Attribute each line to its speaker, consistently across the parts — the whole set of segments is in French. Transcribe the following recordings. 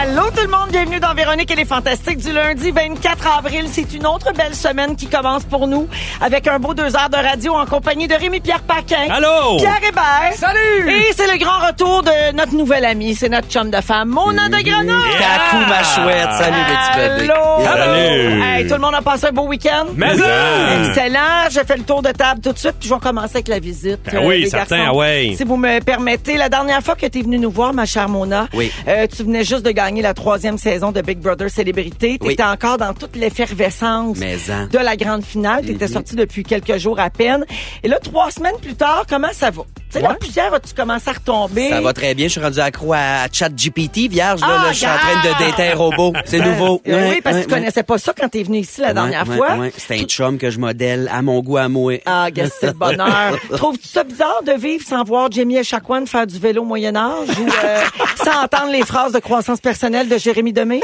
Speaker 1: Allô tout le monde, bienvenue dans Véronique et les Fantastiques du lundi 24 avril. C'est une autre belle semaine qui commence pour nous avec un beau deux heures de radio en compagnie de Rémi-Pierre Paquin.
Speaker 2: Allô?
Speaker 1: Pierre Hébert.
Speaker 2: Salut!
Speaker 1: Et c'est le grand retour de notre nouvel ami, c'est notre chum de femme, Mona de Grenoble.
Speaker 3: Taku ma chouette. Salut, petit bébé.
Speaker 1: Allô!
Speaker 2: Salut!
Speaker 1: Hey, tout le monde a passé un beau week-end?
Speaker 2: Mais ça!
Speaker 1: Excellent. Je fais le tour de table tout de suite, puis je vais commencer avec la visite.
Speaker 2: Ben oui,
Speaker 1: des
Speaker 2: certain,
Speaker 1: garçons.
Speaker 2: ah ouais.
Speaker 1: Si vous me permettez, la dernière fois que tu es venue nous voir, ma chère Mona,
Speaker 3: Oui.
Speaker 1: euh, tu venais juste de gagner la troisième saison de Big Brother Célébrité. Tu étais
Speaker 3: Oui.
Speaker 1: encore dans toute l'effervescence
Speaker 3: Mais hein. Mhm. en.
Speaker 1: de la grande finale. Tu étais sortie depuis quelques jours à peine. Et là, trois semaines plus tard, comment ça va? Tu sais, la poussière, as-tu commencé à retomber?
Speaker 3: Ça va très bien. Je suis rendu accro à ChatGPT, vierge. Là,
Speaker 1: Ah,
Speaker 3: là, je suis en train de
Speaker 1: regarde!
Speaker 3: dater un robot. C'est
Speaker 1: Ouais.
Speaker 3: nouveau.
Speaker 1: Euh,
Speaker 3: Ouais,
Speaker 1: oui, parce que
Speaker 3: ouais,
Speaker 1: tu connaissais pas ça quand tu es venu ici la
Speaker 3: ouais.
Speaker 1: dernière
Speaker 3: Ouais,
Speaker 1: fois.
Speaker 3: ouais. C'est un chum que je modèle à mon goût, à moi.
Speaker 1: Ah, qu'est-ce que c'est le bonheur. Trouves-tu ça bizarre de vivre sans voir Jamie Echaquan faire du vélo au Moyen-Âge ou euh, sans entendre les phrases de croissance personnelle de Jérémy Demé?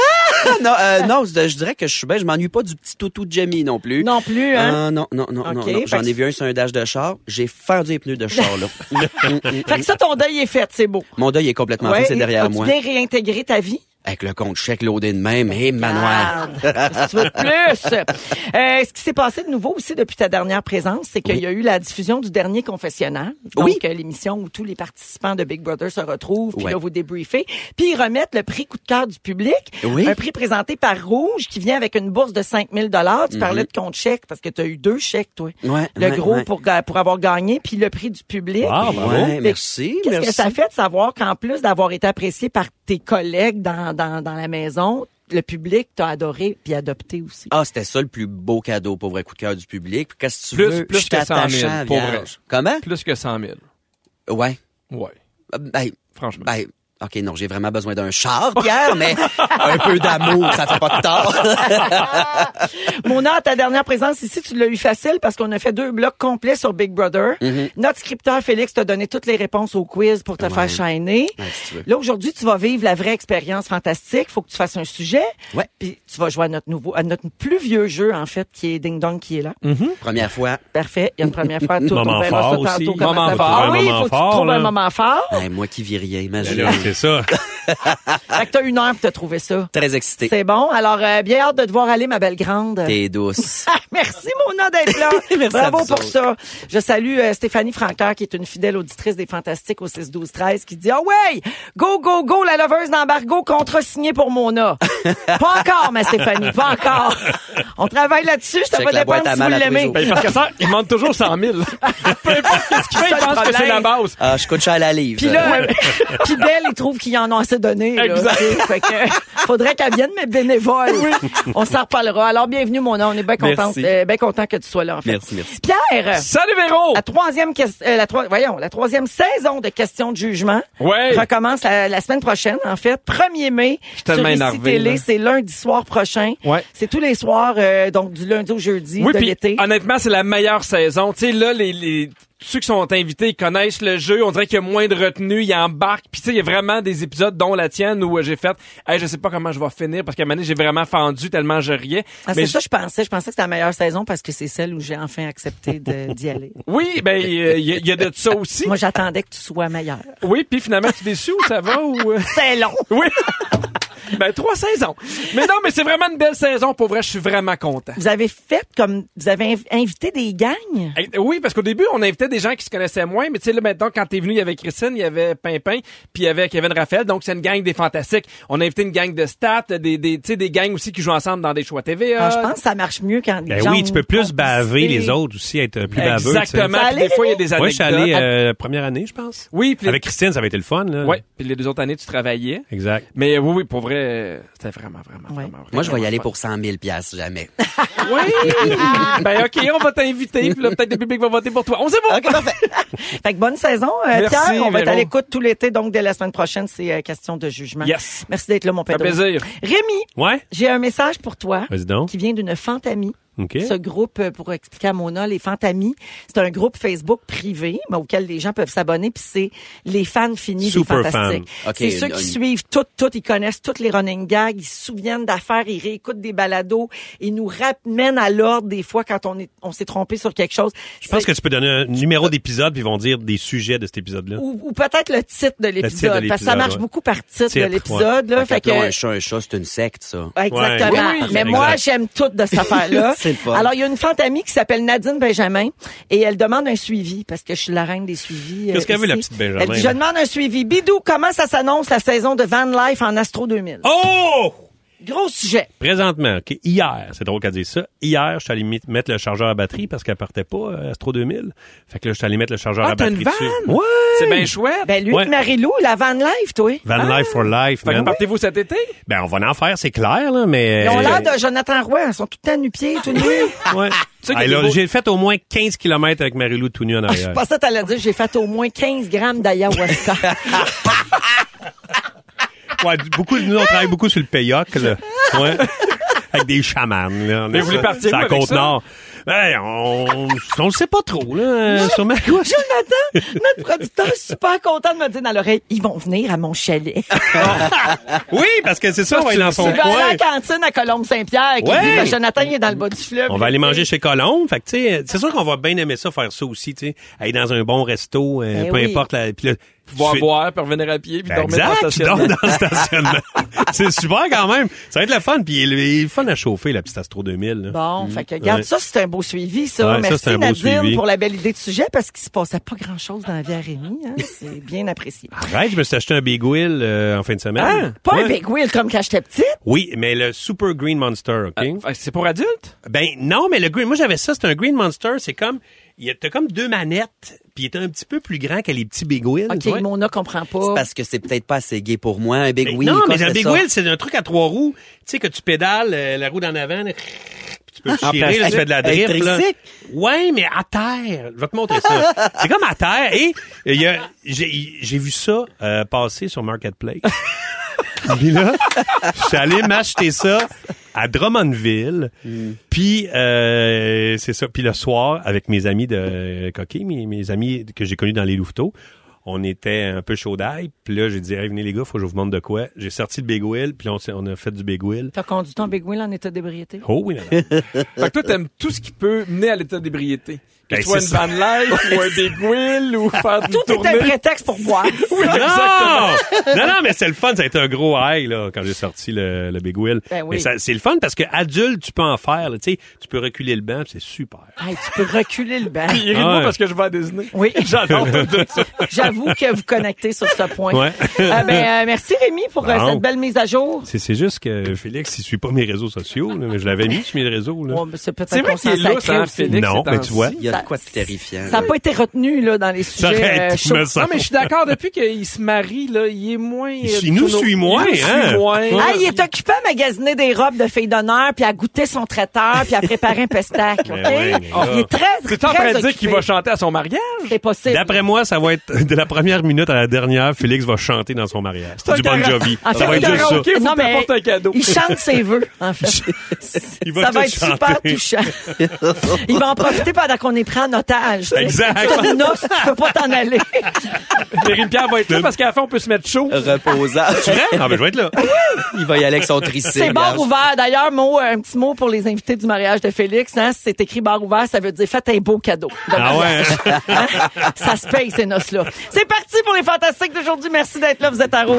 Speaker 3: non, euh, non, je je dirais que je suis bien. Je m'ennuie pas du petit toutou de Jimmy non plus.
Speaker 1: Non plus, hein?
Speaker 3: Ah, non, non, non, non,
Speaker 1: Ok,
Speaker 3: non.
Speaker 1: fait
Speaker 3: J'en
Speaker 1: que-
Speaker 3: ai vu un sur un dash de char. J'ai fendu les pneus de ce char, là. Mm, mm, mm.
Speaker 1: Fait que ça, ton deuil est fait, c'est beau.
Speaker 3: Mon deuil est complètement
Speaker 1: Ouais,
Speaker 3: fait. C'est derrière
Speaker 1: as-tu
Speaker 3: moi.
Speaker 1: bien réintégré ta vie?
Speaker 3: Avec le compte chèque loadé de même.
Speaker 1: Ah,
Speaker 3: Hé, manoir.
Speaker 1: Qu'est-ce que tu veux de plus. Euh, ce qui s'est passé de nouveau aussi depuis ta dernière présence, c'est qu'il y a eu la diffusion du dernier confessionnal. Donc,
Speaker 3: Oui.
Speaker 1: euh, l'émission où tous les participants de Big Brother se retrouvent, puis
Speaker 3: Ouais.
Speaker 1: là, vous débriefez. Puis ils remettent le prix coup de cœur du public.
Speaker 3: Oui.
Speaker 1: Un prix présenté par Rouge qui vient avec une bourse de 5000 dollars. Tu parlais de compte chèque parce que tu as eu deux chèques, toi.
Speaker 3: Mm-hmm. Ouais,
Speaker 1: le
Speaker 3: ouais,
Speaker 1: gros
Speaker 3: ouais.
Speaker 1: pour, ga- pour avoir gagné, puis le prix du public.
Speaker 2: Wow, bravo.
Speaker 3: Ouais, merci.
Speaker 1: Qu'est-ce
Speaker 3: merci.
Speaker 1: que ça fait de savoir qu'en plus d'avoir été apprécié par tes collègues dans, dans, dans la maison, le public t'a adoré puis adopté aussi?
Speaker 3: Ah, c'était ça le plus beau cadeau pour vrai coup de cœur du public. Puis qu'est-ce que tu
Speaker 4: Plus-
Speaker 3: veux?
Speaker 4: plus
Speaker 3: je
Speaker 4: que 100 000,
Speaker 3: t'attachais,
Speaker 4: pour vrai.
Speaker 3: vierge. Comment?
Speaker 4: Plus que 100 000.
Speaker 3: Ouais.
Speaker 4: Ouais,
Speaker 3: Euh, Ben,
Speaker 4: franchement.
Speaker 3: ben, OK, non, j'ai vraiment besoin d'un char, Pierre, mais un peu d'amour, ça fait pas de tort.
Speaker 1: Mona, à ta dernière présence ici, tu l'as eu facile parce qu'on a fait deux blocs complets sur Big Brother. Notre scripteur Félix t'a donné toutes les réponses au quiz pour te faire shiner.
Speaker 3: Mm-hmm. Ouais, si tu veux.
Speaker 1: Là, aujourd'hui, tu vas vivre la vraie expérience fantastique. Faut que tu fasses un sujet.
Speaker 3: Ouais.
Speaker 1: Puis tu vas jouer à notre nouveau, à notre plus vieux jeu, en fait, qui est Ding Dong qui est là.
Speaker 3: Première fois,
Speaker 1: Parfait. Il y a une première fois à tout.
Speaker 2: Mm. Moment
Speaker 1: on verra
Speaker 2: fort
Speaker 1: ça
Speaker 2: aussi.
Speaker 1: tantôt comment
Speaker 4: Moment
Speaker 1: ça
Speaker 4: fort.
Speaker 1: va. Ah oui,
Speaker 2: Moment
Speaker 1: faut que tu
Speaker 2: fort,
Speaker 1: trouves un
Speaker 2: là.
Speaker 1: moment fort.
Speaker 3: ben, moi qui vis rien, imagine.
Speaker 2: Ben Là, Ah, C'est ça.
Speaker 1: Fait que t'as une heure pour te trouver ça.
Speaker 3: Très excité.
Speaker 1: C'est bon. Alors, euh, bien hâte de te voir aller, ma belle grande.
Speaker 3: T'es douce.
Speaker 1: Ah, merci, Mona, d'être là.
Speaker 3: Merci à
Speaker 1: Bravo
Speaker 3: vous
Speaker 1: pour
Speaker 3: autres.
Speaker 1: ça. Je salue euh, Stéphanie Francaire, qui est une fidèle auditrice des Fantastiques au 6-12-13, qui dit Ah ouais, go, go, go, la leveuse d'embargo contre-signée pour Mona. pas encore, ma Stéphanie, pas encore. On travaille là-dessus, ça
Speaker 3: Check
Speaker 1: va
Speaker 3: la boîte
Speaker 1: dépendre si
Speaker 3: à
Speaker 1: vous
Speaker 3: mal à tous les
Speaker 1: l'aimez.
Speaker 3: jours.
Speaker 4: Ben, parce que ça, il demande toujours 100 000. Peu importe ce qu'il fait,
Speaker 1: C'est ça
Speaker 4: il
Speaker 1: le
Speaker 4: pense que c'est la
Speaker 1: problème.
Speaker 4: base.
Speaker 3: Ah, je coûte cher la livre.
Speaker 1: Puis là, puis Belle, ils trouvent qu'ils en ont assez donné. Là,
Speaker 4: Exact.
Speaker 1: tu sais. fait que, faudrait qu'elle vienne, mais bénévole. On s'en reparlera. Alors, bienvenue, Mona. On est bien content,
Speaker 3: Merci.
Speaker 1: bien content que tu sois là, en fait.
Speaker 3: Merci, merci.
Speaker 1: Pierre!
Speaker 4: Salut Véro!
Speaker 1: La troisième, ques- euh, la troi- voyons, la troisième saison de questions de jugement
Speaker 4: Ouais.
Speaker 1: recommence la, la semaine prochaine, en fait. 1er mai.
Speaker 4: tellement
Speaker 1: sur ICI
Speaker 4: énervé,
Speaker 1: Télé,
Speaker 4: là.
Speaker 1: c'est lundi soir prochain.
Speaker 4: Ouais.
Speaker 1: C'est tous les soirs, euh, donc du lundi au jeudi
Speaker 4: Oui,
Speaker 1: de
Speaker 4: puis
Speaker 1: l'été.
Speaker 4: honnêtement, c'est la meilleure saison. Tu sais, là, les, les- ceux qui sont invités, ils connaissent le jeu. On dirait qu'il y a moins de retenue, ils embarquent. Puis tu sais, il y a vraiment des épisodes, dont la tienne, où euh, j'ai fait « Hey, je sais pas comment je vais finir, parce qu'à un moment donné, j'ai vraiment fendu tellement je riais.
Speaker 1: Ah,
Speaker 4: Mais
Speaker 1: c'est ça, je pensais. Je pensais que c'était la meilleure saison parce que c'est celle où j'ai enfin accepté de- d'y aller.
Speaker 4: Oui, ben, il y, a- il y a de ça aussi.
Speaker 1: Moi, j'attendais que tu sois meilleure.
Speaker 4: Oui, puis finalement, tu es déçu ou ça va ou... euh?
Speaker 1: C'est long.
Speaker 4: Oui. ben, trois saisons. Mais non, mais c'est vraiment une belle saison. Pour vrai, je suis vraiment content.
Speaker 1: Vous avez fait comme, vous avez inv- invité des gangs.
Speaker 4: Hey, Oui, parce qu'au début, on invitait des gens qui se connaissaient moins, mais tu sais, là, maintenant, quand t'es venu, il y avait Christine, il y avait Pimpin, puis il y avait Kevin Raphaël, donc c'est une gang des fantastiques. On a invité une gang de stats, des, des, tu sais, des gangs aussi qui jouent ensemble dans des choix TVA.
Speaker 1: Ah, je pense que ça marche mieux quand les
Speaker 2: Ben
Speaker 1: gens
Speaker 2: oui, tu peux
Speaker 1: ont
Speaker 2: plus baver
Speaker 1: complicité.
Speaker 2: les autres aussi, être plus baveux. tu sais.
Speaker 4: Exactement.
Speaker 1: Ça
Speaker 4: Puis des
Speaker 1: allait,
Speaker 4: fois, il y a des anecdotes.
Speaker 2: Moi, je suis allé euh, première année, je pense.
Speaker 4: Oui, puis les...
Speaker 2: Avec Christine, ça avait été le fun. Là.
Speaker 4: ouais, puis les deux autres années, tu travaillais.
Speaker 2: Exact.
Speaker 4: Mais oui, oui, pour vrai, vrai, c'était vraiment, vraiment,
Speaker 1: Ouais.
Speaker 4: vraiment,
Speaker 3: Moi, je vais y
Speaker 4: vraiment
Speaker 3: aller
Speaker 4: fun.
Speaker 3: pour 100 000 piastres, jamais.
Speaker 4: Oui! ben, OK, on va t'inviter, puis là, peut-être le public va voter pour toi. On sait pas!
Speaker 3: OK, parfait.
Speaker 1: Fait que bonne saison, euh,
Speaker 4: Merci,
Speaker 1: Pierre. On va être à
Speaker 4: Véro.
Speaker 1: l'écoute tout l'été, donc dès la semaine prochaine, c'est euh, question de jugement.
Speaker 4: Yes.
Speaker 1: Merci d'être là, mon
Speaker 4: Ça fait
Speaker 1: Pedro.
Speaker 4: plaisir.
Speaker 1: Rémi,
Speaker 2: Ouais?
Speaker 1: j'ai un message pour toi
Speaker 2: Vas-y donc.
Speaker 1: qui vient d'une fantamie.
Speaker 2: OK.
Speaker 1: Ce groupe, euh, pour expliquer à Mona, les Fantamis, c'est un groupe Facebook privé mais auquel les gens peuvent s'abonner, puis c'est les fans finis
Speaker 2: Super
Speaker 1: des Fantastiques.
Speaker 3: fans. OK,
Speaker 1: c'est ceux
Speaker 3: là,
Speaker 1: qui
Speaker 3: il-
Speaker 1: suivent tout, tout, ils connaissent toutes les running gags, ils se souviennent d'affaires, ils réécoutent des balados, ils nous ramènent à l'ordre des fois quand on est, on s'est trompé sur quelque chose.
Speaker 2: Je pense que tu peux donner un numéro d'épisode, puis ils vont dire des sujets de cet épisode-là.
Speaker 1: ou, ou peut-être le titre de
Speaker 2: titre
Speaker 1: l'épisode,
Speaker 2: de
Speaker 1: parce que ça
Speaker 2: l'épisode,
Speaker 1: marche
Speaker 2: ouais.
Speaker 1: beaucoup par titre,
Speaker 2: Titre,
Speaker 1: de l'épisode. là,
Speaker 3: Fait
Speaker 1: Fait
Speaker 3: que...
Speaker 1: que,
Speaker 3: Un chat, un chat, c'est une secte, ça.
Speaker 1: Exactement.
Speaker 2: Ouais. Oui, oui.
Speaker 1: Mais
Speaker 2: Exact.
Speaker 1: moi, j'aime toutes de cette affaire-là.
Speaker 3: C'est le fun.
Speaker 1: Alors, il y a une fantamie qui s'appelle Nadine Benjamin et elle demande un suivi parce que je suis la reine des suivis. euh,
Speaker 2: Qu'est-ce qu'elle veut,
Speaker 1: ici.
Speaker 2: la petite Benjamin,
Speaker 1: Elle dit, je
Speaker 2: là?
Speaker 1: demande un suivi. Bidou, comment ça s'annonce la saison de Van Life en Astro 2000?
Speaker 2: Oh!
Speaker 1: Gros sujet.
Speaker 2: Présentement, OK, hier, c'est drôle qu'elle dise ça. Hier, je suis allé mit- mettre le chargeur à batterie parce qu'elle partait pas, euh, Astro 2000. Fait que là, je suis allé mettre le chargeur
Speaker 4: Ah,
Speaker 2: à
Speaker 4: t'as
Speaker 2: batterie
Speaker 4: une
Speaker 2: dessus.
Speaker 4: van?
Speaker 2: Ouais!
Speaker 4: C'est bien chouette.
Speaker 1: Ben, lui,
Speaker 2: Ouais.
Speaker 1: Marie-Lou, la Van Life, toi.
Speaker 2: Van Life for Life,
Speaker 4: Ah. fait que
Speaker 2: man.
Speaker 4: partez-vous cet été?
Speaker 2: Ben, on va en faire, c'est clair, là, mais... euh,
Speaker 1: Ils ont l'air de Jonathan Roy. Ils sont tout le temps nu-pieds, tout nus.
Speaker 2: Ouais.
Speaker 4: sais qu'il y a
Speaker 2: Hey,
Speaker 4: des
Speaker 2: là,
Speaker 4: beaux-
Speaker 2: J'ai fait au moins 15 km avec Marie-Lou tout nu en
Speaker 1: Je
Speaker 2: arrière.
Speaker 1: pensais que t'allais dire, j'ai fait au moins 15 grammes d'ayahuasca.
Speaker 2: Ouais, du- beaucoup, nous, on travaille beaucoup sur le payoc, là. Ouais. Avec des chamans, là. On a
Speaker 4: Mais vous
Speaker 2: ça.
Speaker 4: voulez partir
Speaker 2: C'est
Speaker 4: où
Speaker 2: à
Speaker 4: avec ça?
Speaker 2: Côte-Nord. Ben, on, on le sait pas trop, là. euh, Sûrement quoi.
Speaker 1: Jonathan, notre producteur, est super content de me dire dans l'oreille, ils vont venir à mon chalet.
Speaker 2: Oui, parce que c'est ça, on va aller dans son
Speaker 1: Tu vas
Speaker 2: coin.
Speaker 1: aller à la cantine à Colombe-Saint-Pierre. qui
Speaker 2: Ouais.
Speaker 1: dit, ben, Jonathan, il est dans le bas du fleuve.
Speaker 2: On va aller manger chez Colombe. Fait que, tu sais, c'est sûr qu'on va bien aimer ça, faire ça aussi, tu sais. Aller dans un bon resto, euh,
Speaker 1: Ben
Speaker 2: peu
Speaker 1: oui.
Speaker 2: importe. La, puis là,
Speaker 4: Pouvoir
Speaker 2: tu fais-
Speaker 4: boire, puis revenir à pied, puis
Speaker 2: Ben,
Speaker 4: dormir Ah,
Speaker 2: exact,
Speaker 4: dans la
Speaker 2: tu dors
Speaker 4: station.
Speaker 2: dans le stationnement. c'est super quand même. Ça va être le fun. Puis il est- il est le fun à chauffer, la petite Astro 2000. là.
Speaker 1: Bon, fait que, regarde,
Speaker 2: Mm-hmm. Ouais.
Speaker 1: ça, c'est un beau suivi, ça.
Speaker 2: Ouais, ça,
Speaker 1: Merci,
Speaker 2: c'est un beau
Speaker 1: Nadine,
Speaker 2: suivi.
Speaker 1: pour la belle idée de sujet, parce qu'il se passait pas grand-chose dans la vie à Rémi. hein. C'est bien apprécié.
Speaker 2: Arrête, je me suis acheté un Big Wheel euh, en fin de semaine.
Speaker 4: Hein?
Speaker 1: Ah, Pas un
Speaker 2: Ah, Ouais.
Speaker 1: big wheel comme quand j'étais petite.
Speaker 2: Oui, mais le Super Green Monster, OK?
Speaker 4: Fait que C'est pour adultes?
Speaker 2: Ben non, mais le Green, moi j'avais ça, c'est un Green Monster, c'est comme il y a- t'as comme deux manettes, puis il est un petit peu plus grand que les petits Big Wheels.
Speaker 1: OK,
Speaker 2: Ouais.
Speaker 1: Mona comprend pas.
Speaker 3: Parce que c'est peut-être pas assez gay pour moi, un Big
Speaker 2: Ben,
Speaker 3: Wheel.
Speaker 2: non,
Speaker 3: quoi,
Speaker 2: mais un
Speaker 3: c'est
Speaker 2: Big
Speaker 3: ça?
Speaker 2: Wheel, c'est un truc à trois roues, tu sais que tu pédales euh, la roue d'en avant, là, puis tu peux
Speaker 3: En
Speaker 2: chirer, là, tu
Speaker 3: plastique.
Speaker 2: fais de la drift là.
Speaker 3: Électrique.
Speaker 2: Ouais, mais à terre, je vais te montrer ça. c'est comme à terre et il y a j'ai j'ai vu ça euh, passer sur Marketplace. Puis là, je suis allé m'acheter ça à Drummondville. Puis euh, c'est ça. Puis le soir, avec mes amis de euh, Coquille, mes, mes amis que j'ai connus dans les Louveteaux, on était un peu chaud d'ail. Puis là, j'ai dit, hey, venez les gars, faut que je vous montre de quoi. J'ai sorti le Big Wheel, puis on, s'est- on a fait du Big Wheel.
Speaker 1: T'as conduit ton big wheel en état d'ébriété?
Speaker 2: Oh oui, madame.
Speaker 4: Fait que toi, t'aimes tout ce qui peut mener à l'état d'ébriété. Que
Speaker 2: Ben,
Speaker 4: tu sois une
Speaker 2: c'est ça.
Speaker 4: van life, ou un big wheel, ou faire une
Speaker 1: Tout est un
Speaker 4: tournée.
Speaker 1: prétexte pour boire.
Speaker 2: non! non, non, mais c'est le fun. Ça a été un gros high là, quand j'ai sorti le, le Big Wheel.
Speaker 1: Ben oui.
Speaker 2: Mais ça- c'est le fun parce que adulte, tu peux en faire. là. Tu sais, tu peux reculer le banc, puis c'est super.
Speaker 1: Hey, tu peux reculer le bain.
Speaker 4: Il rit de moi
Speaker 2: Ah ouais.
Speaker 4: parce que je vais à Disney.
Speaker 1: Oui.
Speaker 4: J'adore tout de ça.
Speaker 1: J'avoue que vous connectez sur ce point.
Speaker 2: Ouais.
Speaker 1: Euh, ben, euh, merci Rémi pour euh,
Speaker 2: Bon.
Speaker 1: cette belle mise à jour.
Speaker 2: C'est, c'est juste que Félix, il suit pas mes réseaux sociaux, là, mais je l'avais mis sur mes réseaux. Là.
Speaker 1: Ouais, mais c'est peut-être
Speaker 4: C'est vrai
Speaker 1: qu'on
Speaker 4: qu'il est hein,
Speaker 1: s'en
Speaker 4: là,
Speaker 1: sacrait
Speaker 4: ça,
Speaker 1: aussi.
Speaker 4: Félix.
Speaker 2: Non,
Speaker 4: ces
Speaker 2: mais
Speaker 4: temps-ci.
Speaker 2: tu vois.
Speaker 3: Il y a
Speaker 1: Ça-
Speaker 3: de quoi de terrifiant.
Speaker 1: Ça n'a pas été retenu là, dans les sujets
Speaker 2: J'arrête,
Speaker 1: euh,
Speaker 2: je me
Speaker 1: chauds.
Speaker 2: sens.
Speaker 4: Non, mais je suis d'accord. Depuis qu'il se marie, là, il est moins...
Speaker 2: Il nous suit moins,
Speaker 4: Il nous
Speaker 2: hein?
Speaker 4: suit moins.
Speaker 1: Ah, il est occupé à magasiner des robes de filles d'honneur, puis à goûter son traiteur, puis à préparer un pestac, OK? Oh,
Speaker 2: Ben oui,
Speaker 1: il est très,
Speaker 4: T'es
Speaker 1: très
Speaker 4: en train de dire
Speaker 1: occupé.
Speaker 4: qu'il va chanter à son mariage?
Speaker 1: C'est possible.
Speaker 2: D'après moi, ça va être de la première minute à la dernière, Félix va chanter dans son mariage.
Speaker 4: un Ah,
Speaker 2: du Bon
Speaker 4: kara-
Speaker 2: Jovi.
Speaker 1: En
Speaker 2: ça
Speaker 1: fait,
Speaker 2: va être
Speaker 1: il
Speaker 2: juste ça.
Speaker 4: karaoké. vous t'apporte un cadeau.
Speaker 1: Il chante ses vœux, en fait.
Speaker 2: Il
Speaker 1: ça
Speaker 2: tout
Speaker 1: va être
Speaker 2: chanter.
Speaker 1: super touchant. il va en profiter pendant qu'on est pris en otage. tu sais.
Speaker 2: Exact.
Speaker 1: C'est une noce, tu peux pas t'en aller.
Speaker 4: Mérine Pierre va être là parce qu'à la fin, on peut se mettre chaud.
Speaker 1: Euh,
Speaker 3: Reposant.
Speaker 2: Ah, ben, je vais être là.
Speaker 3: Il va y aller avec son tricé.
Speaker 1: C'est bar ouvert. D'ailleurs, mot, un petit mot pour les invités du mariage de Félix. Hein? Si c'est écrit bar ouvert, ça veut dire faites un beau cadeau. de
Speaker 2: Ah ouais. hein?
Speaker 1: Hein? Ça se paye, ces noces-là. C'est parti pour les fantastiques d'aujourd'hui. Merci d'être là. Vous êtes à rouge.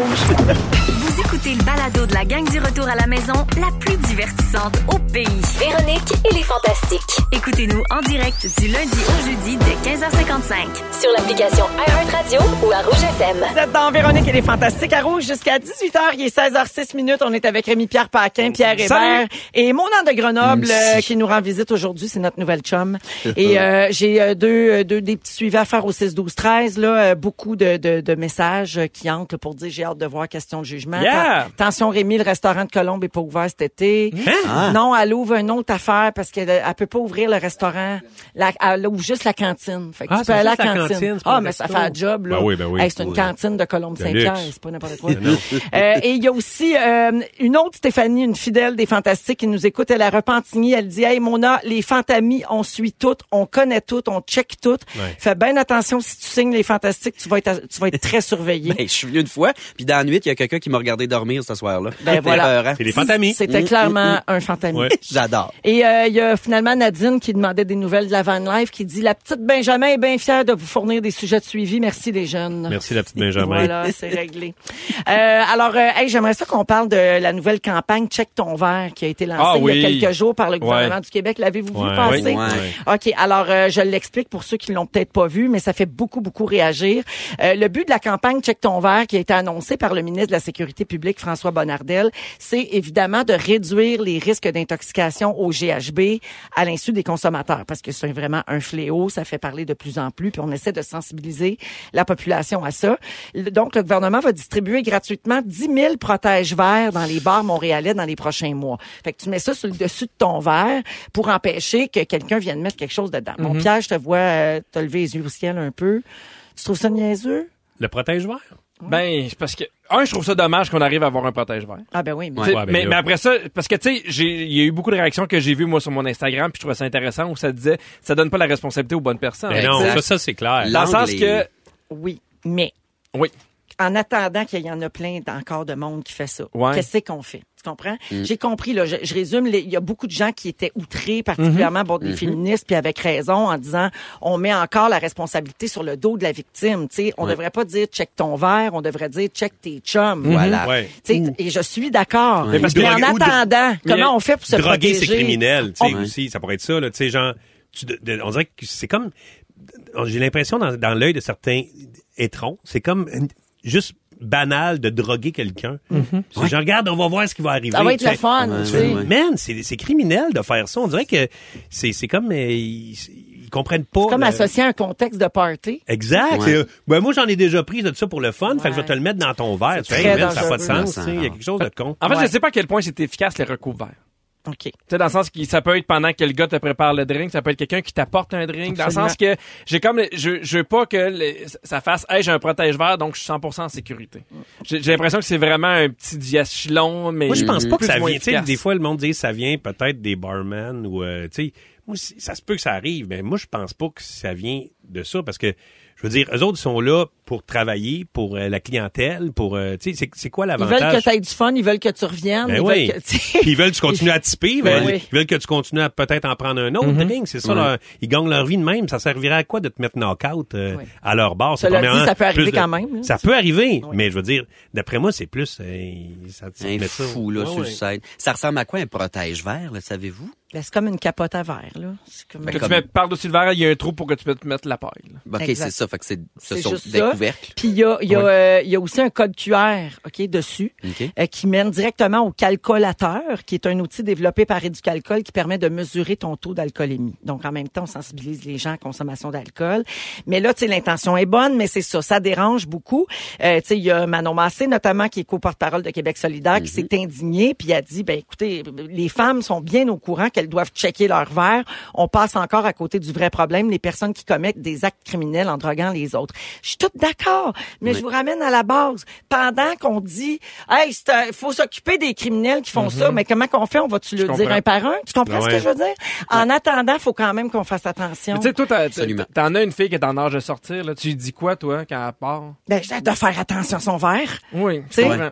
Speaker 5: Vous écoutez le balado de la gang du retour à la maison, la plus divertissante au pays.
Speaker 6: Véronique et les Fantastiques.
Speaker 5: Écoutez-nous en direct du lundi au jeudi dès 15h55.
Speaker 6: Sur l'application iHeartRadio ou à Rouge FM.
Speaker 1: Vous êtes dans Véronique et les fantastiques à rouge jusqu'à 18h. Il est 16h06 minutes. On est avec Rémi Pierre Paquin, Pierre Hébert
Speaker 4: Salut.
Speaker 1: et mon de Grenoble euh, qui nous rend visite aujourd'hui. C'est notre nouvelle chum. et euh, j'ai euh, deux, euh, deux des petits suivis à faire au 6 12 13 là, euh, beaucoup de, de, de messages euh, qui entrent là, pour dire j'ai hâte de voir question de jugement.
Speaker 4: Yes! Ah!
Speaker 1: Attention, Rémi, le restaurant de Colombe est pas ouvert cet été.
Speaker 2: Hein?
Speaker 3: Ah.
Speaker 1: Non, elle ouvre une autre affaire parce qu'elle elle peut pas ouvrir le restaurant. La- elle ouvre juste la cantine. Fait que
Speaker 2: Ah,
Speaker 1: tu
Speaker 2: c'est
Speaker 1: peux aller à
Speaker 2: juste
Speaker 1: la
Speaker 2: la
Speaker 1: cantine.
Speaker 2: cantine, c'est pas
Speaker 1: ah,
Speaker 2: le
Speaker 1: mais ça fait
Speaker 2: resto.
Speaker 1: un job, là.
Speaker 2: Ben oui, ben oui.
Speaker 1: Hey, c'est une
Speaker 2: Oui.
Speaker 1: cantine de Colombe-Saint-Pierre.
Speaker 2: De luxe.
Speaker 1: C'est pas n'importe quoi. Euh, et il y a aussi euh, une autre Stéphanie, une fidèle des Fantastiques qui nous écoute. Elle a repentini. Elle dit, hey, Mona, les fantamis, on suit toutes, on connaît toutes, on check toutes.
Speaker 2: Ouais.
Speaker 1: Fais bien attention si tu signes les Fantastiques, tu vas être, tu vas être très surveillé.
Speaker 3: Ben, je suis venu une fois, puis dans la nuit, il y a quelqu'un qui m'a regardé dormir ce soir-là.
Speaker 1: Ben,
Speaker 3: C'était
Speaker 1: voilà.
Speaker 3: peurant.
Speaker 2: C'est les fantamis. Mm,
Speaker 1: C'était clairement un fantami.
Speaker 2: Ouais.
Speaker 3: J'adore.
Speaker 1: Et euh, il y a finalement Nadine qui demandait des nouvelles de la Van Life, qui dit « La petite Benjamin est bien fière de vous fournir des sujets de suivi. Merci les jeunes. »
Speaker 2: Merci, la petite Benjamin.
Speaker 1: Voilà, c'est réglé. Euh, alors, euh, hey, j'aimerais ça qu'on parle de la nouvelle campagne Check ton verre qui a été lancée
Speaker 4: Ah
Speaker 1: il
Speaker 4: oui.
Speaker 1: y a quelques jours par le gouvernement
Speaker 4: Ouais.
Speaker 1: du Québec. L'avez-vous vu
Speaker 2: Ouais.
Speaker 1: passer?
Speaker 3: Oui.
Speaker 1: OK, alors euh, je l'explique pour ceux qui l'ont peut-être pas vu, mais ça fait beaucoup, beaucoup réagir. Euh, le but de la campagne Check ton verre qui a été annoncée par le ministre de la Sécurité publique, François Bonnardel, c'est évidemment de réduire les risques d'intoxication au GHB à l'insu des consommateurs, parce que c'est vraiment un fléau, ça fait parler de plus en plus, puis on essaie de sensibiliser la population à ça. Le- Donc, le gouvernement va distribuer gratuitement 10 000 protège verts dans les bars montréalais dans les prochains mois. Fait que tu mets ça sur le dessus de ton verre pour empêcher que quelqu'un vienne mettre quelque chose dedans. Mon Pierre, je te vois euh, te lever les yeux au ciel un peu. Tu trouves ça niaiseux?
Speaker 2: Le protège-vert?
Speaker 4: Ben, c'est parce que, un, je trouve ça dommage qu'on arrive à avoir un protège-vert.
Speaker 1: Ah ben oui, mais...
Speaker 4: T'sais,
Speaker 2: Ouais, ben
Speaker 4: mais,
Speaker 2: là.
Speaker 4: mais après ça, parce que tu sais, j'ai- il y a eu beaucoup de réactions que j'ai vues moi sur mon Instagram, puis je trouvais ça intéressant où ça disait ça donne pas la responsabilité aux bonnes personnes.
Speaker 2: Ben non,
Speaker 3: exact.
Speaker 2: ça, ça, c'est clair.
Speaker 3: La-
Speaker 4: Dans le sens
Speaker 3: L'angle
Speaker 4: que
Speaker 3: est-
Speaker 1: Oui, mais...
Speaker 4: oui,
Speaker 1: en attendant qu'il y en a plein encore de monde qui fait ça.
Speaker 4: Ouais.
Speaker 1: Qu'est-ce qu'on fait? Tu comprends? J'ai compris, là, je, je résume, les- il y a beaucoup de gens qui étaient outrés, particulièrement bon, des féministes, puis avec raison, en disant on met encore la responsabilité sur le dos de la victime. tu sais. On devrait pas dire check ton verre, on devrait dire check tes chums.
Speaker 3: Voilà.
Speaker 2: Mhm. Ouais.
Speaker 1: Tu sais, Et je suis d'accord. Mais,
Speaker 4: parce que-
Speaker 1: en
Speaker 2: ou de-
Speaker 1: attendant, comment on fait pour se
Speaker 2: Droguer,
Speaker 1: protéger?
Speaker 2: c'est criminel, tu sais,
Speaker 3: Oh.
Speaker 2: aussi. Ça pourrait être ça, là, tu sais, genre, tu de- de- on dirait que c'est comme, j'ai l'impression dans, dans l'œil de certains étrons, c'est comme une- juste banal de droguer quelqu'un. C'est genre, regarde, on va voir ce qui va arriver.
Speaker 1: Ça va être
Speaker 2: Tu sais,
Speaker 1: le fun.
Speaker 3: Ouais,
Speaker 1: tu
Speaker 3: ouais,
Speaker 1: sais.
Speaker 3: ouais.
Speaker 2: Man, c'est c'est criminel de faire ça. On dirait que c'est c'est comme, euh, ils, ils comprennent pas.
Speaker 1: C'est comme
Speaker 2: la-
Speaker 1: associer un contexte de party.
Speaker 2: Exact.
Speaker 3: Ouais.
Speaker 2: c'est, euh, Ben moi j'en ai déjà pris de ça pour le fun, fait que je vais
Speaker 1: Ouais.
Speaker 2: te le mettre dans ton verre. Tu
Speaker 1: C'est
Speaker 2: fais, hey,
Speaker 1: très
Speaker 2: man, ça n'a pas de
Speaker 3: dangereux.
Speaker 2: sens. tu sais, Il y a quelque chose de con.
Speaker 4: en fait,
Speaker 1: Ouais.
Speaker 4: je sais pas à quel point c'est efficace les recours verts.
Speaker 1: OK.
Speaker 4: Tu sais, dans le sens que ça peut être pendant que le gars te prépare le drink, ça peut être quelqu'un qui t'apporte un drink, dans
Speaker 1: Absolument.
Speaker 4: le sens que j'ai comme, le- je, je veux pas que le- ça fasse, hey, j'ai un protège vert, donc je suis 100% en sécurité. J'ai j'ai l'impression que c'est vraiment un petit diachylon, mais.
Speaker 2: Moi, je pense pas que
Speaker 4: plus
Speaker 2: ça
Speaker 4: ou moins
Speaker 2: vient. Tu sais,
Speaker 4: efficace.
Speaker 2: des fois, le monde dit ça vient peut-être des barman ou, euh, tu sais, moi, c- ça se peut que ça arrive, mais moi, je pense pas que ça vient de ça parce que, je veux dire, eux autres ils sont là pour travailler, pour euh, la clientèle, pour, euh, tu sais, c'est- c'est quoi
Speaker 1: Ils
Speaker 2: l'avantage?
Speaker 1: veulent que tu aies du fun, ils veulent que tu reviennes.
Speaker 2: Ben
Speaker 1: ils
Speaker 2: oui.
Speaker 1: veulent que, tu sais.
Speaker 2: Puis ils veulent que tu continues à tiper, ils
Speaker 1: Ben
Speaker 2: veulent,
Speaker 1: oui.
Speaker 2: ils veulent que tu continues à peut-être en prendre un autre drink, c'est ça.
Speaker 3: Ouais.
Speaker 2: leur- ils gagnent leur vie de même. Ça servirait à quoi de te mettre knock-out euh,
Speaker 1: Oui.
Speaker 2: à leur bar? C'est
Speaker 1: Cela dit,
Speaker 2: premièrement
Speaker 1: ça peut arriver
Speaker 2: plus de-
Speaker 1: quand même, hein.
Speaker 2: Ça peut arriver, mais je veux dire, d'après moi, c'est plus... euh, ça, ça
Speaker 3: Un
Speaker 2: met ça-
Speaker 3: fou, là,
Speaker 2: Ouais,
Speaker 3: sur
Speaker 2: ouais.
Speaker 3: le site. Ça ressemble à quoi un protège-vert, là, savez-vous?
Speaker 1: Ben, c'est comme une capote à verre, là. C'est Ben, comme-
Speaker 4: Que
Speaker 3: Ben, Comme-
Speaker 4: tu mets par-dessus le verre, il y a un trou pour que tu peux te mettre la paille. là.
Speaker 3: Ben, OK,
Speaker 1: Exact.
Speaker 3: c'est ça. Fait que c'est, ce
Speaker 1: C'est
Speaker 3: sont
Speaker 1: juste
Speaker 3: des
Speaker 1: ça.
Speaker 3: couvercles.
Speaker 1: Puis il y a, il y, a,
Speaker 3: Ouais.
Speaker 1: euh, il y a aussi un code QR ok, dessus
Speaker 3: OK.
Speaker 1: euh, qui mène directement au calcolateur, qui est un outil développé par Éducalcool qui permet de mesurer ton taux d'alcoolémie. Donc, en même temps, on sensibilise les gens à la consommation d'alcool. Mais là, tu sais, l'intention est bonne, mais c'est ça, ça dérange beaucoup. Euh, tu sais, il y a Manon Massé, notamment, qui est co-porte-parole de Québec solidaire, qui
Speaker 2: Mhm.
Speaker 1: s'est indignée, puis a dit, ben écoutez, les femmes sont bien au courant qu'elles doivent checker leur verre. On passe encore à côté du vrai problème, les personnes qui commettent des actes criminels en droguant les autres. Je suis toute d'accord, mais je vous ramène à la base. Pendant qu'on dit, hey, c'est un- faut s'occuper des criminels qui
Speaker 2: Mhm.
Speaker 1: font ça, mais comment qu'on fait? On va-tu le dire
Speaker 4: comprends.
Speaker 1: un par un? Tu comprends ce que
Speaker 2: Ben Ouais.
Speaker 1: je veux dire? En attendant, faut quand même qu'on fasse attention.
Speaker 4: Mais Tu sais, toi, t'as-
Speaker 3: Absolument.
Speaker 4: t'as- t'en as une fille qui est en âge de sortir, là. Tu lui dis quoi, toi, quand elle part?
Speaker 1: Ben, j'ai hâte de faire attention à son verre.
Speaker 4: Oui.
Speaker 1: Tu sais,
Speaker 4: Ouais.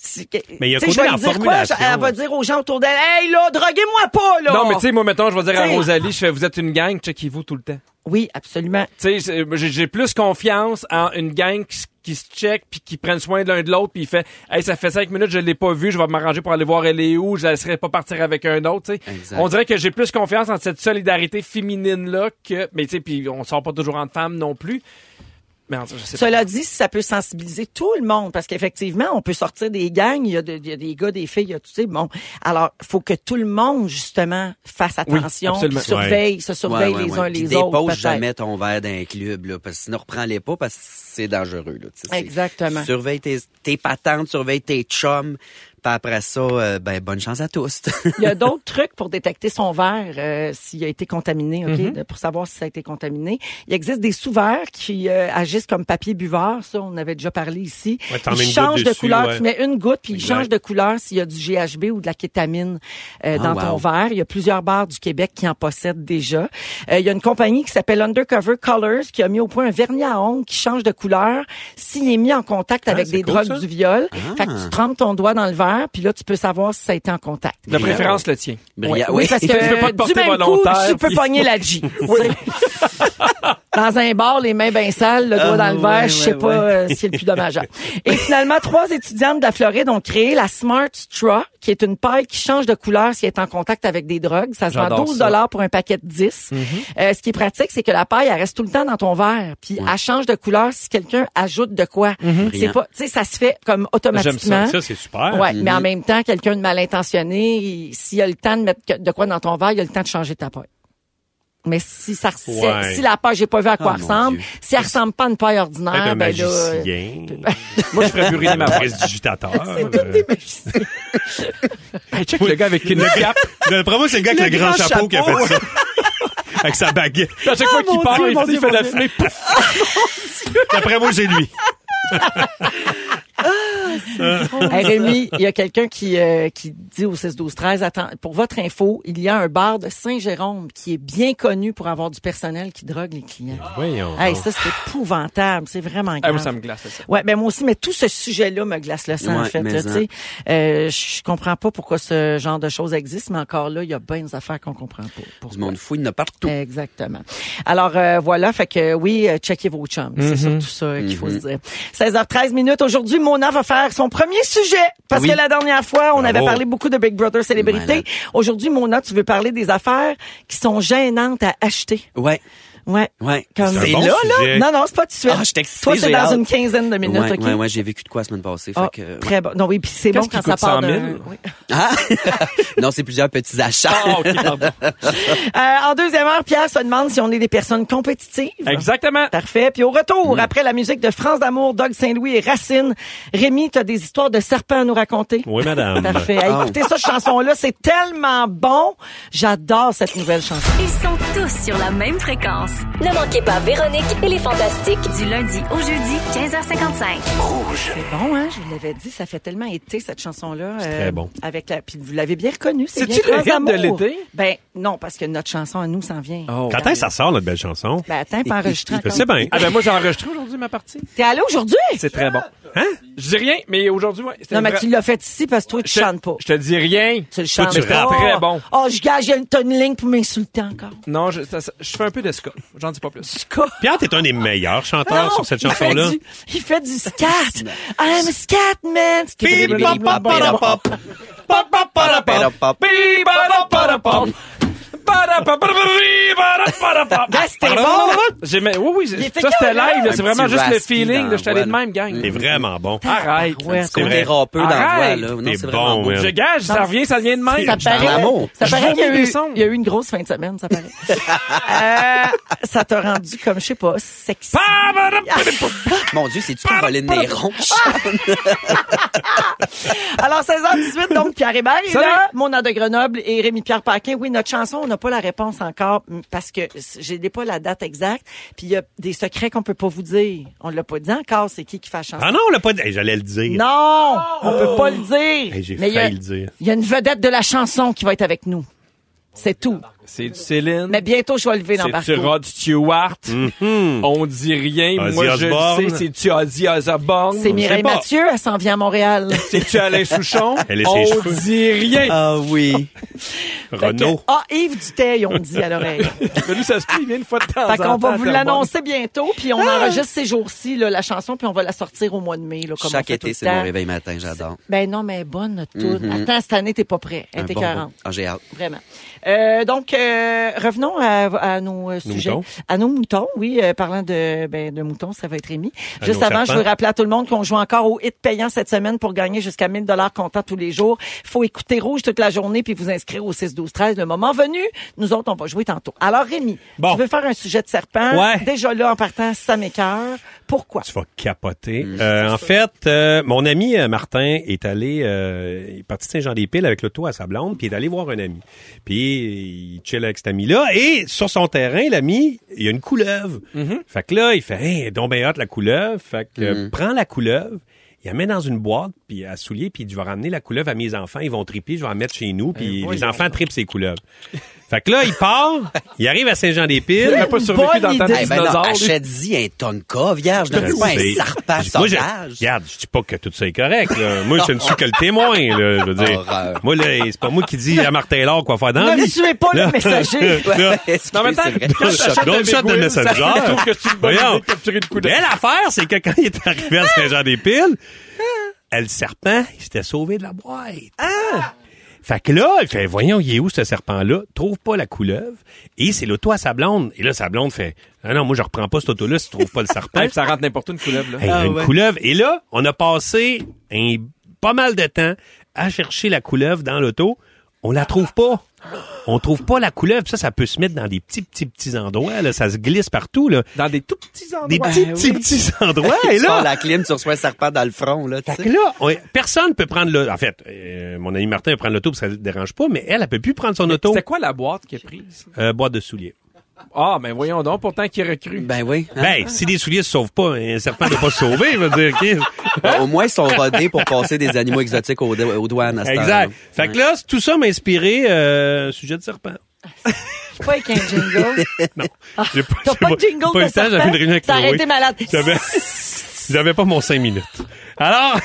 Speaker 1: C'est que-
Speaker 2: Mais il y a
Speaker 1: tu sais,
Speaker 2: côté
Speaker 1: je vais
Speaker 2: dans
Speaker 1: lui
Speaker 2: la
Speaker 1: dire quoi? Je- Elle
Speaker 2: formulation.
Speaker 1: va dire aux gens autour d'elle, hey là, droguez-moi pas, là!
Speaker 4: Non, mais tu sais, moi, mettons, je vais dire à
Speaker 1: Oh. T'sais.
Speaker 4: Rosalie, je fais, vous êtes une gang, checkez-vous tout le temps.
Speaker 1: Oui, absolument.
Speaker 4: Tu sais, c'est- j'ai j'ai plus confiance en une gang qui, s- qui se check puis qui prennent soin de l'un de l'autre puis il fait, hey, ça fait cinq minutes, je l'ai pas vu, je vais m'arranger pour aller voir elle est où, je la laisserai pas partir avec un autre, tu sais.
Speaker 3: Exact.
Speaker 4: On dirait que j'ai plus confiance en cette solidarité féminine là que, mais tu sais, puis on sort pas toujours en femmes non plus. Merde, je sais pas.
Speaker 1: Cela dit, ça peut sensibiliser tout le monde parce qu'effectivement, on peut sortir des gangs, il y, a de- il y a des gars, des filles, il y a tout, tu sais, bon. Alors, faut que tout le monde, justement, fasse attention, puis
Speaker 4: absolument.
Speaker 1: surveille, se surveille
Speaker 3: Ouais, ouais,
Speaker 1: les
Speaker 3: ouais.
Speaker 1: uns
Speaker 3: Puis
Speaker 1: les autres.
Speaker 3: Dépose
Speaker 1: peut-être.
Speaker 3: jamais ton verre d'un club, là, parce que sinon, reprends-les pas, parce que c'est dangereux. Là, tu sais, c'est-
Speaker 1: Exactement.
Speaker 3: Surveille tes, tes patentes, surveille tes chums, puis après ça, euh, ben, bonne chance à tous.
Speaker 1: Il y a d'autres trucs pour détecter son verre euh, s'il a été contaminé, ok,
Speaker 2: Mhm.
Speaker 1: de- pour savoir si ça a été contaminé. Il existe des sous-verres qui euh, agissent comme papier buveur, ça on avait déjà parlé ici.
Speaker 2: Ouais, t'en mets
Speaker 1: ils
Speaker 2: une goutte
Speaker 1: changent de
Speaker 2: dessus,
Speaker 1: couleur,
Speaker 2: ouais.
Speaker 1: tu mets une goutte puis ils
Speaker 2: Exact.
Speaker 1: changent de couleur s'il y a du GHB ou de la kétamine euh,
Speaker 3: Ah,
Speaker 1: dans
Speaker 3: wow.
Speaker 1: ton verre. Il y a plusieurs bars du Québec qui en possèdent déjà. Euh, il y a une compagnie qui s'appelle Undercover Colors qui a mis au point un vernis à ongles qui change de couleur s'il est mis en contact avec
Speaker 2: Ah, c'est
Speaker 1: des
Speaker 2: cool,
Speaker 1: drogues
Speaker 2: ça.
Speaker 1: du viol.
Speaker 3: Ah.
Speaker 1: Fait que tu trempes ton doigt dans le verre puis là tu peux savoir si ça a été en contact.
Speaker 4: De préférence, le tien.
Speaker 1: Ouais.
Speaker 3: Brillant.
Speaker 1: Oui, parce que
Speaker 4: Tu peux pas te
Speaker 1: euh,
Speaker 4: porter
Speaker 1: du même
Speaker 4: volontaire,
Speaker 1: coup, tu peux
Speaker 4: puis-
Speaker 1: pogner la G. dans un bar, les mains bien sales, le doigt dans le
Speaker 3: Ah,
Speaker 1: verre,
Speaker 3: ouais,
Speaker 1: je sais
Speaker 3: ouais,
Speaker 1: pas euh, si c'est le plus dommageable. Et finalement, trois étudiantes de la Floride ont créé la Smart Straw, qui est une paille qui change de couleur si elle est en contact avec des drogues. Ça se vend
Speaker 4: J'adore
Speaker 1: 12
Speaker 4: ça. Mm-hmm.
Speaker 1: dollars pour un paquet de 10. Euh, ce qui est pratique, c'est que la paille, elle reste tout le temps dans ton verre, puis elle change de couleur si quelqu'un ajoute de quoi. C'est
Speaker 3: Brillant.
Speaker 1: pas, tu sais, ça se fait comme
Speaker 4: Mm-hmm. J'aime
Speaker 1: automatiquement.
Speaker 2: Ça, c'est super.
Speaker 1: Ouais, mais en même temps, quelqu'un de mal intentionné, il- s'il a le temps de mettre que- de quoi dans ton verre, il a le temps de changer ta paille. Mais si ça res-
Speaker 2: Ouais.
Speaker 1: si, si la paille, j'ai pas vu à quoi
Speaker 3: Ah, mon
Speaker 1: ressemble,
Speaker 3: Dieu.
Speaker 1: si elle ressemble pas à une paille ordinaire,
Speaker 2: Peut-être un
Speaker 1: ben là, euh,
Speaker 2: magicien. Euh,
Speaker 4: Moi, je ferais brûler ma
Speaker 2: un
Speaker 4: voix.
Speaker 2: prestidigitateur.
Speaker 4: Hey, check le gars avec une cape.
Speaker 2: D'après moi, c'est le gars avec le, grand, chapeau, qui a fait ça. avec sa baguette.
Speaker 4: À chaque fois qu'il
Speaker 1: Ah, mon
Speaker 4: part,
Speaker 1: Dieu,
Speaker 4: il
Speaker 1: mon
Speaker 4: fait- il
Speaker 1: Dieu,
Speaker 4: fait de la
Speaker 1: mon
Speaker 4: fumée. Pouf!
Speaker 2: D'après moi, c'est lui.
Speaker 1: Hey, Rémi, il y a quelqu'un qui euh, qui dit au 6 12 13 attends, pour votre info, il y a un bar de Saint-Jérôme qui est bien connu pour avoir du personnel qui drogue les clients.
Speaker 2: Voyons.
Speaker 1: Hey, ça c'est épouvantable, c'est vraiment
Speaker 4: Ah,
Speaker 1: grave.
Speaker 4: moi, ça me glace, ça.
Speaker 1: Ouais, ben moi aussi, mais tout ce sujet-là me glace le sang, en
Speaker 3: Ouais,
Speaker 1: fait.
Speaker 3: mais hein.
Speaker 1: là,
Speaker 3: en.
Speaker 1: tu sais. Euh, je comprends pas pourquoi ce genre de choses existe, mais encore là, il y a bien des affaires qu'on comprend pas. Pourquoi?
Speaker 3: Du monde fou, il y en a partout.
Speaker 1: Exactement. Alors euh, voilà, fait que euh, oui, euh, checkez vos chums. C'est
Speaker 3: Mm-hmm.
Speaker 1: surtout ça euh, qu'il faut se dire. 16h13 minutes. Aujourd'hui, Mona va faire son premier sujet. Parce
Speaker 3: Oui.
Speaker 1: que la dernière fois, on avait parlé beaucoup de Big Brother célébrité.
Speaker 3: Malade.
Speaker 1: Aujourd'hui, Mona, tu veux parler des affaires qui sont gênantes à acheter.
Speaker 3: Ouais,
Speaker 1: Ouais.
Speaker 3: ouais.
Speaker 1: Comme-
Speaker 2: C'est
Speaker 3: C'est
Speaker 2: un bon
Speaker 3: là, là.
Speaker 2: sujet.
Speaker 1: Non, non, c'est pas tout de suite.
Speaker 3: Ah, je suis excitée,
Speaker 1: Toi, c'est
Speaker 3: j'ai
Speaker 1: dans
Speaker 3: hâte.
Speaker 1: une quinzaine de minutes,
Speaker 3: ouais,
Speaker 1: OK?
Speaker 3: ouais, ouais, j'ai vécu de quoi la semaine passée.
Speaker 1: Ah,
Speaker 3: fait que, ouais.
Speaker 1: Très bon. Non, oui, puis c'est bon
Speaker 4: Qu'est-ce
Speaker 1: quand
Speaker 4: qui
Speaker 1: ça part
Speaker 4: coûte 100 000?
Speaker 1: d'un- oui.
Speaker 3: Ah! non, c'est plusieurs petits achats.
Speaker 4: Ah, ok, pardon.
Speaker 1: Euh, en deuxième heure, Pierre se demande si on est des personnes compétitives.
Speaker 4: Exactement.
Speaker 1: Parfait. Puis au retour,
Speaker 4: Mm.
Speaker 1: après la musique de France d'amour, Doug Saint-Louis et Racine, Rémi, t'as des histoires de serpents à nous raconter?
Speaker 2: Oui, madame.
Speaker 1: Parfait. Hey,
Speaker 3: Oh.
Speaker 1: Écoutez ça, cette chanson-là, c'est tellement bon. J'adore cette nouvelle chanson.
Speaker 5: Ils sont tous sur la même fréquence.
Speaker 6: Ne manquez pas Véronique et les Fantastiques.
Speaker 5: Du lundi au jeudi, 15h55.
Speaker 1: C'est bon, hein? Je vous l'avais dit, ça fait tellement été, cette chanson-là. euh,
Speaker 2: très bon.
Speaker 1: Avec la... Puis vous l'avez bien reconnue, c'est bien
Speaker 4: C'est-tu le
Speaker 1: France
Speaker 4: hit de
Speaker 1: d'amour.
Speaker 4: l'été?
Speaker 1: Ben non, parce que notre chanson à nous s'en vient.
Speaker 4: Oh.
Speaker 2: Quand est-ce que ça sort, notre belle chanson?
Speaker 1: Ben attends, pas enregistré
Speaker 2: Je
Speaker 1: encore.
Speaker 2: sais bien.
Speaker 4: Ah ben moi j'ai enregistré aujourd'hui ma partie.
Speaker 1: T'es allé aujourd'hui?
Speaker 4: C'est très bon.
Speaker 2: Hein?
Speaker 4: Je dis rien, mais aujourd'hui, ouais. c'était
Speaker 1: Non, mais
Speaker 4: vrai.
Speaker 1: tu l'as fait ici parce que toi, tu
Speaker 4: Je-
Speaker 1: chantes pas.
Speaker 4: Je te dis rien.
Speaker 1: Tu le chantes
Speaker 2: tu
Speaker 1: pas.
Speaker 2: rappes.
Speaker 4: Très bon.
Speaker 1: Oh, je gage, j'ai une tonne ligne pour m'insulter encore.
Speaker 4: Non, je, ça- ça- je fais un peu de ska. J'en dis pas plus.
Speaker 1: Ska.
Speaker 2: Pierre, t'es un des meilleurs chanteurs
Speaker 1: Non,
Speaker 2: sur cette
Speaker 1: il fait
Speaker 2: chanson-là.
Speaker 1: du- Il fait du scat. I'm a scat man.
Speaker 2: Pip, pop, pop, pop, pop. Pop, pop, pop, pop.
Speaker 3: Pop.
Speaker 1: Ah, c'était bon.
Speaker 4: J'ai mis- oui, oui,
Speaker 1: Il est
Speaker 4: c'est-
Speaker 1: fait
Speaker 4: ça c'était
Speaker 1: que, ouais.
Speaker 4: live, là, c'est
Speaker 3: Un
Speaker 4: vraiment
Speaker 3: petit
Speaker 4: juste le
Speaker 3: raspy
Speaker 4: feeling,
Speaker 3: dans
Speaker 4: là, je suis allé de
Speaker 3: la voix,
Speaker 4: même, gang.
Speaker 2: T'es vraiment bon.
Speaker 4: Arrête.
Speaker 1: Ouais,
Speaker 3: Ah, C'est vrai. rappeux dans la voix,
Speaker 4: Arrête.
Speaker 3: là. Non,
Speaker 2: T'es
Speaker 3: c'est
Speaker 2: bon,
Speaker 3: vraiment bon.
Speaker 2: ouais.
Speaker 4: Je gage, ça revient, ça devient de même.
Speaker 1: Ça
Speaker 3: dans
Speaker 1: paraît,
Speaker 3: l'amour.
Speaker 1: ça
Speaker 4: Je
Speaker 1: paraît qu'il y, a
Speaker 4: vomis
Speaker 1: eu-
Speaker 4: des sons.
Speaker 1: il y a eu une grosse fin de semaine, ça paraît. Euh, ça t'a rendu comme, je sais pas, sexy.
Speaker 3: Mon Dieu, c'est-tu Caroline Néron?
Speaker 1: Alors, 16h18, donc Pierre Hébert est
Speaker 4: Salut.
Speaker 1: là, Mona de Grenoble et Rémi-Pierre Paquin. Oui, notre chanson, on n'a pas la réponse encore m- parce que c- j'ai n'ai pas la date exacte. Puis il y a des secrets qu'on peut pas vous dire. On l'a pas dit encore, c'est qui qui fait la chanson.
Speaker 2: Ah non, on l'a pas dit. Hey, J'allais le dire.
Speaker 1: Non, on peut pas le dire.
Speaker 2: Hey, j'ai
Speaker 1: Mais il y a-
Speaker 2: failli le dire.
Speaker 1: Il y a une vedette de la chanson qui va être avec nous. C'est tout.
Speaker 4: C'est du Céline.
Speaker 1: Mais bientôt, je vais lever dans
Speaker 4: C'est-tu Rod Stewart? On dit rien.
Speaker 2: Ozzy
Speaker 4: Moi, je le
Speaker 2: Osbourne.
Speaker 4: sais. C'est-tu Ozzy Osbourne?
Speaker 1: C'est Mireille
Speaker 4: Je sais pas.
Speaker 1: Mathieu, elle s'en vient à Montréal.
Speaker 4: C'est-tu Alain Souchon?
Speaker 2: Elle a ses
Speaker 4: On
Speaker 1: Ah.
Speaker 2: cheveux.
Speaker 4: dit rien.
Speaker 3: Ah oui.
Speaker 1: Fait que-
Speaker 2: Renault.
Speaker 1: Ah, Yves Duteil, on me dit à l'oreille.
Speaker 4: Mais lui, ça se peut, il vient une fois de temps en
Speaker 1: Fait qu'on
Speaker 4: temps,
Speaker 1: va vous
Speaker 4: tellement.
Speaker 1: l'annoncer bientôt, puis on
Speaker 3: Ah!
Speaker 1: enregistre ces jours-ci là, la chanson, puis on va la sortir au mois de mai. Là, comme on
Speaker 3: Chaque
Speaker 1: fait tout
Speaker 3: été,
Speaker 1: le
Speaker 3: c'est mon
Speaker 1: temps.
Speaker 3: réveil matin, j'adore.
Speaker 1: Ben non, mais elle est bonne, notre tour.
Speaker 3: Mhm.
Speaker 1: Attends, cette année, t'es pas prêt. Elle
Speaker 3: Un
Speaker 1: était
Speaker 3: bon
Speaker 1: 40.
Speaker 3: bout. Ah, j'ai hâte.
Speaker 1: Vraiment. Euh, donc, euh, revenons à, à nos, euh,
Speaker 2: Nos
Speaker 1: sujets.
Speaker 2: moutons.
Speaker 1: À nos moutons, oui. euh, parlant de, ben, de moutons, ça va être Rémi.
Speaker 2: À
Speaker 1: Juste
Speaker 2: nos
Speaker 1: avant, je
Speaker 2: serpents.
Speaker 1: veux rappeler à tout le monde qu'on joue encore au hit payant cette semaine pour gagner jusqu'à 1000 dollars comptant tous les jours. faut écouter Rouge toute la journée puis vous inscrire au 6-12-13. Le moment venu, nous autres, on va jouer tantôt. Alors, Rémi,
Speaker 2: Bon.
Speaker 1: tu veux faire un sujet de serpent.
Speaker 2: Ouais.
Speaker 1: Déjà là, en partant, ça m'écœure. Pourquoi?
Speaker 2: Tu vas capoter. Euh, en fait, euh, mon ami euh, Martin est allé, euh, il est parti de Saint-Jean-des-Piles avec l'auto à sa blonde, puis il est allé voir un ami. Puis il chill avec cet ami-là, et sur son terrain, l'ami, il y a une couleuvre. Fait que là, il fait, hey, donc ben hot, la couleuvre. Fait que euh, prends la couleuvre. Il la met dans une boîte, puis à soulier, puis il dit, je vais ramener la couleuvre à mes enfants. Ils vont triper, je vais la mettre chez nous, puis les enfants tripent ces couleuvres. fait que là, il part, il arrive à Saint-Jean-des-Piles.
Speaker 4: Il n'a pas survécu
Speaker 1: Bonne
Speaker 4: dans le temps
Speaker 1: idée.
Speaker 4: des
Speaker 3: Eh ben non,
Speaker 4: dinosaures, lui.
Speaker 3: achète-y un tonne cas, vierge.
Speaker 2: Je
Speaker 3: Donne-moi
Speaker 2: sais.
Speaker 3: un serpent
Speaker 2: Moi, je-
Speaker 3: sauvage.
Speaker 2: Regarde, je dis pas que tout ça est correct. là. Moi, je ne suis que le témoin. Là, je veux dire.
Speaker 3: Horreur.
Speaker 2: Moi, là, c'est pas moi qui dis à Martin Laure quoi faire dans la
Speaker 1: Ne
Speaker 2: vie.
Speaker 1: tuez pas le
Speaker 2: Là,
Speaker 1: messager.
Speaker 2: là,
Speaker 4: Non, mais attends, quand t'achètes
Speaker 2: Don't
Speaker 4: un
Speaker 2: shut the
Speaker 4: Big Wheel,
Speaker 2: messenger.
Speaker 4: ça- Je trouve que c'est une bonne
Speaker 2: Voyons.
Speaker 4: idée de capturer le coup de...
Speaker 2: Mais l'affaire, c'est que quand il est arrivé à Saint-Jean-des-Piles,
Speaker 4: Ah.
Speaker 2: euh, le serpent, il s'était sauvé de la boîte.
Speaker 4: Ah.
Speaker 2: Fait que là, il fait, voyons, il est où ce serpent-là? Trouve pas la couleuvre. Et c'est l'auto à sa blonde. Et là, sa blonde fait, ah non, moi, je reprends pas cet auto-là si tu trouves pas le serpent.
Speaker 4: Ouais, puis ça rentre n'importe où, une couleuvre, là.
Speaker 2: Hey, il y a une couleuvre. Et là, on a passé un, pas mal de temps à chercher la couleuvre dans l'auto. On la trouve pas. On trouve pas la couleuvre. Ça, ça peut se mettre dans des petits, petits, petits endroits. Là. Ça se glisse partout. Là.
Speaker 4: Dans des tout petits endroits. Ah
Speaker 2: Des petits, petits, petits endroits. Et
Speaker 3: tu pars
Speaker 2: là,
Speaker 3: la clim, tu reçois un serpent dans le front, là, tu
Speaker 2: fait
Speaker 3: sais.
Speaker 2: que là, on- personne peut prendre le... En fait, euh, mon ami Martin peut prendre l'auto parce que ça le dérange pas, mais elle, elle peut plus prendre son auto.
Speaker 4: C'était quoi la boîte qu'il a prise?
Speaker 2: Euh, boîte de souliers.
Speaker 4: Ah, ben voyons donc, pourtant qu'il recrue.
Speaker 3: Ben oui. hein.
Speaker 2: Ben, si des souliers se sauvent pas, un serpent ne peut pas se sauver. Je veux dire, OK,
Speaker 3: Au moins, ils sont rodés pour passer des animaux exotiques aux, do- aux douanes à cette
Speaker 2: Exact.
Speaker 3: heure-là.
Speaker 2: Fait que là, c- tout ça m'a inspiré euh, sujet de serpent.
Speaker 1: Je suis pas avec un jingle.
Speaker 2: J'ai pas,
Speaker 1: T'as
Speaker 2: j'ai
Speaker 1: pas
Speaker 2: pas-
Speaker 1: de jingle
Speaker 2: pas eu
Speaker 1: de
Speaker 2: le temps, j'avais une réunion avec
Speaker 1: Ça aurait
Speaker 2: Chloé.
Speaker 1: été malade.
Speaker 2: J'avais, j'avais pas mon cinq minutes. Alors,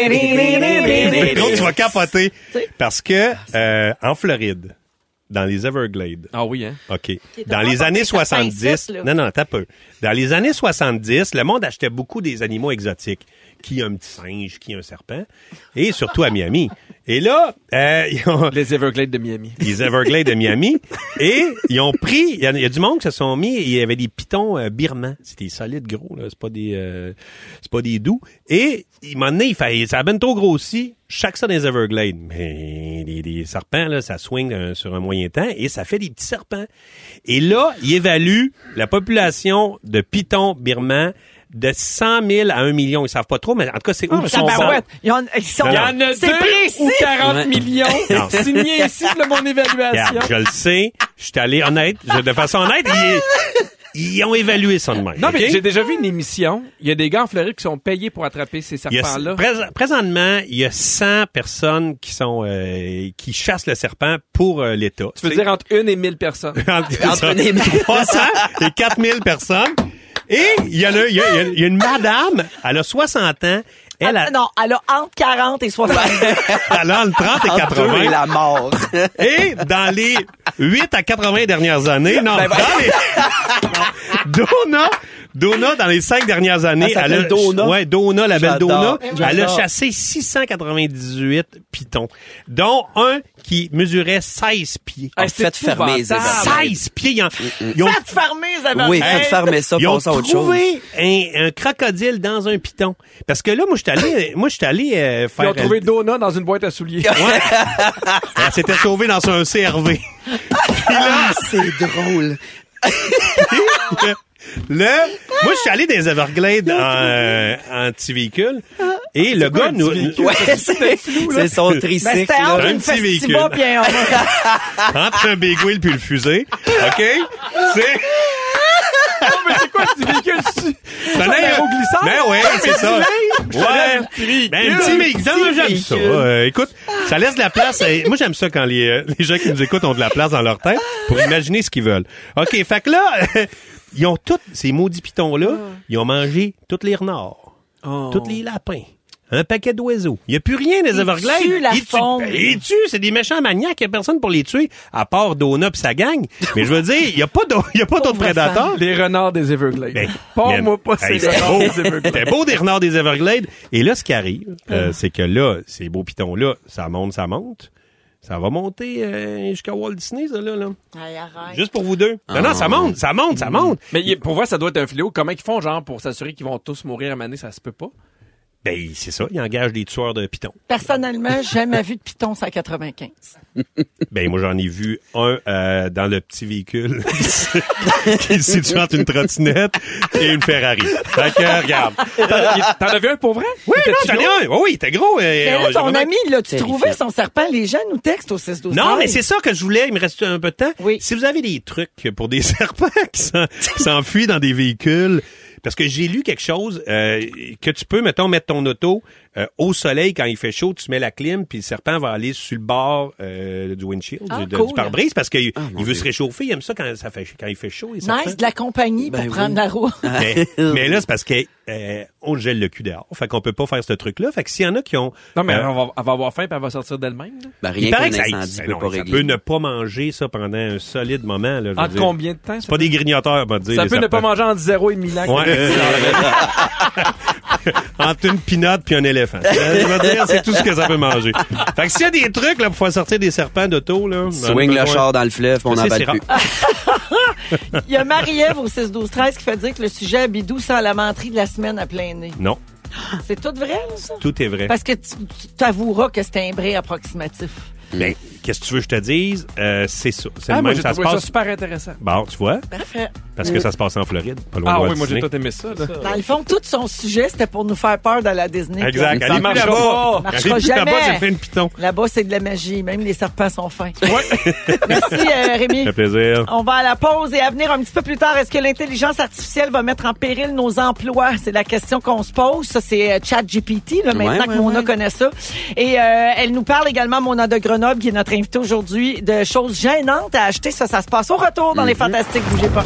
Speaker 1: Hey,
Speaker 2: donc tu vas capoter parce que euh, en Floride, dans les Everglades,
Speaker 4: Ah oui, hein?
Speaker 2: OK.
Speaker 1: est
Speaker 2: Dans
Speaker 1: vraiment
Speaker 2: les
Speaker 1: pas
Speaker 2: années
Speaker 1: pire, ça fait un
Speaker 2: 70,
Speaker 1: set, là.
Speaker 2: non, non, t'as peu. Dans les années 70, le monde achetait beaucoup des animaux exotiques. Qui a un petit singe, qui a un serpent. Et surtout à Miami. Et là, euh, ils ont,
Speaker 4: Les Everglades de Miami.
Speaker 2: les Everglades de Miami. Et ils ont pris, il y, en a- il y a du monde qui se sont mis, il y avait des pitons euh, birmans. C'était solide gros, là. C'est pas des, euh, c'est pas des doux. Et, il m'en est, il fait, ça a ben trop grossi. Chaque ça dans les Everglades. Mais, les, les serpents, là, ça swing euh, sur un moyen temps et ça fait des petits serpents. Et là, il évalue la population de pitons birmans de 100 000 à 1 million. Ils savent pas trop, mais en tout cas, c'est où sont
Speaker 1: tabarouette. Ils en- ils sont-
Speaker 2: Il y
Speaker 4: Il y en a
Speaker 1: C'est
Speaker 4: deux
Speaker 1: précis. Ah,
Speaker 4: ou 40 millions
Speaker 2: Non.
Speaker 4: signé ici de mon évaluation.
Speaker 2: Regarde, je le sais. Je suis allé honnête. Je- de façon honnête, ils, ils ont évalué ça de même.
Speaker 4: Non, mais
Speaker 2: OK?
Speaker 4: j'ai déjà vu une émission. Il y a des gars en Floride qui sont payés pour attraper ces
Speaker 2: Il y a-
Speaker 4: serpents-là.
Speaker 2: prés- présentement, il y a 100 personnes qui sont euh, qui chassent le serpent pour euh, l'État.
Speaker 4: Tu veux dire entre une et mille personnes.
Speaker 2: entre,
Speaker 3: entre les mains.
Speaker 2: 300 et 4000 personnes. Et il y, a le- il y a- il y a- il y a une madame, elle a 60 ans, elle
Speaker 4: Ah,
Speaker 2: a,
Speaker 1: Non, elle a entre 40 et 60.
Speaker 2: elle a entre 30 et
Speaker 3: Entre eux
Speaker 2: 80.
Speaker 3: et la mort.
Speaker 2: Et dans les 8 à 80 dernières années,
Speaker 3: Ben,
Speaker 2: non, dans les... Donna, Donna, dans les 5 dernières années,
Speaker 3: Elle s'appelle
Speaker 2: a...
Speaker 3: Donna?
Speaker 2: Ouais, Donna, la belle Donna,
Speaker 3: J'adore. Eh
Speaker 2: elle a
Speaker 3: J'adore.
Speaker 2: chassé 698 pitons, dont un qui mesurait 16 pieds.
Speaker 4: Hey, c'est
Speaker 3: Faites fermer les
Speaker 4: épouvantable.
Speaker 3: événements.
Speaker 2: 16 pieds! Ils ont,
Speaker 3: Mm,
Speaker 2: ils ont-
Speaker 1: Faites fermer, les avant-
Speaker 3: Oui,
Speaker 1: Hey,
Speaker 3: faites fermer ça,
Speaker 2: ils ont
Speaker 3: passons à autre chose.
Speaker 2: trouvé un, un crocodile dans un piton. Parce que là, moi, je suis allé, moi, je suis allé euh,
Speaker 4: Ils
Speaker 2: faire...
Speaker 4: ont trouvé Donna dans une boîte à souliers.
Speaker 2: Ouais. Elle s'était sauvée dans un CRV. Puis là,
Speaker 3: Ah, c'est drôle.
Speaker 2: Là, moi, je suis allé des Everglades en, euh, en petit véhicule. Et le gars nous. nous-
Speaker 3: Ouais, c'est c'est son
Speaker 1: Ben,
Speaker 3: tricycle.
Speaker 1: c'était entre
Speaker 2: Un
Speaker 1: une
Speaker 2: petit
Speaker 1: festiva
Speaker 2: véhicule.
Speaker 1: puis un homme.
Speaker 2: entre un big wheel puis le fusée. OK? C'est.
Speaker 4: c'est quoi ce véhicule dessus?
Speaker 2: Ben,
Speaker 4: un aéroglisseur?
Speaker 2: Ben ouais, c'est ça.
Speaker 4: un
Speaker 2: Ouais.
Speaker 4: petit véhicule.
Speaker 2: Ben, un petit véhicule. Non, moi, j'aime ça.
Speaker 4: véhicule.
Speaker 2: Euh, écoute, ça laisse de la place. Euh, moi, j'aime ça quand les, euh, les gens qui nous écoutent ont de la place dans leur tête pour imaginer ce qu'ils veulent. OK, fait que là, ils
Speaker 4: Oh.
Speaker 2: ont tous, ces maudits pitons-là, ils ont mangé tous les renards, tous les lapins. un paquet d'oiseaux. Il n'y a plus rien des
Speaker 1: Ils
Speaker 2: Everglades.
Speaker 1: tuent la
Speaker 2: Ils tuent-
Speaker 1: faune.
Speaker 2: Ils tuent, c'est des méchants maniaques. Il n'y a personne pour les tuer, à part Dona et sa gang. Mais je veux dire, il n'y a pas d'au- il y a pas d'autres
Speaker 1: Pauvre
Speaker 2: prédateurs.
Speaker 4: Les renards des Everglades.
Speaker 2: Ben,
Speaker 4: Parle-moi
Speaker 2: mais-
Speaker 4: pas
Speaker 2: Hey,
Speaker 4: ces
Speaker 2: c'est
Speaker 4: renards
Speaker 2: beau.
Speaker 4: des Everglades.
Speaker 2: C'était beau des renards des Everglades. Et là, ce qui arrive, euh, c'est que là, ces beaux pitons-là, ça monte, ça monte. Ça va monter euh, jusqu'à Walt Disney, ça, là. là. Juste pour vous deux. Non, non, ça monte, ça monte,
Speaker 4: Mm.
Speaker 2: ça monte.
Speaker 4: Mais il- pour voir, ça doit être un fléau. Comment ils font, genre, pour s'assurer qu'ils vont tous mourir à maner, ça se peut pas?
Speaker 2: Ben, c'est ça, il engage des tueurs de pitons.
Speaker 1: Personnellement, j'ai jamais vu de python 195.
Speaker 2: Ben, moi, j'en ai vu un euh, dans le petit véhicule qui se- qui se situe entre une trottinette et une Ferrari. Fait que, regarde.
Speaker 4: T'en t'en as vu un pour vrai?
Speaker 2: Oui,
Speaker 4: T'étais-tu
Speaker 2: non, j'en ai
Speaker 4: là?
Speaker 2: un. Oui, oui, il était gros. euh,
Speaker 1: Mais là,
Speaker 2: on-
Speaker 1: ton
Speaker 2: vraiment-
Speaker 1: ami, là, tu
Speaker 3: terrifiant.
Speaker 1: trouvais son serpent. Les gens nous textent au 6 12
Speaker 2: Non, mais c'est ça que je voulais. Il me reste un peu de temps.
Speaker 1: Oui.
Speaker 2: Si vous avez des trucs pour des serpents qui s'en- qui s'enfuient dans des véhicules, parce que j'ai lu quelque chose euh, que tu peux, mettons, mettre ton auto euh, au soleil quand il fait chaud, tu mets la clim, puis le serpent va aller sur le bord euh, du windshield,
Speaker 1: Ah,
Speaker 2: du, de-
Speaker 1: cool.
Speaker 2: du pare-brise, parce qu'il
Speaker 4: Ah,
Speaker 3: mon
Speaker 2: veut se
Speaker 3: Dieu.
Speaker 2: réchauffer. Il aime ça quand, ça fait, quand il fait chaud. les serpents.
Speaker 1: Nice, de la compagnie
Speaker 3: Ben
Speaker 1: pour
Speaker 3: oui.
Speaker 1: prendre la roue.
Speaker 2: Mais, mais là, c'est parce que euh, on gèle le cul dehors. Fait qu'on peut pas faire ce truc-là. Fait que s'il y en a qui ont...
Speaker 4: Non, mais
Speaker 2: euh,
Speaker 4: elle va, elle va avoir faim puis elle va sortir d'elle-même. là.
Speaker 3: Ben,
Speaker 2: il
Speaker 3: rien
Speaker 2: paraît
Speaker 3: qu'un
Speaker 2: que ça,
Speaker 3: incendie
Speaker 2: ça-
Speaker 3: peut
Speaker 2: non,
Speaker 3: pas
Speaker 2: ça
Speaker 3: régler.
Speaker 2: peut ne pas manger ça pendant un solide moment. Là, je veux
Speaker 4: En
Speaker 2: dire.
Speaker 4: combien de temps?
Speaker 2: C'est pas des grignoteurs, on va dire.
Speaker 4: Ça
Speaker 2: les
Speaker 4: peut ne pas
Speaker 2: serpents.
Speaker 4: manger entre 0 et 1000 ans.
Speaker 2: Ouais, euh, Entre une pinotte puis un éléphant. Je veux dire, c'est tout ce que ça peut manger. Fait que s'il y a des trucs là, pour faire sortir des serpents d'auto, là. on en a
Speaker 3: Swing le
Speaker 2: besoin.
Speaker 3: char dans le fleuve, puis on
Speaker 2: Ça,
Speaker 3: n'en
Speaker 2: c'est
Speaker 3: parle plus.
Speaker 2: rare.
Speaker 1: Il y a Marie-Ève au 6 12 13 qui fait dire que le sujet à Bidou sent la menterie de la semaine à plein nez.
Speaker 2: Non,
Speaker 1: C'est tout vrai, là, ça?
Speaker 2: tout est vrai.
Speaker 1: Parce que tu tu t'avoueras que c'est un brin approximatif.
Speaker 2: Mais qu'est-ce que tu veux que je te dise? Euh, c'est ça. C'est
Speaker 4: Ah,
Speaker 2: le
Speaker 4: moi,
Speaker 2: même
Speaker 4: j'ai
Speaker 2: ça se
Speaker 4: trouvé ça
Speaker 2: passe.
Speaker 4: super intéressant.
Speaker 2: Bon, tu vois,
Speaker 1: Parfait.
Speaker 2: parce que ça se passe en Floride, pas loin de
Speaker 4: Ah
Speaker 2: Walt
Speaker 4: oui, moi, j'ai
Speaker 2: Disney.
Speaker 4: tout aimé ça. là.
Speaker 1: Dans le fond, tout son sujet, c'était pour nous faire peur de la Disney.
Speaker 2: Exact.
Speaker 4: Ça
Speaker 2: Allez plus
Speaker 4: marchera
Speaker 2: là-bas.
Speaker 4: pas.
Speaker 2: Allez
Speaker 1: Marchera
Speaker 2: plus là-bas,
Speaker 1: jamais.
Speaker 2: c'est plein de pitons.
Speaker 1: Là-bas, c'est de la magie. Même les serpents sont fins. Merci, euh, Rémi.
Speaker 2: Ça fait plaisir.
Speaker 1: On va à la pause et à venir un petit peu plus tard. Est-ce que l'intelligence artificielle va mettre en péril nos emplois? C'est la question qu'on se pose. Ça, c'est euh, ChatGPT, là,
Speaker 3: Ouais,
Speaker 1: maintenant que
Speaker 3: ouais,
Speaker 1: Mona
Speaker 3: ouais.
Speaker 1: connaît ça. Et euh, elle nous parle également, Mona de Grenoble, qui est notre invitée aujourd'hui, de choses gênantes à acheter. Ça, ça se passe au retour
Speaker 3: Mm-hmm.
Speaker 1: dans les Fantastiques. Bougez pas.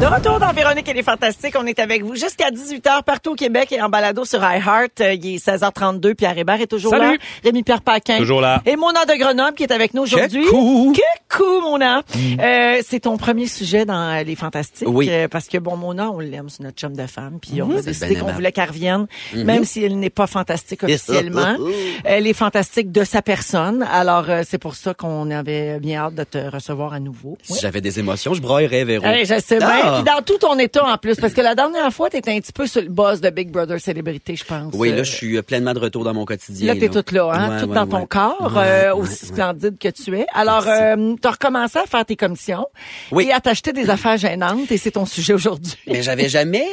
Speaker 1: De retour dans Véronique et les Fantastiques, on est avec vous jusqu'à 18h partout au Québec et en balado sur iHeart. Euh, Il est 16h32, Pierre Hébert est toujours
Speaker 4: Salut.
Speaker 1: là. Rémi-Pierre Paquin.
Speaker 2: Toujours là.
Speaker 1: Et Mona de Grenoble qui est avec nous aujourd'hui.
Speaker 3: coup.
Speaker 1: Que coup, Mona! Euh, c'est ton premier sujet dans euh, Les Fantastiques.
Speaker 3: Oui.
Speaker 1: euh, parce que, bon, Mona, on l'aime, c'est notre chum de femme. Puis on a décidé
Speaker 3: bien
Speaker 1: qu'on
Speaker 3: aimable.
Speaker 1: voulait qu'elle revienne, même si elle n'est pas fantastique officiellement. elle est fantastique de sa personne. Alors, euh, c'est pour ça qu'on avait bien hâte de te recevoir à nouveau. Oui.
Speaker 3: Si j'avais des émotions, je broyerais, Véro.
Speaker 1: Hey, je sais bien.
Speaker 3: Ah!
Speaker 1: Puis dans tout ton état en plus, parce que la dernière fois, t'étais un petit peu sur le boss de Big Brother Célébrité, je pense.
Speaker 3: Oui,
Speaker 1: Euh,
Speaker 3: là, je suis euh, pleinement de retour dans mon quotidien.
Speaker 1: Là, t'es toute là, hein?
Speaker 3: Ouais,
Speaker 1: toute
Speaker 3: ouais,
Speaker 1: dans ton
Speaker 3: ouais.
Speaker 1: corps,
Speaker 3: Ouais,
Speaker 1: euh,
Speaker 3: ouais,
Speaker 1: aussi
Speaker 3: ouais.
Speaker 1: splendide que tu es. Alors,
Speaker 3: Merci.
Speaker 1: euh, t'as recommencé à faire tes commissions
Speaker 3: Oui.
Speaker 1: et à t'acheter des affaires gênantes, et c'est ton sujet aujourd'hui.
Speaker 3: Mais j'avais jamais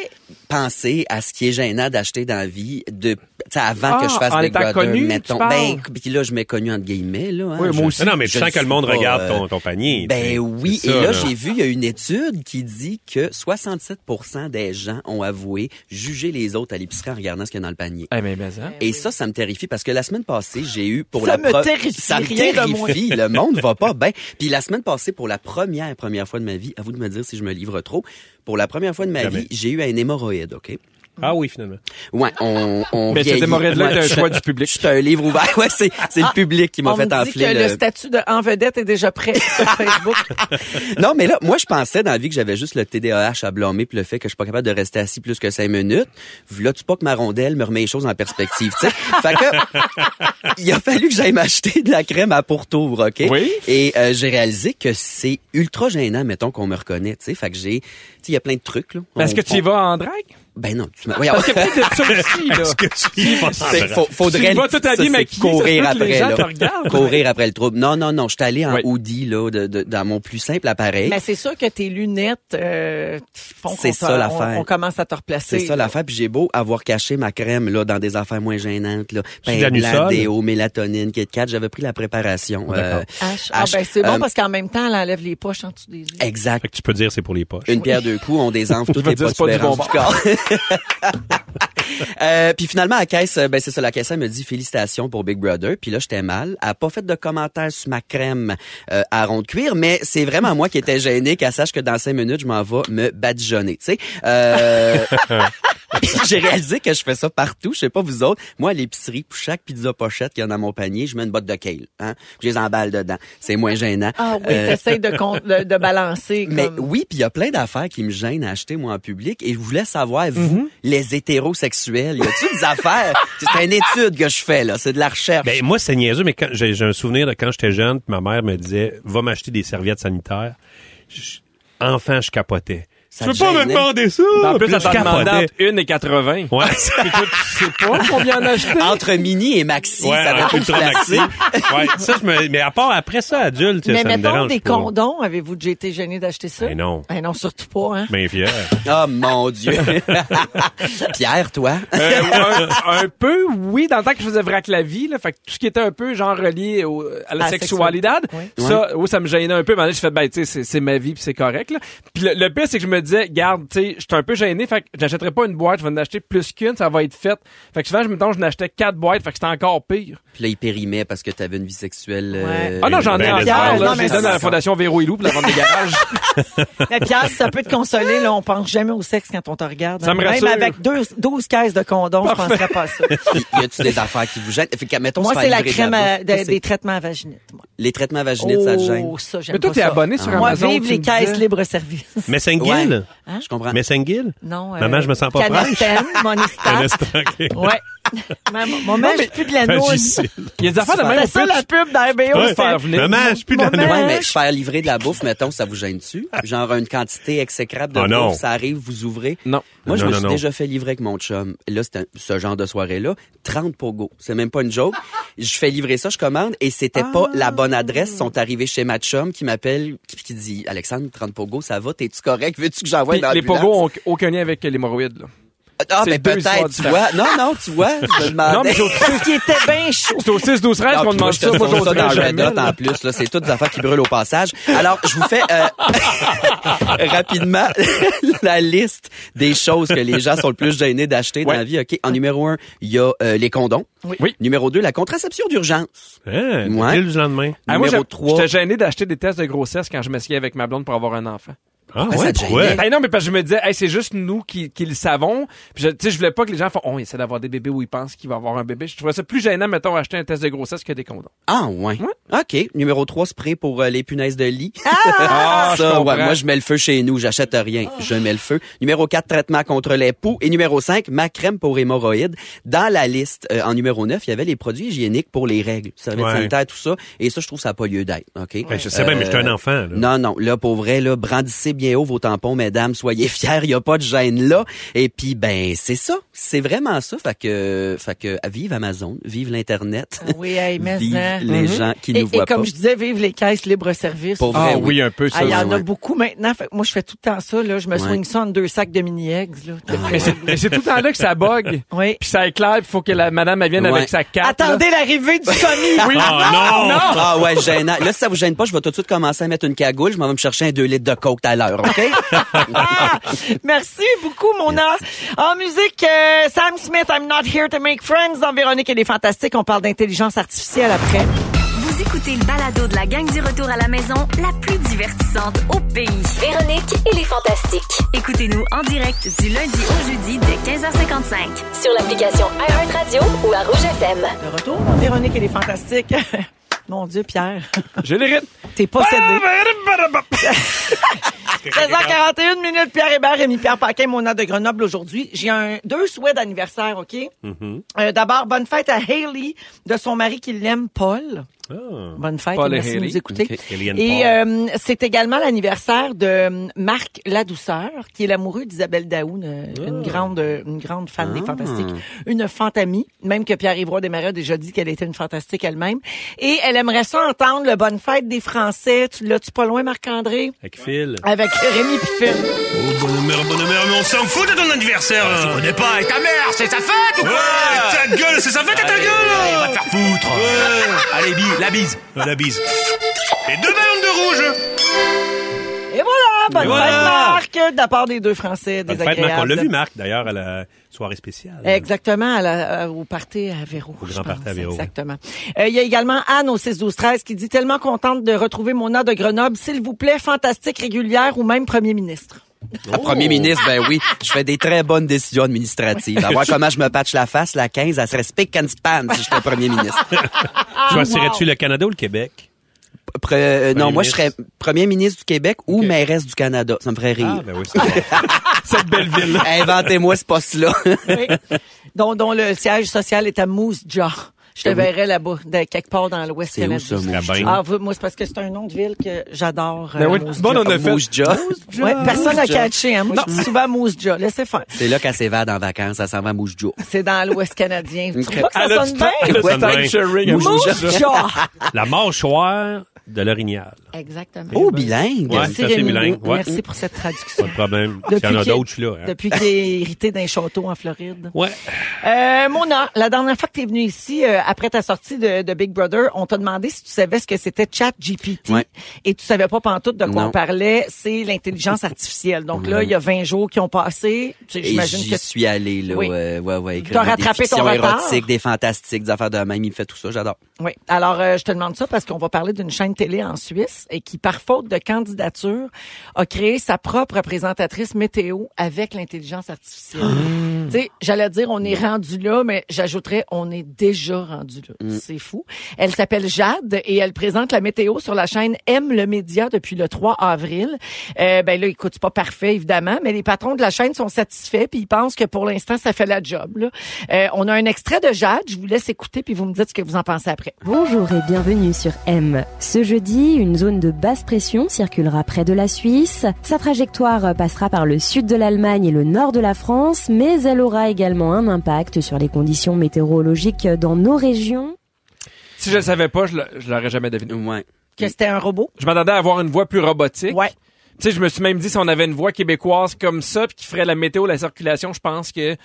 Speaker 3: pensé à ce qui est gênant d'acheter dans la vie de, tu sais, avant
Speaker 4: Ah,
Speaker 3: que je fasse
Speaker 4: en
Speaker 3: Big
Speaker 4: étant
Speaker 3: Brother,
Speaker 4: connu, tu
Speaker 3: mettons.
Speaker 4: parles?
Speaker 3: Ben, puis là, je m'ai connu entre guillemets, là. hein.
Speaker 4: Oui, moi
Speaker 3: Je-
Speaker 4: aussi.
Speaker 2: Non, non, mais tu
Speaker 3: je
Speaker 2: sens
Speaker 3: ne
Speaker 2: que le
Speaker 3: suis
Speaker 2: monde
Speaker 3: pas,
Speaker 2: regarde ton,
Speaker 3: euh,
Speaker 2: ton panier. tu sais.
Speaker 3: Ben oui,
Speaker 2: C'est
Speaker 3: et
Speaker 2: ça,
Speaker 3: là, j'ai vu, il y a une étude qui dit que 67 des gens ont avoué juger les autres à l'épicerie en regardant ce qu'il y a dans le panier.
Speaker 4: Eh, mais, mais, hein.
Speaker 3: Et ça, ça me terrifie parce que la semaine passée, j'ai eu pour
Speaker 1: Ça
Speaker 3: la
Speaker 1: me
Speaker 3: pro-
Speaker 1: terrifie,
Speaker 3: ça me
Speaker 1: rien de moins.
Speaker 3: terrifie. Le monde va pas bien. Puis la semaine passée, pour la première première fois de ma vie, à vous de me dire si je me livre trop. Pour la première fois de ma
Speaker 2: Jamais.
Speaker 3: vie, j'ai eu un hémorroïde, ok.
Speaker 2: Ah oui, finalement.
Speaker 3: Ouais, on, on
Speaker 4: Mais cet
Speaker 3: vieillit.
Speaker 4: hémorroïde-là est
Speaker 3: Ouais,
Speaker 4: un
Speaker 3: je-
Speaker 4: choix du public.
Speaker 3: C'est un livre ouvert. Ouais, c'est c'est
Speaker 1: Ah,
Speaker 3: le public qui m'a
Speaker 1: On me
Speaker 3: fait
Speaker 1: dit que
Speaker 3: enfler
Speaker 1: le...
Speaker 3: le-
Speaker 1: statut de en vedette est déjà prêt sur Facebook.
Speaker 3: Non, mais là, moi, je pensais dans la vie que j'avais juste le TDAH à blâmer puis le fait que je suis pas capable de rester assis plus que cinq minutes. Là, tu pas que ma rondelle me remet les choses en perspective, tu sais. Fait que, il a fallu que j'aille m'acheter de la crème à pourtour, OK?
Speaker 4: Oui.
Speaker 3: Et euh, j'ai réalisé que c'est ultra gênant, mettons, qu'on me reconnaît, tu sais. Fait que j'ai, tu sais, il y a plein de trucs, là.
Speaker 4: Est-ce
Speaker 3: On-
Speaker 4: que tu y
Speaker 3: on-
Speaker 4: vas en drague?
Speaker 3: Ben non, tu m'as...
Speaker 4: Parce que peut-être de ça aussi, là.
Speaker 2: Est-ce que tu y vas en
Speaker 3: C'est-
Speaker 2: vrai?
Speaker 3: faut- faudrait
Speaker 4: Tu vas
Speaker 3: le-
Speaker 4: tout
Speaker 3: ça,
Speaker 4: habillé,
Speaker 3: c'est
Speaker 4: maquillé,
Speaker 3: courir
Speaker 4: ça se peut que
Speaker 3: après
Speaker 4: les gens
Speaker 3: là.
Speaker 4: te regardent.
Speaker 3: courir après le trouble. Non non non, je suis allé en
Speaker 4: Oui.
Speaker 3: hoodie là de- de- dans mon plus simple appareil.
Speaker 1: Mais c'est sûr que tes lunettes euh, font qu'on
Speaker 3: C'est
Speaker 1: se-
Speaker 3: ça,
Speaker 1: on,
Speaker 3: l'affaire.
Speaker 1: on commence à te replacer.
Speaker 3: C'est ça l'affaire. Puis j'ai beau avoir caché ma crème là dans des affaires moins gênantes là,
Speaker 2: de la
Speaker 3: pain blanc,
Speaker 2: Nussol?
Speaker 3: déo, mélatonine, Kit Kat. J'avais pris la préparation. euh,
Speaker 1: H. Ah,
Speaker 3: H.
Speaker 1: ben, c'est bon
Speaker 3: Euh,
Speaker 1: parce qu'en même temps, elle enlève les poches en dessous des yeux.
Speaker 3: Exact.
Speaker 2: Fait que tu peux dire c'est pour les poches.
Speaker 3: Une pierre deux coups, on désenfle toutes
Speaker 4: Je veux
Speaker 3: les
Speaker 4: dire, c'est pas du
Speaker 3: protubérances
Speaker 4: bon
Speaker 3: du corps. Euh, puis finalement, à la caisse, euh, ben c'est ça, la caisse, elle me dit félicitations pour Big Brother. Puis là, j'étais mal. Elle a pas fait de commentaires sur ma crème euh, à rond de cuir, mais c'est vraiment moi qui étais gêné qu'elle sache que dans cinq minutes, je m'en vais me badigeonner, tu sais. Euh, Puis j'ai réalisé que je fais ça partout. Je sais pas vous autres. Moi, à l'épicerie, pour chaque pizza pochette qu'il y a dans mon panier, je mets une botte de kale. Hein? Puis je les emballe dedans. C'est moins gênant.
Speaker 1: Ah oui,
Speaker 3: Euh,
Speaker 1: t'essayes de, con- de, de balancer.
Speaker 3: mais
Speaker 1: comme-
Speaker 3: oui, puis il y a plein d'affaires qui me gênent à acheter, moi, en public. Et je voulais savoir, vous,
Speaker 1: Mm-hmm.
Speaker 3: les hétérosexuels, y a-tu des affaires? C'est une étude que je fais, là. C'est de la recherche.
Speaker 2: Ben, moi, c'est niaiseux, mais quand, j'ai, j'ai un souvenir de quand j'étais jeune, puis ma mère me disait, va m'acheter des serviettes sanitaires. Je- enfant, je capotais.
Speaker 3: Ça
Speaker 2: tu
Speaker 3: te
Speaker 2: veux pas me
Speaker 3: gênait? Ben,
Speaker 2: demander ça?
Speaker 4: En plus,
Speaker 2: Puis
Speaker 4: ça
Speaker 2: je
Speaker 4: t'en demandait
Speaker 2: capotais.
Speaker 4: entre une et 80.
Speaker 2: Ouais.
Speaker 4: Tu sais pas combien en acheter.
Speaker 3: Entre Mini et Maxi,
Speaker 2: ouais,
Speaker 3: ça
Speaker 2: un
Speaker 3: va
Speaker 2: ultra maxi.
Speaker 3: placer.
Speaker 2: ouais, ça, je me, mais à part après ça, adulte,
Speaker 1: Mais
Speaker 2: ça me
Speaker 1: mettons
Speaker 2: dérange
Speaker 1: des
Speaker 2: pas.
Speaker 1: condoms. Avez-vous déjà été gêné d'acheter ça?
Speaker 2: Ben non.
Speaker 1: Ben non, surtout pas, hein?
Speaker 2: Ben, fier.
Speaker 3: Oh mon Dieu. Pierre, toi.
Speaker 4: Euh, un, un peu, oui, dans le temps que je faisais vrac la vie, là, fait que tout ce qui était un peu genre relié au- à la
Speaker 1: À la
Speaker 4: sexualité,
Speaker 1: sexualité,
Speaker 4: ça, oui, ça me gênait un peu. Mais je fais, ben, tu sais, c'est- c'est ma vie, puis c'est correct. Là. Puis le, le pire, c'est que je me disais, garde, tu sais, j'étais un peu gêné, fait que j'achèterais pas une boîte, je vais en acheter plus qu'une, ça va être fait. Fait que souvent, je me tombe, je n'achetais quatre boîtes, fait que c'était encore pire.
Speaker 3: Puis là, il périmait parce que t'avais une vie sexuelle. euh,
Speaker 1: Ouais.
Speaker 4: Ah non, j'en ai
Speaker 2: ben,
Speaker 4: encore,
Speaker 2: Pierre,
Speaker 4: là,
Speaker 1: non,
Speaker 4: je
Speaker 1: mais
Speaker 4: les donne
Speaker 1: c'est
Speaker 4: à
Speaker 1: ça.
Speaker 4: la fondation Véro et Loup pour la vente des garages.
Speaker 1: Mais Pierre, si ça peut te consoler, là, on pense jamais au sexe quand on te regarde. hein.
Speaker 4: Ça me
Speaker 1: Même
Speaker 4: rassure.
Speaker 1: avec deux, 12 caisses de condoms, je penserais pas à ça.
Speaker 3: Puis, Y a-tu des affaires qui vous gênent? Fait que, mettons,
Speaker 1: Moi,
Speaker 3: se faire
Speaker 1: c'est la
Speaker 3: livrer de
Speaker 1: crème à- de-
Speaker 3: bouffe. Toi, c'est-
Speaker 1: des traitements à vaginite, moi.
Speaker 3: Les traitements vaginaux, ça te gêne?
Speaker 1: Oh, ça, j'aime
Speaker 4: Mais toi,
Speaker 1: pas
Speaker 4: t'es
Speaker 1: ça.
Speaker 4: abonné sur
Speaker 1: Moi,
Speaker 4: Amazon,
Speaker 1: vive
Speaker 4: tu
Speaker 1: les
Speaker 4: me
Speaker 1: caisses
Speaker 4: disais.
Speaker 1: libre-service.
Speaker 2: Mais
Speaker 3: Ouais.
Speaker 2: Senguil?
Speaker 1: Hein?
Speaker 3: Je comprends.
Speaker 2: Mais Senguil?
Speaker 1: Non. euh,
Speaker 2: Maman, je me sens pas
Speaker 1: Canastem, Monistat.
Speaker 2: Canastem, ok.
Speaker 1: Ouais. Maman, maman, j'ai plus de l'anneau.
Speaker 2: Vagisil.
Speaker 4: Il y a des affaires de même.
Speaker 1: C'est ça la pub d'RBO.
Speaker 2: Ouais.
Speaker 1: c'est-
Speaker 4: faire venir.
Speaker 2: Maman, je suis plus dans
Speaker 1: Maman.
Speaker 3: Ben Ouais, mais se faire livrer de la bouffe, mettons, ça vous gêne-tu? Genre une quantité exécrable de
Speaker 2: Ah,
Speaker 3: bouffe,
Speaker 2: non.
Speaker 3: ça arrive, vous ouvrez.
Speaker 4: Non.
Speaker 3: Moi, je
Speaker 2: Non,
Speaker 3: me
Speaker 2: non,
Speaker 3: suis
Speaker 2: non.
Speaker 3: déjà fait livrer avec mon chum. Là, c'était un- ce genre de soirée-là. 30 pogos. C'est même pas une joke. Je fais livrer ça, je commande, et c'était
Speaker 2: Ah.
Speaker 3: pas la bonne adresse. Ils sont arrivés chez ma chum qui m'appelle, qui, qui dit, Alexandre, 30 pogos, ça va? T'es-tu correct? Veux-tu que j'envoie
Speaker 4: Puis
Speaker 3: dans
Speaker 4: les pogos ont aucun lien avec l'hémorroïde. là.
Speaker 3: Ah,
Speaker 4: c'est
Speaker 3: mais
Speaker 4: deux histoires
Speaker 3: peut-être, tu vois. Non, non, tu vois, je me
Speaker 1: Ah,
Speaker 3: demandais.
Speaker 4: Non, mais j'ai aucune-
Speaker 1: Ce qui était bien chaud.
Speaker 4: C'est au 6, 12, 13
Speaker 3: Ah,
Speaker 4: qu'on
Speaker 3: puis moi,
Speaker 4: demande
Speaker 3: je
Speaker 4: ça.
Speaker 3: te
Speaker 4: Moi,
Speaker 3: sors ça dans
Speaker 4: j'ose
Speaker 3: le Red
Speaker 4: jamais,
Speaker 3: Hot
Speaker 4: là.
Speaker 3: en plus. là. C'est toutes des affaires qui brûlent au passage. Alors, je vous fais euh, rapidement la liste des choses que les gens sont le plus gênés d'acheter dans
Speaker 4: Ouais.
Speaker 3: la vie. OK, en numéro un, il y a euh, les condoms.
Speaker 4: Oui.
Speaker 3: Numéro deux, la contraception d'urgence.
Speaker 2: Hein,
Speaker 3: Ouais.
Speaker 2: pile du lendemain.
Speaker 4: Ah, moi,
Speaker 3: numéro
Speaker 4: j'ai-
Speaker 3: trois.
Speaker 4: J'étais gêné d'acheter des tests de grossesse quand je m'essayais avec ma blonde pour avoir un enfant.
Speaker 2: Ah,
Speaker 3: ça
Speaker 2: ouais,
Speaker 3: te
Speaker 2: pourquoi?
Speaker 3: gênait?
Speaker 4: Ben non, mais parce que je me disais, hey, c'est juste nous qui, qui le savons. Puis je, tu sais, je voulais pas que les gens font, oh, on essaie d'avoir des bébés où ils pensent qu'il va avoir un bébé. Je trouvais ça plus gênant, mettons, acheter un test de grossesse que des condoms.
Speaker 3: Ah, ouais. OK. Numéro trois, spray pour euh, les punaises de lit.
Speaker 4: Ah, je
Speaker 3: Ça,
Speaker 4: comprends.
Speaker 3: ouais, moi, je mets le feu chez nous. J'achète rien.
Speaker 2: Ah.
Speaker 3: Je mets le feu. Numéro 4, traitement contre les poux. Et numéro 5, ma crème pour hémorroïdes. Dans la liste, euh, en numéro 9, il y avait les produits hygiéniques pour les règles. Serviettes
Speaker 2: Ouais.
Speaker 3: sanitaires, tout ça. Et ça, je trouve ça n'a pas lieu d'être. OK? Euh,
Speaker 2: Ben, je sais bien, mais je suis un enfant, là.
Speaker 3: Non, non. Là, pour vrai, là, brandissez bien haut vos tampons, mesdames. Soyez fiers. Il n'y a pas de gêne là. Et puis, ben, c'est ça. C'est vraiment ça. Fait que, fait que, vive Amazon. Vive l'Internet.
Speaker 1: Ah Oui, hey, mais
Speaker 3: vive
Speaker 1: hein.
Speaker 3: les gens qui
Speaker 1: Et,
Speaker 3: nous voient
Speaker 1: et comme
Speaker 3: pas.
Speaker 1: je disais, vive les caisses libre-service.
Speaker 3: Pour
Speaker 4: Ah
Speaker 3: vrai,
Speaker 4: oui, un peu ça.
Speaker 1: Ah, Il y en
Speaker 3: ouais.
Speaker 1: a beaucoup maintenant. Fait que moi, je fais tout le temps ça. Là. Je me
Speaker 3: Ouais.
Speaker 1: soigne ça en deux sacs de mini-eggs. là.
Speaker 4: Mais c'est- mais c'est tout le temps là que ça bug.
Speaker 1: Oui.
Speaker 4: Puis ça éclaire, puis faut que la madame elle vienne
Speaker 3: Ouais.
Speaker 4: avec sa carte. là.
Speaker 1: Attendez l'arrivée du commis.
Speaker 4: Oui.
Speaker 2: Ah, non!
Speaker 3: Ah ouais, gênant. Là, si ça vous gêne pas, je vais tout de suite commencer à mettre une cagoule. Je m'en vais me chercher un 2 litres de coke tout à l'heure, OK?
Speaker 1: Ah! Merci beaucoup, mon âme. En musique, euh, Sam Smith, I'm not here to make friends. Dans Véronique, elle est fantastique. On parle d'intelligence artificielle après.
Speaker 5: Vous écoutez le balado de la gang du retour à la maison, la plus divertissante au pays.
Speaker 6: Véronique et les Fantastiques.
Speaker 5: Écoutez-nous en direct du lundi au jeudi dès 15h55.
Speaker 6: Sur l'application iHeartRadio ou à Rouge FM.
Speaker 1: De retour, dans Véronique, elle est fantastique. Mon Dieu, Pierre,
Speaker 4: J'ai les rythmes.
Speaker 1: t'es possédé. 16h41 minutes, Pierre Hébert, Rémi Pierre Paquin, mon nom de Grenoble aujourd'hui. J'ai un deux souhaits d'anniversaire, OK? Euh, D'abord, bonne fête à Haley de son mari qui l'aime, Paul.
Speaker 2: Ah.
Speaker 1: Bonne fête,
Speaker 4: Paul
Speaker 1: et
Speaker 4: et
Speaker 1: merci de
Speaker 4: Hailey.
Speaker 1: nous écouter.
Speaker 3: OK.
Speaker 2: Hailey and
Speaker 1: Et euh, c'est également l'anniversaire de euh, Marc Ladouceur, qui est l'amoureux d'Isabelle Daoune, euh, une
Speaker 2: Ah.
Speaker 1: grande une grande fan des fantastiques, une fantamie, même que Pierre-Yvroy Desmarais a déjà dit qu'elle était une fantastique elle-même. Et elle aimerait ça entendre le Bonne fête des Français. Tu l'as-tu pas loin, Marc-André?
Speaker 2: Avec Phil.
Speaker 1: Avec Rémi Piffin.
Speaker 2: Oh, bonne humeur, bonne humeur, mais on s'en fout de ton anniversaire. Je connais pas.
Speaker 7: Ta mère, c'est sa fête ou quoi
Speaker 2: ta gueule, c'est ça fait ta
Speaker 7: Allez, va te
Speaker 2: gueule.
Speaker 7: faire foutre Allez, bi- la bise
Speaker 2: La bise. Et deux ballons de rouge.
Speaker 1: Et voilà! Bonne
Speaker 2: Mais voilà.
Speaker 1: fête, Marc, de la part des deux Français
Speaker 2: Bonne fête, Marc. On
Speaker 1: désagréables.
Speaker 2: l'a vu, Marc, d'ailleurs, à la soirée spéciale.
Speaker 1: Exactement, à la- à- au party à Véro.
Speaker 2: Au
Speaker 1: je
Speaker 2: grand party
Speaker 1: pense,
Speaker 2: à Véro,
Speaker 1: Exactement. Euh, Il y a également Anne au 6-12-13 qui dit tellement contente de retrouver Mona de Grenoble. S'il vous plaît, fantastique, régulière ou même premier ministre.
Speaker 3: Ah,
Speaker 1: Oh!
Speaker 3: Premier ministre, ben oui, je fais des très bonnes décisions administratives. À voir comment je me patche la face, la 15, elle serait spick and span si j'étais premier ministre.
Speaker 2: Ah, Choisirais-tu le Canada ou le Québec?
Speaker 3: Pre- euh, non,
Speaker 2: Premier
Speaker 3: moi, je serais
Speaker 2: ministre.
Speaker 3: premier ministre du Québec ou
Speaker 2: Ok.
Speaker 3: mairesse du Canada. Ça me ferait rire.
Speaker 2: Ah, ben oui, c'est bon.
Speaker 4: Cette belle ville.
Speaker 3: Inventez-moi ce poste-là.
Speaker 1: Oui. dont, dont le siège social est à Moose Jaw. Je te verrai là-bas, de- quelque part dans l'Ouest
Speaker 3: C'est où
Speaker 1: canadien.
Speaker 3: ça, moi?
Speaker 2: Très bien.
Speaker 1: Ah, vous- moi, c'est parce que c'est un nom de ville que j'adore. euh,
Speaker 4: Ben oui,
Speaker 1: Moose
Speaker 4: bon,
Speaker 1: Jaw.
Speaker 4: on a fait.
Speaker 3: Moose Jaw.
Speaker 1: Ouais, personne n'a
Speaker 3: Moose Jaw.
Speaker 1: catché. Hein. Moi, je dis souvent Moose Jaw. Laissez faire.
Speaker 3: C'est là qu'elle s'évade en vacances, elle s'en va à Moose
Speaker 2: Ah,
Speaker 3: Jaw.
Speaker 1: C'est dans l'Ouest canadien. Tu trouves
Speaker 3: crêpe.
Speaker 1: pas que Ah, ça
Speaker 4: Elle a du
Speaker 1: sonne
Speaker 4: temps- elle a
Speaker 1: bien?
Speaker 4: du
Speaker 2: Ouais.
Speaker 4: time sharing. hein,
Speaker 3: Moose
Speaker 1: Moose Jaw.
Speaker 2: La mâchoire de l'orignal.
Speaker 1: Exactement.
Speaker 3: Oh, bilingue!
Speaker 2: Ouais.
Speaker 1: Merci
Speaker 2: ça, c'est
Speaker 1: Rémi.
Speaker 2: bilingue, ouais.
Speaker 1: Merci pour cette
Speaker 2: Pas
Speaker 1: traduction.
Speaker 2: de problème. Il y en a
Speaker 1: qu'il-
Speaker 2: d'autres, je suis là. hein.
Speaker 1: Depuis qu'il est hérité d'un château en Floride.
Speaker 2: Ouais.
Speaker 1: Euh, Mona, la dernière fois que tu es venue ici, euh, après ta sortie de, de Big Brother, on t'a demandé si tu savais ce que c'était ChatGPT.
Speaker 3: Ouais.
Speaker 1: Et tu savais pas pantoute de quoi
Speaker 3: Non.
Speaker 1: on parlait. C'est l'intelligence artificielle. Donc là, il y a 20 jours qui ont passé. Tu sais,
Speaker 3: Et
Speaker 1: J'imagine que
Speaker 3: j'y suis allé, là.
Speaker 1: Oui.
Speaker 3: euh, ouais, ouais, écrire
Speaker 1: T'as
Speaker 3: des
Speaker 1: rattrapé ton
Speaker 3: fictions
Speaker 1: retard.
Speaker 3: érotiques, des fantastiques, des affaires de même. Il me fait tout ça, j'adore.
Speaker 1: Oui. Alors, euh, je te demande ça parce qu'on va parler d'une chaîne télé en Suisse et qui, par faute de candidature, a créé sa propre présentatrice météo avec l'intelligence artificielle. Tu sais, j'allais dire on est rendu là, mais j'ajouterais on est déjà rendu là. C'est fou. Elle s'appelle Jade et elle présente la météo sur la chaîne M le média depuis le 3 avril. Euh, ben là, écoute, c'est pas parfait évidemment, mais les patrons de la chaîne sont satisfaits puis ils pensent que pour l'instant ça fait la job. là. Euh, on a un extrait de Jade. Je vous laisse écouter puis vous me dites ce que vous en pensez après.
Speaker 8: Bonjour et bienvenue sur M. Ce jeudi, une zone de basse pression circulera près de la Suisse. Sa trajectoire passera par le sud de l'Allemagne et le nord de la France, mais elle aura également un impact sur les conditions météorologiques dans nos régions.
Speaker 4: Si je le savais pas, je l'a- je l'aurais jamais deviné.
Speaker 3: Ouais.
Speaker 1: Que c'était un robot.
Speaker 4: Je m'attendais à avoir une voix plus robotique.
Speaker 1: Ouais.
Speaker 4: Tu sais, je me suis même dit, si on avait une voix québécoise comme ça, puis qui ferait la météo, la circulation, je pense que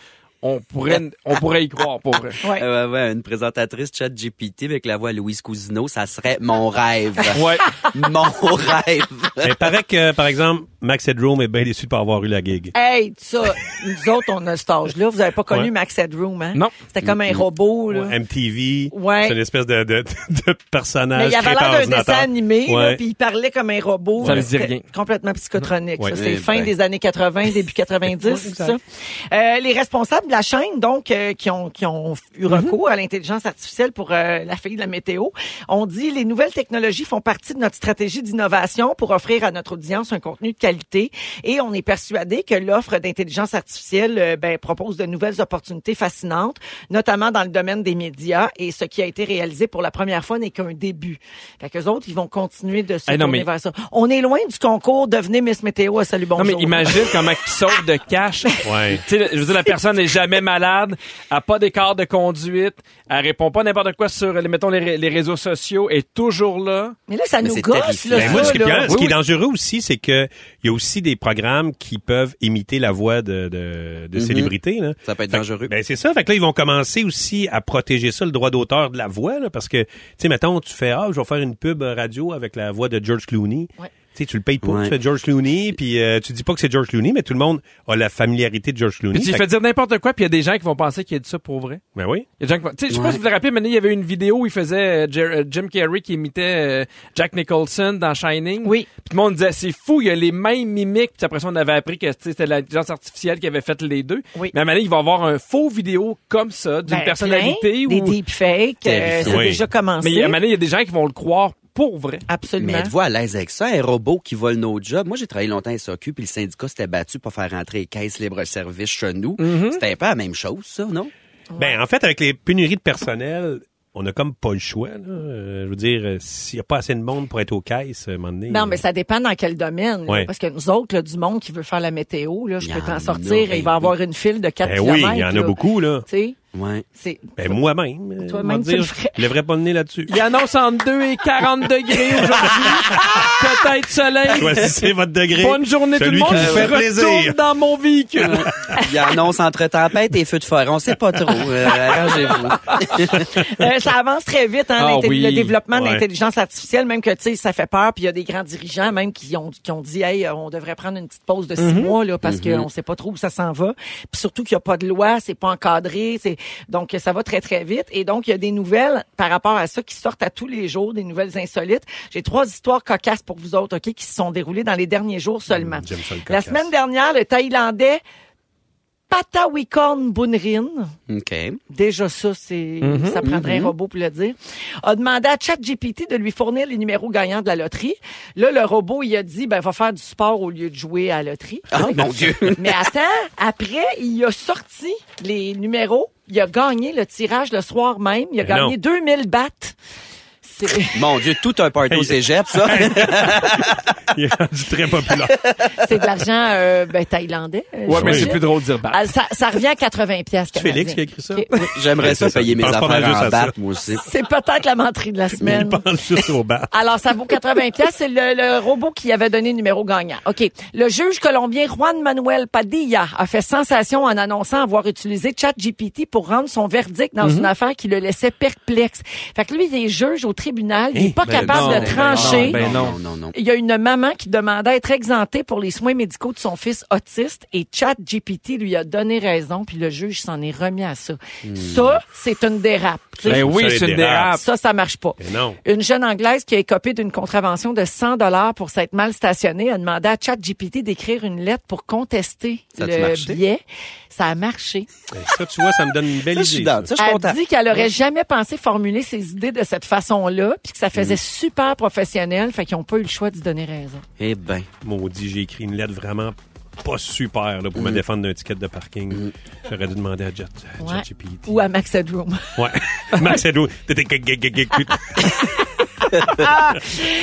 Speaker 4: on pourrait, on pourrait y croire, pour vrai.
Speaker 1: Ouais.
Speaker 3: Euh, ouais, ouais, une présentatrice chat GPT avec la voix Louise Cousineau, ça serait mon rêve.
Speaker 4: Ouais.
Speaker 3: mon rêve.
Speaker 2: Mais paraît que, par exemple, Max Headroom est bien déçu de pas avoir eu la gig.
Speaker 1: Hey, ça, nous autres, on a cet âge-là. Vous avez pas connu
Speaker 2: Ouais.
Speaker 1: Max Headroom, hein?
Speaker 4: Non.
Speaker 1: C'était comme un robot, là.
Speaker 2: MTV,
Speaker 1: Ouais.
Speaker 2: c'est une espèce de, de, de personnage
Speaker 1: Mais il avait
Speaker 2: créé
Speaker 1: l'air
Speaker 2: par
Speaker 1: d'un
Speaker 2: ordinateur.
Speaker 1: dessin animé, là,
Speaker 2: Ouais.
Speaker 1: puis il parlait comme un robot.
Speaker 4: Ça
Speaker 1: là,
Speaker 4: me dit
Speaker 1: c'était
Speaker 4: rien.
Speaker 1: Complètement psychotronique.
Speaker 2: Ouais.
Speaker 1: ça. C'est
Speaker 3: Eh
Speaker 1: fin
Speaker 3: ben.
Speaker 1: des années 80, début 90, c'est ça. Euh, les responsables de la chaîne, donc, euh, qui, ont, qui ont eu
Speaker 4: Mhm.
Speaker 1: recours à l'intelligence artificielle pour euh, la fille de la météo, ont dit les nouvelles technologies font partie de notre stratégie d'innovation pour offrir à notre audience un contenu de qualité. Et on est persuadé que l'offre d'intelligence artificielle euh, ben, propose de nouvelles opportunités fascinantes, notamment dans le domaine des médias. Et ce qui a été réalisé pour la première fois n'est qu'un début. Fait qu'eux autres, ils vont continuer de se
Speaker 4: Eh non,
Speaker 1: tourner
Speaker 4: mais-
Speaker 1: vers ça. On est loin du concours Devenez Miss Météo à Salut
Speaker 4: Non,
Speaker 1: Bonjour.
Speaker 4: mais imagine comment ils sauve de cash.
Speaker 2: Ouais.
Speaker 4: Tu sais, je veux dire, la personne n'est jamais malade, a pas d'écart de conduite, elle répond pas n'importe quoi sur, les- mettons, les, ré- les réseaux sociaux, est toujours là.
Speaker 1: Mais là, ça
Speaker 3: Mais
Speaker 1: nous
Speaker 3: c'est
Speaker 1: gosse,
Speaker 3: terrifiant.
Speaker 1: là,
Speaker 2: Ben, moi,
Speaker 1: ça,
Speaker 2: ce qui, est
Speaker 1: là.
Speaker 2: bien, ce
Speaker 4: Oui,
Speaker 2: qui est
Speaker 4: oui.
Speaker 2: dangereux aussi, c'est que il y a aussi des programmes qui peuvent imiter la voix de, de,
Speaker 4: Mhm.
Speaker 2: de célébrités. là.
Speaker 3: Ça peut être
Speaker 2: Fait que-
Speaker 3: dangereux.
Speaker 2: Ben, c'est ça. Fait que là, ils vont commencer aussi à protéger ça, le droit d'auteur de la voix, là, parce que, tu sais, mettons, tu fais, ah, je vais faire une pub radio avec la voix de George Clooney.
Speaker 1: Ouais.
Speaker 2: Tu sais, tu le payes pour,
Speaker 3: Ouais.
Speaker 2: tu fais George Clooney, puis euh, tu dis pas que c'est George Clooney, mais tout le monde a la familiarité de George Clooney.
Speaker 4: Puis tu lui
Speaker 2: Fait
Speaker 4: fais
Speaker 2: que-
Speaker 4: dire n'importe quoi, puis il y a des gens qui vont penser qu'il a dit ça pour vrai.
Speaker 2: Ben oui.
Speaker 4: Il y a des gens qui vont- Tu sais, je sais pas si vous vous rappelez, mais il y avait une vidéo où il faisait euh, Jer- euh, Jim Carrey qui imitait euh, Jack Nicholson dans Shining.
Speaker 1: Oui.
Speaker 4: Puis tout le monde disait, c'est fou, il y a les mêmes mimiques. Puis après ça, on avait appris que tu sais, c'était l'intelligence artificielle qui avait fait les deux.
Speaker 1: Oui.
Speaker 4: Mais à un moment donné, il va avoir un faux vidéo comme ça, d'une
Speaker 1: Ben,
Speaker 4: personnalité.
Speaker 1: plein, Des
Speaker 4: ou...
Speaker 1: deepfakes, euh,
Speaker 3: Terrifiant.
Speaker 1: c'est
Speaker 2: Oui.
Speaker 1: déjà commencé.
Speaker 4: Mais à un moment donné, il y a des gens qui vont le croire pour vrai.
Speaker 3: Mais
Speaker 1: Absolument.
Speaker 3: êtes-vous à l'aise avec ça, un robot qui vole nos jobs? Moi, j'ai travaillé longtemps à SAQ, puis le syndicat s'était battu pour faire rentrer les caisses libre-service chez nous. C'était pas la même chose, ça, non?
Speaker 2: Ben, en fait, avec les pénuries de personnel, on a comme pas le choix. là. Euh, je veux dire, euh, s'il y a pas assez de monde pour être aux caisses, à un moment donné...
Speaker 1: Non, mais
Speaker 2: euh,
Speaker 1: ça dépend dans quel domaine. là.
Speaker 2: Ouais.
Speaker 1: Parce que nous autres, là, du monde qui veut faire la météo, là, je
Speaker 3: Il
Speaker 1: peux
Speaker 3: y
Speaker 1: t'en
Speaker 3: en
Speaker 1: sortir
Speaker 3: a,
Speaker 1: et il va
Speaker 3: ben
Speaker 1: avoir une file de 4
Speaker 2: Ben
Speaker 1: km.
Speaker 2: oui, il y en a beaucoup, là.
Speaker 1: Tu sais?
Speaker 3: Ouais.
Speaker 1: C'est
Speaker 2: Ben, moi-même. euh,
Speaker 1: Toi-même,
Speaker 2: on va
Speaker 1: tu le
Speaker 2: dire,
Speaker 1: ferais.
Speaker 2: je lèverais pas le nez là-dessus.
Speaker 4: Il annonce entre 2 et 40 degrés aujourd'hui. Peut-être soleil.
Speaker 2: Choisissez votre degré.
Speaker 4: Bonne journée tout le
Speaker 2: Celui
Speaker 4: monde.
Speaker 2: qui
Speaker 4: Je
Speaker 2: vous fait
Speaker 4: retourne
Speaker 2: plaisir.
Speaker 4: dans mon véhicule.
Speaker 3: Il annonce entre tempête et feu de forêt. On sait pas trop. Euh, Arrangez-vous.
Speaker 1: Euh, ça avance très vite, hein,
Speaker 4: Ah
Speaker 1: l'inté-
Speaker 4: oui.
Speaker 1: le développement de
Speaker 2: Ouais.
Speaker 1: l'intelligence artificielle, même que, tu sais, ça fait peur. Puis il y a des grands dirigeants, même, qui ont, qui ont dit, hey, euh, on devrait prendre une petite pause de six
Speaker 2: Mhm.
Speaker 1: mois, là, parce qu'on sait pas trop où ça s'en va. Puis surtout qu'il n'y a pas de loi, c'est pas encadré. c'est Donc, ça va très, très vite. Et donc, il y a des nouvelles par rapport à ça qui sortent à tous les jours, des nouvelles insolites. J'ai trois histoires cocasses pour vous autres, OK, qui se sont déroulées dans les derniers jours seulement.
Speaker 2: Mmh, j'aime ça, le
Speaker 1: La
Speaker 2: cocasse.
Speaker 1: semaine dernière, le Thaïlandais Patawikorn Bunrin,
Speaker 3: OK.
Speaker 1: Déjà ça, c'est
Speaker 2: Mhm.
Speaker 1: ça prendrait un robot pour le dire. A demandé à ChatGPT de lui fournir les numéros gagnants de la loterie. Là, le robot, il a dit, ben, va faire du sport au lieu de jouer à la loterie.
Speaker 3: Ah, mon Dieu.
Speaker 1: Mais attends, après, il a sorti les numéros. Il a gagné le tirage le soir même. Il a
Speaker 2: Mais
Speaker 1: gagné 2000 bahts. C'est-
Speaker 3: Mon Dieu, tout un party au cégep, ça.
Speaker 2: Il est rendu très populaire.
Speaker 1: C'est de l'argent euh, ben, thaïlandais. euh,
Speaker 4: Ouais, mais
Speaker 2: Oui.
Speaker 4: c'est
Speaker 1: j'imagine.
Speaker 4: plus drôle de dire bah.
Speaker 1: Ah, ça, ça revient à 80 pièces.
Speaker 2: C'est Félix qui a écrit ça?
Speaker 3: J'aimerais
Speaker 2: Ouais,
Speaker 3: ça
Speaker 2: c'est ça.
Speaker 3: payer mes
Speaker 2: Pense pas mal
Speaker 3: affaires
Speaker 2: juste à
Speaker 3: en
Speaker 2: ça.
Speaker 3: BAP, moi aussi.
Speaker 1: C'est peut-être la menterie de la
Speaker 2: Il
Speaker 1: semaine.
Speaker 2: pense juste au bat.
Speaker 1: Alors, ça vaut 80 pièces. C'est le, le robot qui avait donné le numéro gagnant. OK. Le juge colombien Juan Manuel Padilla a fait sensation en annonçant avoir utilisé ChatGPT pour rendre son verdict dans
Speaker 4: Mhm.
Speaker 1: une affaire qui le laissait perplexe. Fait que lui, il est juge au tribunal. Il n'est pas
Speaker 3: ben
Speaker 1: capable
Speaker 4: non,
Speaker 1: de
Speaker 4: ben
Speaker 1: trancher.
Speaker 4: non, ben
Speaker 3: non, non, non.
Speaker 1: Il y a une maman qui demandait à être exemptée pour les soins médicaux de son fils autiste et ChatGPT lui a donné raison puis le juge s'en est remis à ça. Ça, c'est une dérape. tu sais.
Speaker 4: Hmm. Ben oui,
Speaker 2: Ça,
Speaker 4: c'est
Speaker 2: les
Speaker 4: une
Speaker 3: Ah.
Speaker 4: dérape.
Speaker 1: Ça, ça marche pas.
Speaker 2: Mais non.
Speaker 1: Une jeune Anglaise qui a écopé d'une contravention de 100 dollars pour s'être mal stationnée a demandé à ChatGPT d'écrire une lettre pour contester
Speaker 3: Ça a-tu
Speaker 1: le
Speaker 3: marché?
Speaker 1: billet. Ça a marché.
Speaker 2: Ben, Ça, tu vois, ça me donne une belle
Speaker 3: Ça, je suis
Speaker 2: idée.
Speaker 3: down. Ça, je suis
Speaker 1: Elle
Speaker 3: content.
Speaker 1: dit qu'elle aurait jamais pensé formuler ses idées de cette façon-là, puis que ça
Speaker 3: Mm.
Speaker 1: faisait super professionnel, fait qu'ils n'ont pas eu le choix de se donner raison.
Speaker 3: Eh ben.
Speaker 2: Maudit, j'ai écrit une lettre vraiment pas super là, pour me défendre d'un ticket de parking. J'aurais dû demander à Jet- à
Speaker 1: Ouais.
Speaker 2: ChatGPT.
Speaker 1: Ou à Max Headroom.
Speaker 2: Ouais. Max Edou, t'étais que- que- que- que- que-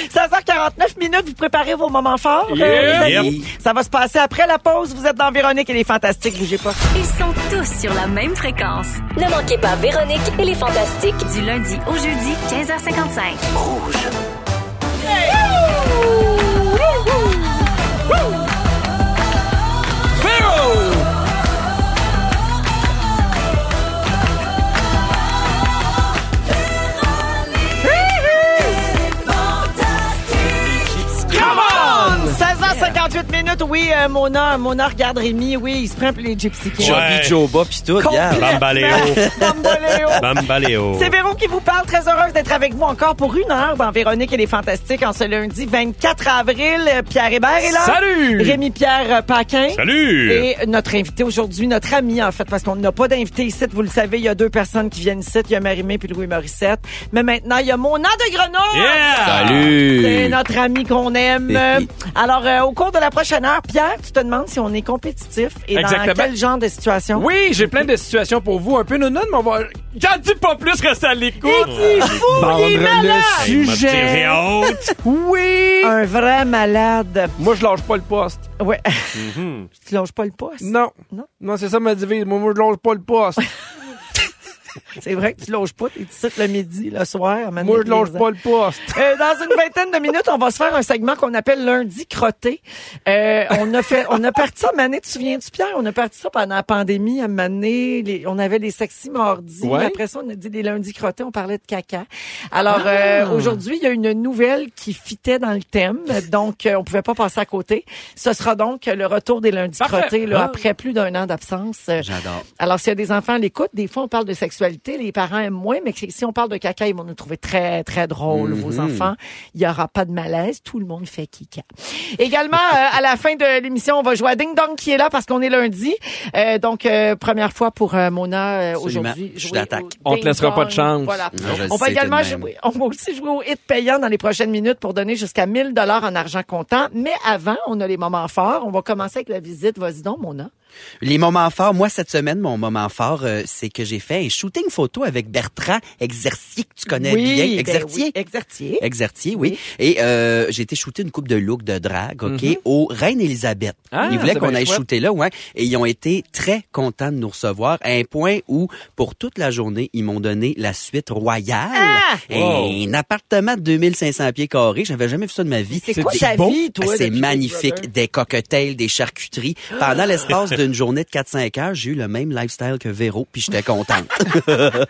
Speaker 1: 16h49 minutes, vous préparez vos moments forts.
Speaker 4: Yeah.
Speaker 1: euh, les amis?
Speaker 3: Yep.
Speaker 1: Ça va se passer après la pause. Vous êtes dans Véronique et les Fantastiques, bougez pas.
Speaker 5: Ils sont tous sur la même fréquence.
Speaker 6: Ne manquez pas Véronique et les Fantastiques.
Speaker 5: Du lundi au jeudi, 15h55.
Speaker 1: Come on! 16h58 minutes, oui, euh, Mona, Mona regarde Rémi, oui, il se prend pour les Gypsy Kings.
Speaker 2: Ouais.
Speaker 3: Joby Joba pis tout, regarde.
Speaker 2: Bambaléo.
Speaker 1: Bamboléo.
Speaker 2: Bambaléo.
Speaker 1: C'est Véro qui vous parle. Très heureuse d'être avec vous encore pour une heure dans Véronique et les Fantastiques en ce lundi 24 avril. Euh, Pierre Hébert est là.
Speaker 4: Salut!
Speaker 1: Rémi-Pierre euh, Paquin.
Speaker 2: Salut!
Speaker 1: Et notre invité aujourd'hui, notre ami en fait, parce qu'on n'a pas d'invité ici, vous le savez, il y a deux personnes qui viennent ici, il y a Marimé puis Louis Morissette. Mais maintenant, il y a Mona de Grenoble!
Speaker 2: Yeah!
Speaker 3: Salut!
Speaker 1: C'est notre ami qu'on aime. Euh, Alors, euh, au cours de la prochaine heure, Pierre, tu te demandes si on est compétitif et dans
Speaker 4: Exactement.
Speaker 1: quel genre de situation?
Speaker 4: Oui, j'ai plein de situations pour vous, un peu non mais on va. J'en dis pas plus, restez à l'écoute.
Speaker 1: il est malade.
Speaker 4: le
Speaker 2: Hey, ma petite
Speaker 4: sujet.
Speaker 2: haute.
Speaker 4: Oui.
Speaker 1: Un vrai malade.
Speaker 4: Moi, je lâche pas le poste.
Speaker 1: Ouais. Tu lâches pas le poste.
Speaker 4: Mhm. Non.
Speaker 1: Non.
Speaker 4: Non, c'est ça ma devise. Moi, moi, je lâche pas le poste.
Speaker 1: C'est vrai que tu lâches pas. T'es ici le midi, le soir.
Speaker 4: moi, je lâche pas le poste.
Speaker 1: Euh, dans une vingtaine de minutes, on va se faire un segment qu'on appelle lundi crotté. Euh, on a fait, on a parti ça, Mané, tu te souviens-tu, Pierre? On a parti ça pendant la pandémie, à Mané, les- on avait les sexy mordis.
Speaker 4: Ouais.
Speaker 1: Après ça, on a dit les lundis crottés, on parlait de caca. Alors, euh, aujourd'hui, il y a une nouvelle qui fitait dans le thème, donc euh, on pouvait pas passer à côté. Ce sera donc le retour des lundis
Speaker 4: Parfait.
Speaker 1: crottés, là,
Speaker 4: Ah.
Speaker 1: après plus d'un an d'absence. Euh,
Speaker 3: J'adore.
Speaker 1: alors, s'il y a des enfants à l'écoute, des fois, on parle de sexualité, les parents aiment moins, mais si on parle de caca, ils vont nous trouver très, très drôles, vos
Speaker 3: Mm-hmm.
Speaker 1: enfants. Il n'y aura pas de malaise, tout le monde fait kika. Également, euh, à la fin de l'émission, on va jouer à Ding Dong qui est là parce qu'on est lundi. Euh, donc, euh, première fois pour euh, Mona euh,
Speaker 3: Absolument.
Speaker 1: aujourd'hui.
Speaker 3: Je suis
Speaker 1: jouer
Speaker 3: d'attaque.
Speaker 1: au
Speaker 4: On te laissera
Speaker 1: Ding
Speaker 4: pas de
Speaker 1: Dong.
Speaker 4: chance.
Speaker 1: Voilà.
Speaker 3: Non, je le
Speaker 1: Ah, on va
Speaker 3: sais, t'es
Speaker 1: également
Speaker 3: de même.
Speaker 1: jouer, on va aussi jouer au hit payant dans les prochaines minutes pour donner jusqu'à 1000 dollars en argent comptant. Mais avant, on a les moments forts. On va commencer avec la visite. Vas-y donc, Mona.
Speaker 3: Les moments forts, moi, cette semaine, mon moment fort, euh, c'est que j'ai fait un shoot shooting photo avec Bertrand Exercier, que tu connais
Speaker 1: oui,
Speaker 3: bien.
Speaker 1: ben
Speaker 3: Exercier.
Speaker 1: oui, Exercier.
Speaker 3: Exertier, oui. Et euh, j'ai été shooter une coupe de look de drague, OK,
Speaker 1: Mm-hmm.
Speaker 3: au Reine Élisabeth.
Speaker 4: Ah,
Speaker 3: ils voulaient
Speaker 4: c'est
Speaker 3: qu'on
Speaker 4: bien
Speaker 3: aille
Speaker 4: chouette.
Speaker 3: shooter là, ouais. Et ils ont été très contents de nous recevoir à un point où, pour toute la journée, ils m'ont donné la suite royale.
Speaker 1: Ah!
Speaker 3: Un appartement de 2500 pieds carrés. J'avais jamais vu ça de ma vie.
Speaker 1: C'est quoi
Speaker 3: Des-
Speaker 1: ta
Speaker 3: bon,
Speaker 1: vie, toi?
Speaker 3: ah, C'est
Speaker 1: depuis Big
Speaker 3: magnifique.
Speaker 1: Brother?
Speaker 3: Des cocktails, des charcuteries. Pendant l'espace d'une journée de 4-5 heures, j'ai eu le même lifestyle que Véro, puis j'étais contente.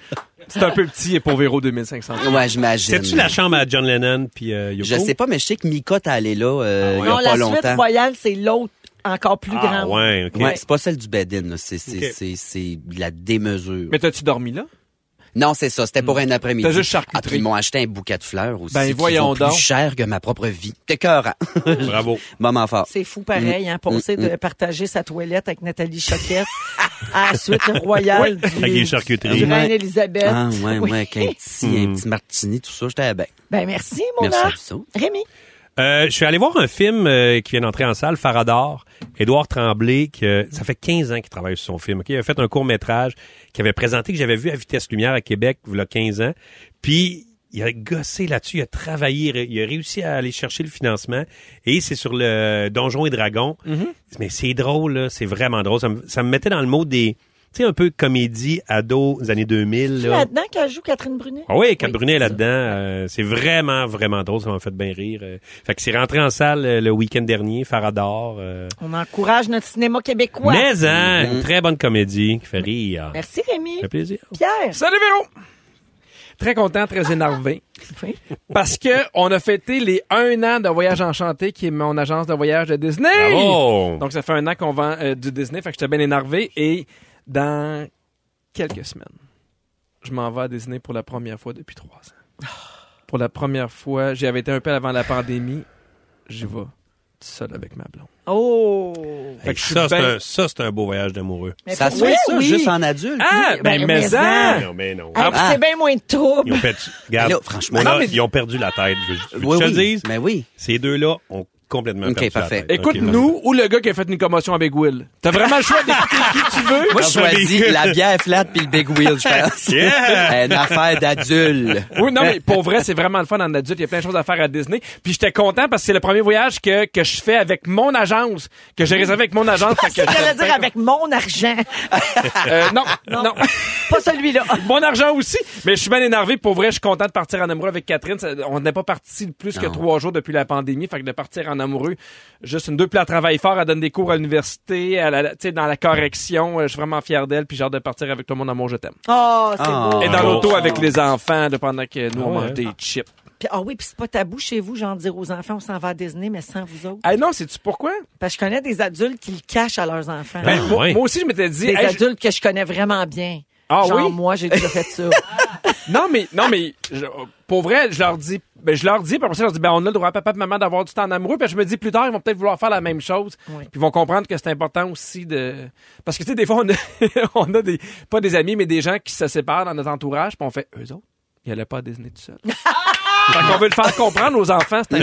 Speaker 4: C'est un peu petit pour Véro 2500.
Speaker 3: ouais, j'imagine.
Speaker 2: C'est-tu la chambre à John Lennon puis euh, Yoko?
Speaker 3: Je sais pas, mais je sais que Mika, t'es allé là euh, il y a
Speaker 1: Ah Non,
Speaker 3: pas
Speaker 1: la suite
Speaker 3: longtemps.
Speaker 1: royale, c'est l'autre encore plus
Speaker 2: Ah,
Speaker 1: grande.
Speaker 2: ouais, OK.
Speaker 3: Ouais, c'est pas celle du bed-in, là. C'est, c'est,
Speaker 2: Ok.
Speaker 3: c'est, c'est de la démesure.
Speaker 4: Mais t'as-tu dormi là?
Speaker 3: Non, c'est ça. C'était pour un après-midi.
Speaker 4: T'as juste charcuterie.
Speaker 3: Ah, puis ils m'ont acheté un bouquet de fleurs aussi.
Speaker 4: Ben,
Speaker 3: qui
Speaker 4: voyons
Speaker 3: vaut
Speaker 4: donc.
Speaker 3: plus cher que ma propre vie. T'es cœur,
Speaker 2: Bravo.
Speaker 3: Maman fort.
Speaker 1: C'est fou pareil,
Speaker 3: Mm,
Speaker 1: hein, penser de partager sa toilette avec Nathalie Choquette à la suite royale du,
Speaker 2: Avec les
Speaker 1: du
Speaker 2: charcuteries.
Speaker 3: Ouais.
Speaker 1: reine Elisabeth.
Speaker 3: Ah, ouais,
Speaker 1: Oui.
Speaker 3: ouais, avec un petit,
Speaker 4: Mm.
Speaker 3: un petit martini, tout ça, j'étais bien.
Speaker 1: Ben merci, mon
Speaker 3: Merci à
Speaker 1: ange.
Speaker 3: vous autres.
Speaker 1: Rémi.
Speaker 2: Euh, je suis allé voir un film euh, qui vient d'entrer en salle, Faradar, Édouard Tremblay, que ça fait 15 ans qu'il travaille sur son film. ok? Il a fait un court-métrage qu'il avait présenté, que j'avais vu à Vitesse Lumière à Québec, il y a 15 ans. Puis, il a gossé là-dessus, il a travaillé, il a réussi à aller chercher le financement. Et c'est sur le Donjon et Dragon. Mais c'est drôle, là, c'est vraiment drôle. Ça me, ça me mettait dans le mot des... Tu sais, un peu comédie ado des années 2000.
Speaker 1: Tu
Speaker 2: là.
Speaker 1: là-dedans qu'elle joue Catherine Brunet?
Speaker 2: Ah oui, Cap Brunet est
Speaker 1: c'est ça.
Speaker 2: là-dedans. Euh, c'est vraiment, vraiment drôle. Ça m'a fait bien rire. Euh, fait que c'est rentré en salle euh, le week-end dernier, Farador. euh.
Speaker 1: On encourage notre cinéma québécois.
Speaker 2: Mais hein, une très bonne comédie qui fait rire. Ça
Speaker 1: Merci, Rémi.
Speaker 2: fait plaisir.
Speaker 1: Pierre.
Speaker 4: Salut Véro! Très content, très énervé.
Speaker 1: Oui.
Speaker 4: Parce que on a fêté les un an de Voyage Enchanté, qui est mon agence de voyage de Disney.
Speaker 2: Bravo!
Speaker 4: Donc ça fait un an qu'on vend euh, du Disney, fait que j'étais bien énervé. Et dans quelques semaines, je m'en vais à Disney pour la première fois depuis trois ans. Pour la première fois, j'y avais été un peu avant la pandémie. J'y vais tout seul avec ma blonde.
Speaker 1: Oh.
Speaker 2: Fait que
Speaker 4: je suis
Speaker 2: ça, c'est
Speaker 4: ben-
Speaker 2: un, ça, c'est un beau voyage d'amoureux.
Speaker 1: Mais
Speaker 3: Ça
Speaker 1: pour-
Speaker 3: se fait,
Speaker 1: oui,
Speaker 3: ça,
Speaker 1: oui.
Speaker 3: juste en adulte.
Speaker 4: Ah,
Speaker 1: Oui,
Speaker 4: ben,
Speaker 1: ben,
Speaker 4: mais
Speaker 1: mais
Speaker 4: ça!
Speaker 1: ça.
Speaker 2: Non, mais non.
Speaker 1: Ah,
Speaker 3: Ah.
Speaker 1: C'est bien moins de
Speaker 2: Ils ont
Speaker 1: troubles.
Speaker 2: fait... Regarde,
Speaker 3: Là, franchement,
Speaker 2: là,
Speaker 4: non, mais-
Speaker 2: ils ont perdu la tête. Je, je- je
Speaker 3: oui,
Speaker 2: te le
Speaker 3: oui.
Speaker 2: dise,
Speaker 3: Mais oui.
Speaker 2: ces deux-là ont complètement
Speaker 3: Ok,
Speaker 2: perdu
Speaker 3: parfait.
Speaker 2: la tête.
Speaker 4: Écoute
Speaker 2: Ok,
Speaker 4: nous ou le gars qui a fait une commotion avec Will. T'as vraiment le choix d'écouter qui tu veux.
Speaker 3: Moi, je choisis la bière flat puis le big wheel, je pense.
Speaker 2: Yeah!
Speaker 3: Une affaire d'adulte.
Speaker 4: Oui, non, mais pour vrai, c'est vraiment le fun en adulte. Il y a plein de choses à faire à Disney. Puis j'étais content parce que c'est le premier voyage que, que je fais avec mon agence, que j'ai réservé avec mon agence. Fait que
Speaker 1: C'est ce qu'elle a
Speaker 4: j'étais
Speaker 1: dire avec mon argent.
Speaker 4: Euh, non, non.
Speaker 1: Non. Pas celui-là.
Speaker 4: Mon argent aussi, mais je suis bien énervé. Pour vrai, je suis content de partir en amoureux avec Catherine. Ça- on n'est pas parti plus que
Speaker 3: Non.
Speaker 4: trois jours depuis la pandémie. Fait que de partir en amoureux, juste une deux plats à travail fort, elle donne des cours à l'université, elle a- tu sais, dans la correction. Euh, Je suis vraiment fier d'elle. Puis j'ai hâte de partir avec toi, mon amour, je t'aime.
Speaker 1: Oh, c'est
Speaker 3: Ah.
Speaker 1: beau.
Speaker 4: Et dans
Speaker 2: Oh.
Speaker 4: l'auto avec les enfants, là, pendant que nous, on
Speaker 2: Ah ouais.
Speaker 4: mange des chips.
Speaker 1: Puis- Ah oui, puis c'est pas tabou chez vous, genre dire aux enfants, on s'en va à Disney, mais sans vous autres.
Speaker 4: Ah non, sais-tu pourquoi?
Speaker 1: Parce que je connais des adultes qui le cachent à leurs enfants.
Speaker 4: Ben,
Speaker 2: Ah,
Speaker 4: moi,
Speaker 2: ouais.
Speaker 4: moi aussi, je m'étais
Speaker 1: des
Speaker 4: dit. hey, je-
Speaker 1: adultes que je connais vraiment bien.
Speaker 4: Ah
Speaker 1: Genre,
Speaker 4: oui?
Speaker 1: moi, j'ai déjà fait ça.
Speaker 4: Non, mais, non, mais, je- pour vrai, je leur dis, ben, je leur dis, puis après ça, je leur dis, ben, on a le droit à papa et maman d'avoir du temps en amoureux, puis je me dis, plus tard, ils vont peut-être vouloir faire la même chose,
Speaker 1: Oui.
Speaker 4: puis ils vont comprendre que c'est important aussi de, parce que, tu sais, des fois, on a, on a des, pas des amis, mais des gens qui se séparent dans notre entourage, puis on fait, eux autres, ils allaient pas à Disney tout seul.
Speaker 1: Ah!
Speaker 4: fait qu'on veut le faire comprendre aux enfants, cette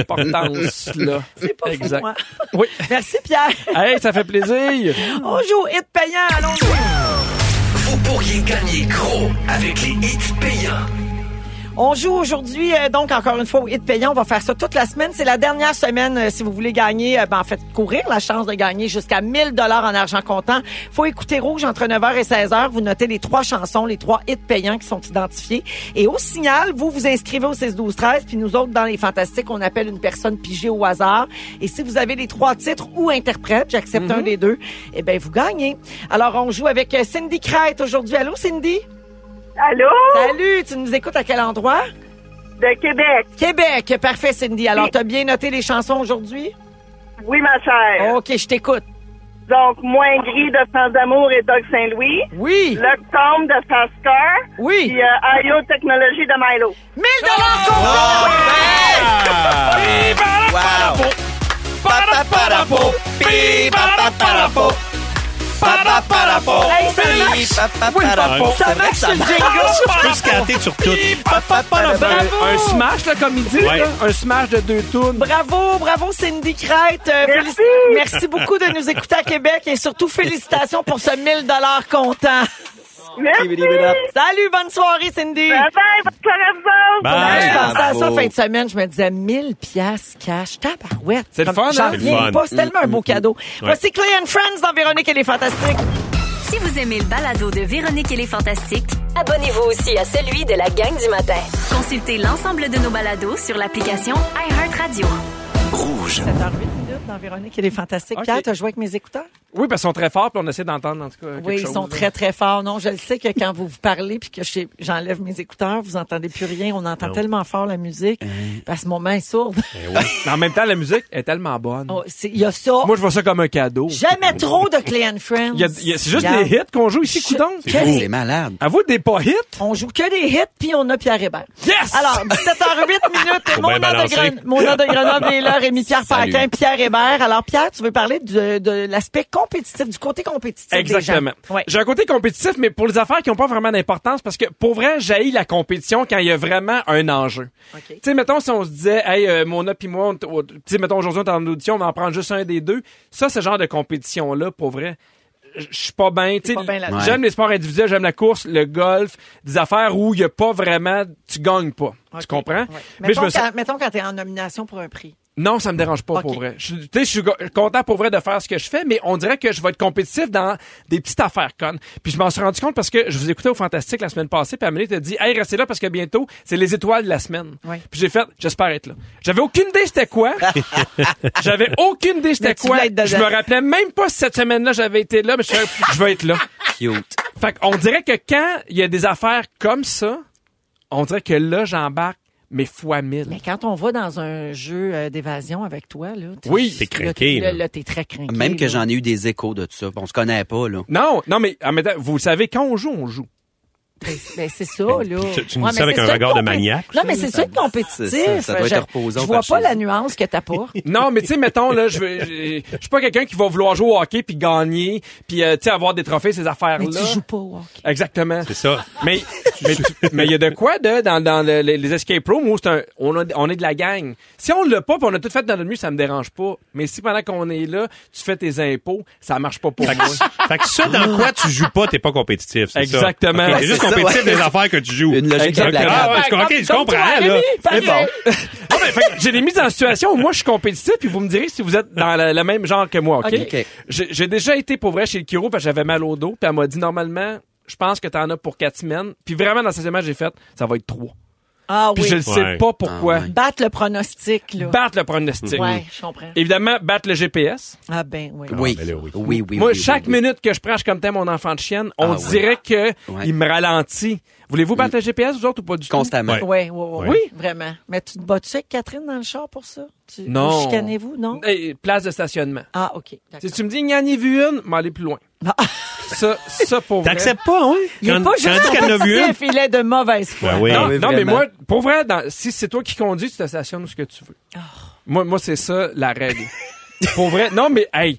Speaker 4: importance-là.
Speaker 1: C'est pas fou, hein.
Speaker 4: Exact.
Speaker 1: moi.
Speaker 4: Oui.
Speaker 1: Merci, Pierre.
Speaker 4: Hey, ça fait plaisir!
Speaker 1: On joue au hit payant. Allons-y.
Speaker 7: Vous pourriez gagner gros avec les hits payants.
Speaker 1: On joue aujourd'hui, euh, donc, encore une fois, au hit payant. On va faire ça toute la semaine. C'est la dernière semaine, euh, si vous voulez gagner, euh, ben, en fait, courir la chance de gagner jusqu'à 1000 dollars en argent comptant. faut écouter Rouge entre 9h et 16h. Vous notez les trois chansons, les trois hits payants qui sont identifiés. Et au signal, vous vous inscrivez au 6-12-13, puis nous autres, dans les Fantastiques, on appelle une personne pigée au hasard. Et si vous avez les trois titres ou interprètes, j'accepte un des deux, eh ben vous gagnez. Alors, on joue avec euh, Cindy Crête aujourd'hui. Allô, Cindy?
Speaker 9: Allô?
Speaker 1: Salut! Tu nous écoutes à quel endroit?
Speaker 9: De Québec.
Speaker 1: Québec, parfait Cindy. Alors, t'as bien noté les chansons aujourd'hui?
Speaker 9: Oui, ma chère.
Speaker 3: Euh.
Speaker 1: OK, je t'écoute.
Speaker 9: Donc, Moins gris de Sans Amour et Doug Saint-Louis.
Speaker 1: Oui,
Speaker 9: L'Octombre de Saskar.
Speaker 1: oui.
Speaker 9: Puis euh, IO Technologie de Milo.
Speaker 1: 1000 dollars
Speaker 3: Ah!
Speaker 1: qu'on
Speaker 3: Wow! Papaparapo, pi, papaparapo, papaparapo,
Speaker 1: Hey, ça
Speaker 3: pi,
Speaker 1: marche.
Speaker 3: papaparapo.
Speaker 1: Ça marche,
Speaker 3: Ça
Speaker 1: c'est le
Speaker 3: marche.
Speaker 1: jingle.
Speaker 2: Tu peux se canter sur tout.
Speaker 3: Papaparapo.
Speaker 4: Un, un smash, là, comme il dit,
Speaker 2: Ouais.
Speaker 4: là, un smash de deux tours.
Speaker 1: Bravo, bravo Cindy Crête. Euh, félici- Merci beaucoup de nous écouter à Québec et surtout félicitations pour ce 1000 dollars comptant.
Speaker 9: Merci. Bye
Speaker 1: Salut, bonne soirée, Cindy. Euh,
Speaker 9: bye, bonne soirée à vous autres.
Speaker 2: Bye.
Speaker 1: Je pensais à ça
Speaker 3: Bravo.
Speaker 1: fin de semaine, je me disais 1000 piastres cash, tabarouette.
Speaker 4: C'est le
Speaker 1: Comme,
Speaker 4: fun,
Speaker 1: J'en
Speaker 4: hein?
Speaker 2: C'est
Speaker 1: reviens
Speaker 2: le fun.
Speaker 1: pas, c'est tellement un beau cadeau.
Speaker 2: Ouais.
Speaker 1: Voici Clay and Friends dans Véronique, elle est fantastique.
Speaker 5: Si vous aimez le balado de Véronique et les Fantastiques,
Speaker 6: Abonnez-vous aussi à celui de la gang du matin.
Speaker 5: consultez l'ensemble de nos balados sur l'application iHeartRadio.
Speaker 1: 7h08 minutes dans Véronique, elle est fantastique.
Speaker 4: Ok.
Speaker 1: Pierre, t'as joué avec mes écouteurs?
Speaker 4: Oui, parce qu'ils sont très forts, puis on essaie d'entendre, en tout cas. quelque
Speaker 1: Oui, ils
Speaker 4: chose,
Speaker 1: sont
Speaker 4: là.
Speaker 1: très, très forts. Non, je le sais que quand vous vous parlez puis que je- j'enlève mes écouteurs, vous entendez plus rien. On entend tellement fort la musique.
Speaker 4: Hein?
Speaker 1: À ce moment, est sourde.
Speaker 4: Mais en même temps, la musique est tellement bonne.
Speaker 1: Oh, c'est- Il y a ça.
Speaker 4: Moi, je vois ça comme un cadeau.
Speaker 1: Jamais trop de Clay and Friends.
Speaker 4: Il y a- il y a- C'est juste
Speaker 1: Regarde.
Speaker 4: les hits qu'on joue ici, coudon.
Speaker 1: Que des-
Speaker 3: C'est malade.
Speaker 4: Avoue, des pas hits.
Speaker 1: On joue que des hits, puis on a Pierre Hébert.
Speaker 4: Yes!
Speaker 1: Alors, 17h08 minutes, mon
Speaker 2: bien
Speaker 1: nom, de
Speaker 2: balancer.
Speaker 1: Gren- mon nom de Grenoble est là, Rémi-Pierre
Speaker 3: Salut.
Speaker 1: Paquin, Pierre Hébert. Alors, Pierre, tu veux parler de, de l'aspect compétitif, du côté compétitif des gens.
Speaker 4: Exactement.
Speaker 1: Ouais.
Speaker 4: J'ai un côté compétitif, mais pour les affaires qui n'ont pas vraiment d'importance, parce que pour vrai, j'haïs la compétition quand il y a vraiment un enjeu.
Speaker 1: OK.
Speaker 4: Tu sais, mettons, si on se disait, hey, euh, Mona puis moi, on t- on- tu sais, mettons, aujourd'hui, on est en audition, on va en prendre juste un des deux. Ça, ce genre de compétition-là, pour vrai, je je suis pas bien. Tu sais,
Speaker 1: pas bien là-dedans.
Speaker 4: J'aime les sports individuels, j'aime la course, le golf, des affaires où il y a pas vraiment, tu gagnes pas. Tu
Speaker 1: OK.
Speaker 4: comprends?
Speaker 1: Ouais. Mettons,
Speaker 4: sens-
Speaker 1: quand, mettons quand t'es en nomination pour un prix.
Speaker 4: non, ça me dérange pas
Speaker 1: Ok.
Speaker 4: pour vrai. Je- Tu sais, je suis go- content pour vrai de faire ce que je fais, mais on dirait que je vais être compétitif dans des petites affaires connes. Puis je m'en suis rendu compte parce que je vous écoutais au Fantastique la semaine passée, puis Amélie te dit, hey, restez là parce que bientôt c'est les étoiles de la semaine.
Speaker 1: Ouais.
Speaker 4: Puis j'ai fait, j'espère être là. J'avais aucune idée c'était quoi. j'avais aucune idée
Speaker 1: Mais
Speaker 4: c'était
Speaker 1: tu
Speaker 4: quoi.
Speaker 1: voulais être dedans.
Speaker 4: Je me rappelais même pas si cette semaine-là j'avais été là, mais je suis je vais être là.
Speaker 3: Cute.
Speaker 4: Fait qu'on dirait que quand il y a des affaires comme ça, on dirait que là j'embarque mes fois mille.
Speaker 1: Mais quand on va dans un jeu euh, d'évasion avec toi, là, t'es-
Speaker 4: Oui.
Speaker 2: T'es
Speaker 1: là,
Speaker 2: craqué,
Speaker 1: Là,
Speaker 2: là.
Speaker 1: là, t'es très craqué.
Speaker 3: Même que
Speaker 1: là.
Speaker 3: j'en ai eu des échos de ça. On se connaît pas, là.
Speaker 4: Non, non, mais en même temps, vous le savez, quand on joue, on joue.
Speaker 1: Ben, ben, c'est ça, là.
Speaker 2: Tu- tu nous dis
Speaker 1: mais
Speaker 2: ça avec
Speaker 1: c'est
Speaker 2: un
Speaker 1: le
Speaker 2: regard de
Speaker 1: compé-
Speaker 2: maniaque,
Speaker 1: Non, mais c'est ça le
Speaker 3: c'est
Speaker 1: compétitif.
Speaker 3: ça, ça doit être
Speaker 1: Je-
Speaker 3: reposant,
Speaker 1: Je vois pas
Speaker 3: faire chose.
Speaker 1: la nuance que t'apportes.
Speaker 4: Non, mais tu sais, mettons, là, je veux- je je suis pas quelqu'un qui va vouloir jouer au hockey puis gagner, puis euh, tu sais, avoir des trophées, ces
Speaker 1: Mais
Speaker 4: affaires-là.
Speaker 1: tu joues pas au hockey.
Speaker 4: Exactement.
Speaker 2: C'est ça.
Speaker 4: Mais mais tu- mais il y a de quoi de dans, dans le- les, les escape rooms où c'est un, on, a- on est de la gang. Si on l'a pas, pis on a tout fait dans notre mieux, ça me dérange pas. Mais si pendant qu'on est là, tu fais tes impôts, ça marche pas pour moi.
Speaker 2: Fait que ça, dans quoi tu joues pas, t'es pas compétitif, c'est ça?
Speaker 4: Exactement.
Speaker 2: Ok,
Speaker 4: Ouais,
Speaker 2: T'es juste
Speaker 3: c'est ça,
Speaker 2: compétitif
Speaker 3: ouais.
Speaker 2: des affaires que tu joues.
Speaker 3: Une
Speaker 2: Ok,
Speaker 3: logique implacable.
Speaker 2: ah, ouais, je- ok,
Speaker 4: Comme-
Speaker 2: je
Speaker 4: comme
Speaker 2: comprends,
Speaker 4: toi,
Speaker 2: là.
Speaker 4: Rémi,
Speaker 2: Mais bon.
Speaker 4: Non, mais, Ah, ben, fait que j'ai les mis dans une situation où moi je suis compétitif puis vous me direz si vous êtes dans le, le même genre que moi, OK?
Speaker 1: OK.
Speaker 3: OK.
Speaker 4: J'ai j'ai déjà été pour vrai chez le chiro parce que j'avais mal au dos puis elle m'a dit normalement je pense que t'en as pour quatre semaines puis vraiment dans cette semaine j'ai fait ça va être trois
Speaker 1: Ah
Speaker 4: puis
Speaker 1: oui.
Speaker 4: je le sais
Speaker 2: Ouais.
Speaker 4: pas pourquoi
Speaker 3: Ah, ouais.
Speaker 1: Battre le pronostic, là.
Speaker 4: battre le pronostic
Speaker 1: Ouais, je comprends.
Speaker 4: évidemment battre le GPS
Speaker 1: Ah ben oui.
Speaker 3: Oui.
Speaker 2: ben là, oui.
Speaker 3: oui. Oui, oui.
Speaker 4: moi
Speaker 3: oui,
Speaker 4: chaque
Speaker 3: oui.
Speaker 4: minute que je prends je comme tel mon enfant de chienne on
Speaker 3: Ah, ouais.
Speaker 4: dirait que
Speaker 3: Ouais.
Speaker 4: il me ralentit voulez-vous battre le GPS vous autres ou pas du tout
Speaker 3: Constamment.
Speaker 1: Oui,
Speaker 2: Ouais.
Speaker 1: oui, oui.
Speaker 2: Oui.
Speaker 1: Vraiment. Mais tu te bats-tu avec Catherine dans le char pour ça? Tu,
Speaker 4: Non.
Speaker 1: vous chicanez-vous, non?
Speaker 4: Eh, place de stationnement
Speaker 1: Ah, OK.
Speaker 4: si
Speaker 1: D'accord.
Speaker 4: tu me dis n'y en ai vu une m'en aller plus loin
Speaker 1: Ah.
Speaker 4: ça ça pour vrai
Speaker 2: T'acceptes pas, hein?
Speaker 1: Il est
Speaker 2: Quand-
Speaker 1: pas
Speaker 2: quand
Speaker 1: juste
Speaker 2: dit qu'elle en a vu une.
Speaker 1: compétitif, il est de mauvaise foi.
Speaker 2: Ben oui.
Speaker 4: Non,
Speaker 3: Ah oui,
Speaker 4: non, mais
Speaker 3: vraiment.
Speaker 4: moi, pour vrai, dans- si c'est toi qui conduis, tu te stationnes où ce que tu veux. Moi, moi c'est ça la règle. pour vrai, non, mais hey,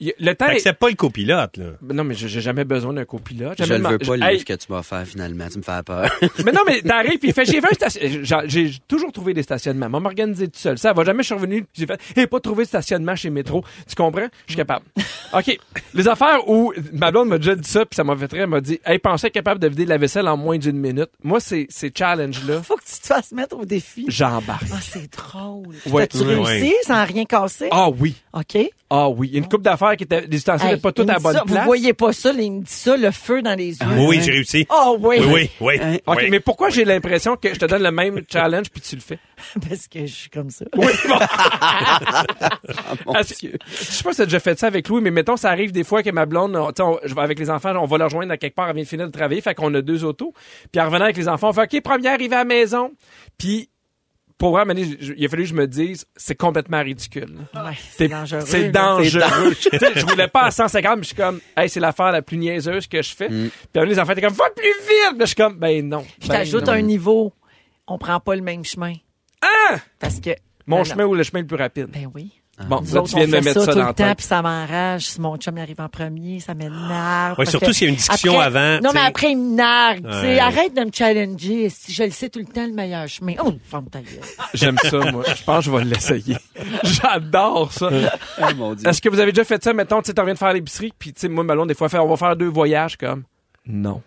Speaker 4: y- le temps. est-
Speaker 2: T'acceptes pas le copilote, là.
Speaker 4: Non, mais j'ai j'ai jamais besoin d'un copilote.
Speaker 3: Je
Speaker 4: Jamais
Speaker 3: ne
Speaker 4: demandé-
Speaker 3: veux pas le
Speaker 4: Hey,
Speaker 3: livre que tu vas faire, finalement. Tu me fais peur.
Speaker 4: Mais non, mais t'arrives puis il fait, j'ai vu un station- j'ai- J'ai toujours trouvé des stationnements. Moi, m'organiser tout seul. Ça elle va jamais. Je suis revenu. J'ai fait, hé, pas trouvé de stationnement chez Métro. Tu comprends? Je suis capable. OK. Les affaires où ma blonde m'a déjà dit ça puis ça m'a fait très, elle m'a dit, hey, pensez être capable de vider la vaisselle en moins d'une minute. Moi, ces, ces challenges-là,
Speaker 1: Faut que tu te fasses mettre au défi.
Speaker 4: j'embarque.
Speaker 1: Ah, c'est drôle.
Speaker 4: Ouais.
Speaker 1: T'as-tu
Speaker 2: Ouais.
Speaker 1: réussi sans rien casser?
Speaker 4: Ah oui.
Speaker 1: OK. Hey,
Speaker 4: Ah oui, une coupe d'affaires qui était des ustensiles n'étaient pas
Speaker 1: il
Speaker 4: toutes
Speaker 1: me
Speaker 4: à la
Speaker 1: dit
Speaker 4: bonne
Speaker 1: ça,
Speaker 4: place.
Speaker 1: Vous voyez pas ça, là, il me dit ça, le feu dans les yeux.
Speaker 2: Oui, j'ai réussi.
Speaker 1: Oh oui.
Speaker 2: Oui, oui, oui.
Speaker 3: Hein?
Speaker 4: OK,
Speaker 2: oui.
Speaker 4: mais pourquoi j'ai l'impression que je te donne le même challenge puis tu le fais
Speaker 1: Parce que je suis comme ça.
Speaker 4: Oui, bon. Parce que- Ah, je sais pas si t'as déjà fait ça avec Louis, mais mettons, ça arrive des fois que ma blonde, on- tu sais, on- je vais avec les enfants, on va leur rejoindre à quelque part, elle vient de finir de travailler, fait qu'on a deux autos. Puis en revenant avec les enfants, on fait OK, première arrivée à la maison. Puis pour vrai, à un moment donné, je- je- il a fallu que je me dise, c'est complètement ridicule.
Speaker 1: Ouais,
Speaker 4: T'es-
Speaker 1: c'est dangereux.
Speaker 4: C'est
Speaker 1: là.
Speaker 4: dangereux. Tu sais, je voulais pas à 150, mais je suis comme, hey, c'est l'affaire la plus niaiseuse que je fais. Puis les enfants étaient comme, va plus vite! Là, je suis comme, ben non.
Speaker 1: Je
Speaker 4: ben
Speaker 1: t'ajoute
Speaker 4: non.
Speaker 1: un niveau. On prend pas le même chemin.
Speaker 4: Ah!
Speaker 1: Parce que.
Speaker 4: Mon
Speaker 1: Ben
Speaker 4: chemin ou le chemin le plus rapide.
Speaker 1: non. Ben oui.
Speaker 4: Bon,
Speaker 1: Nous
Speaker 4: là,
Speaker 1: autres,
Speaker 4: tu
Speaker 1: on
Speaker 4: viens de me
Speaker 1: fait
Speaker 4: mettre
Speaker 1: ça
Speaker 4: ça
Speaker 1: tout
Speaker 4: dans
Speaker 1: le
Speaker 4: la
Speaker 1: temps,
Speaker 4: tête.
Speaker 1: puis ça m'enrage. Si mon chum arrive en premier, ça m'énerve.
Speaker 2: Ouais,
Speaker 1: parce
Speaker 2: surtout
Speaker 1: que
Speaker 2: s'il y a une discussion
Speaker 1: après-
Speaker 2: avant,
Speaker 1: Non,
Speaker 2: tu
Speaker 1: mais
Speaker 2: sais.
Speaker 1: après, il m'énerve. tu sais.
Speaker 2: Ouais.
Speaker 1: Arrête de me challenger. Si je le sais tout le temps, le meilleur chemin. Oh, ferme ta gueule.
Speaker 4: J'aime ça, moi. Je pense que je vais l'essayer. J'adore ça.
Speaker 3: Oh, mon Dieu.
Speaker 4: Est-ce que vous avez déjà fait ça? Mettons, tu sais, t'en viens de faire l'épicerie, puis tu sais, moi, Malon, des fois, fait, on va faire deux voyages, comme, non.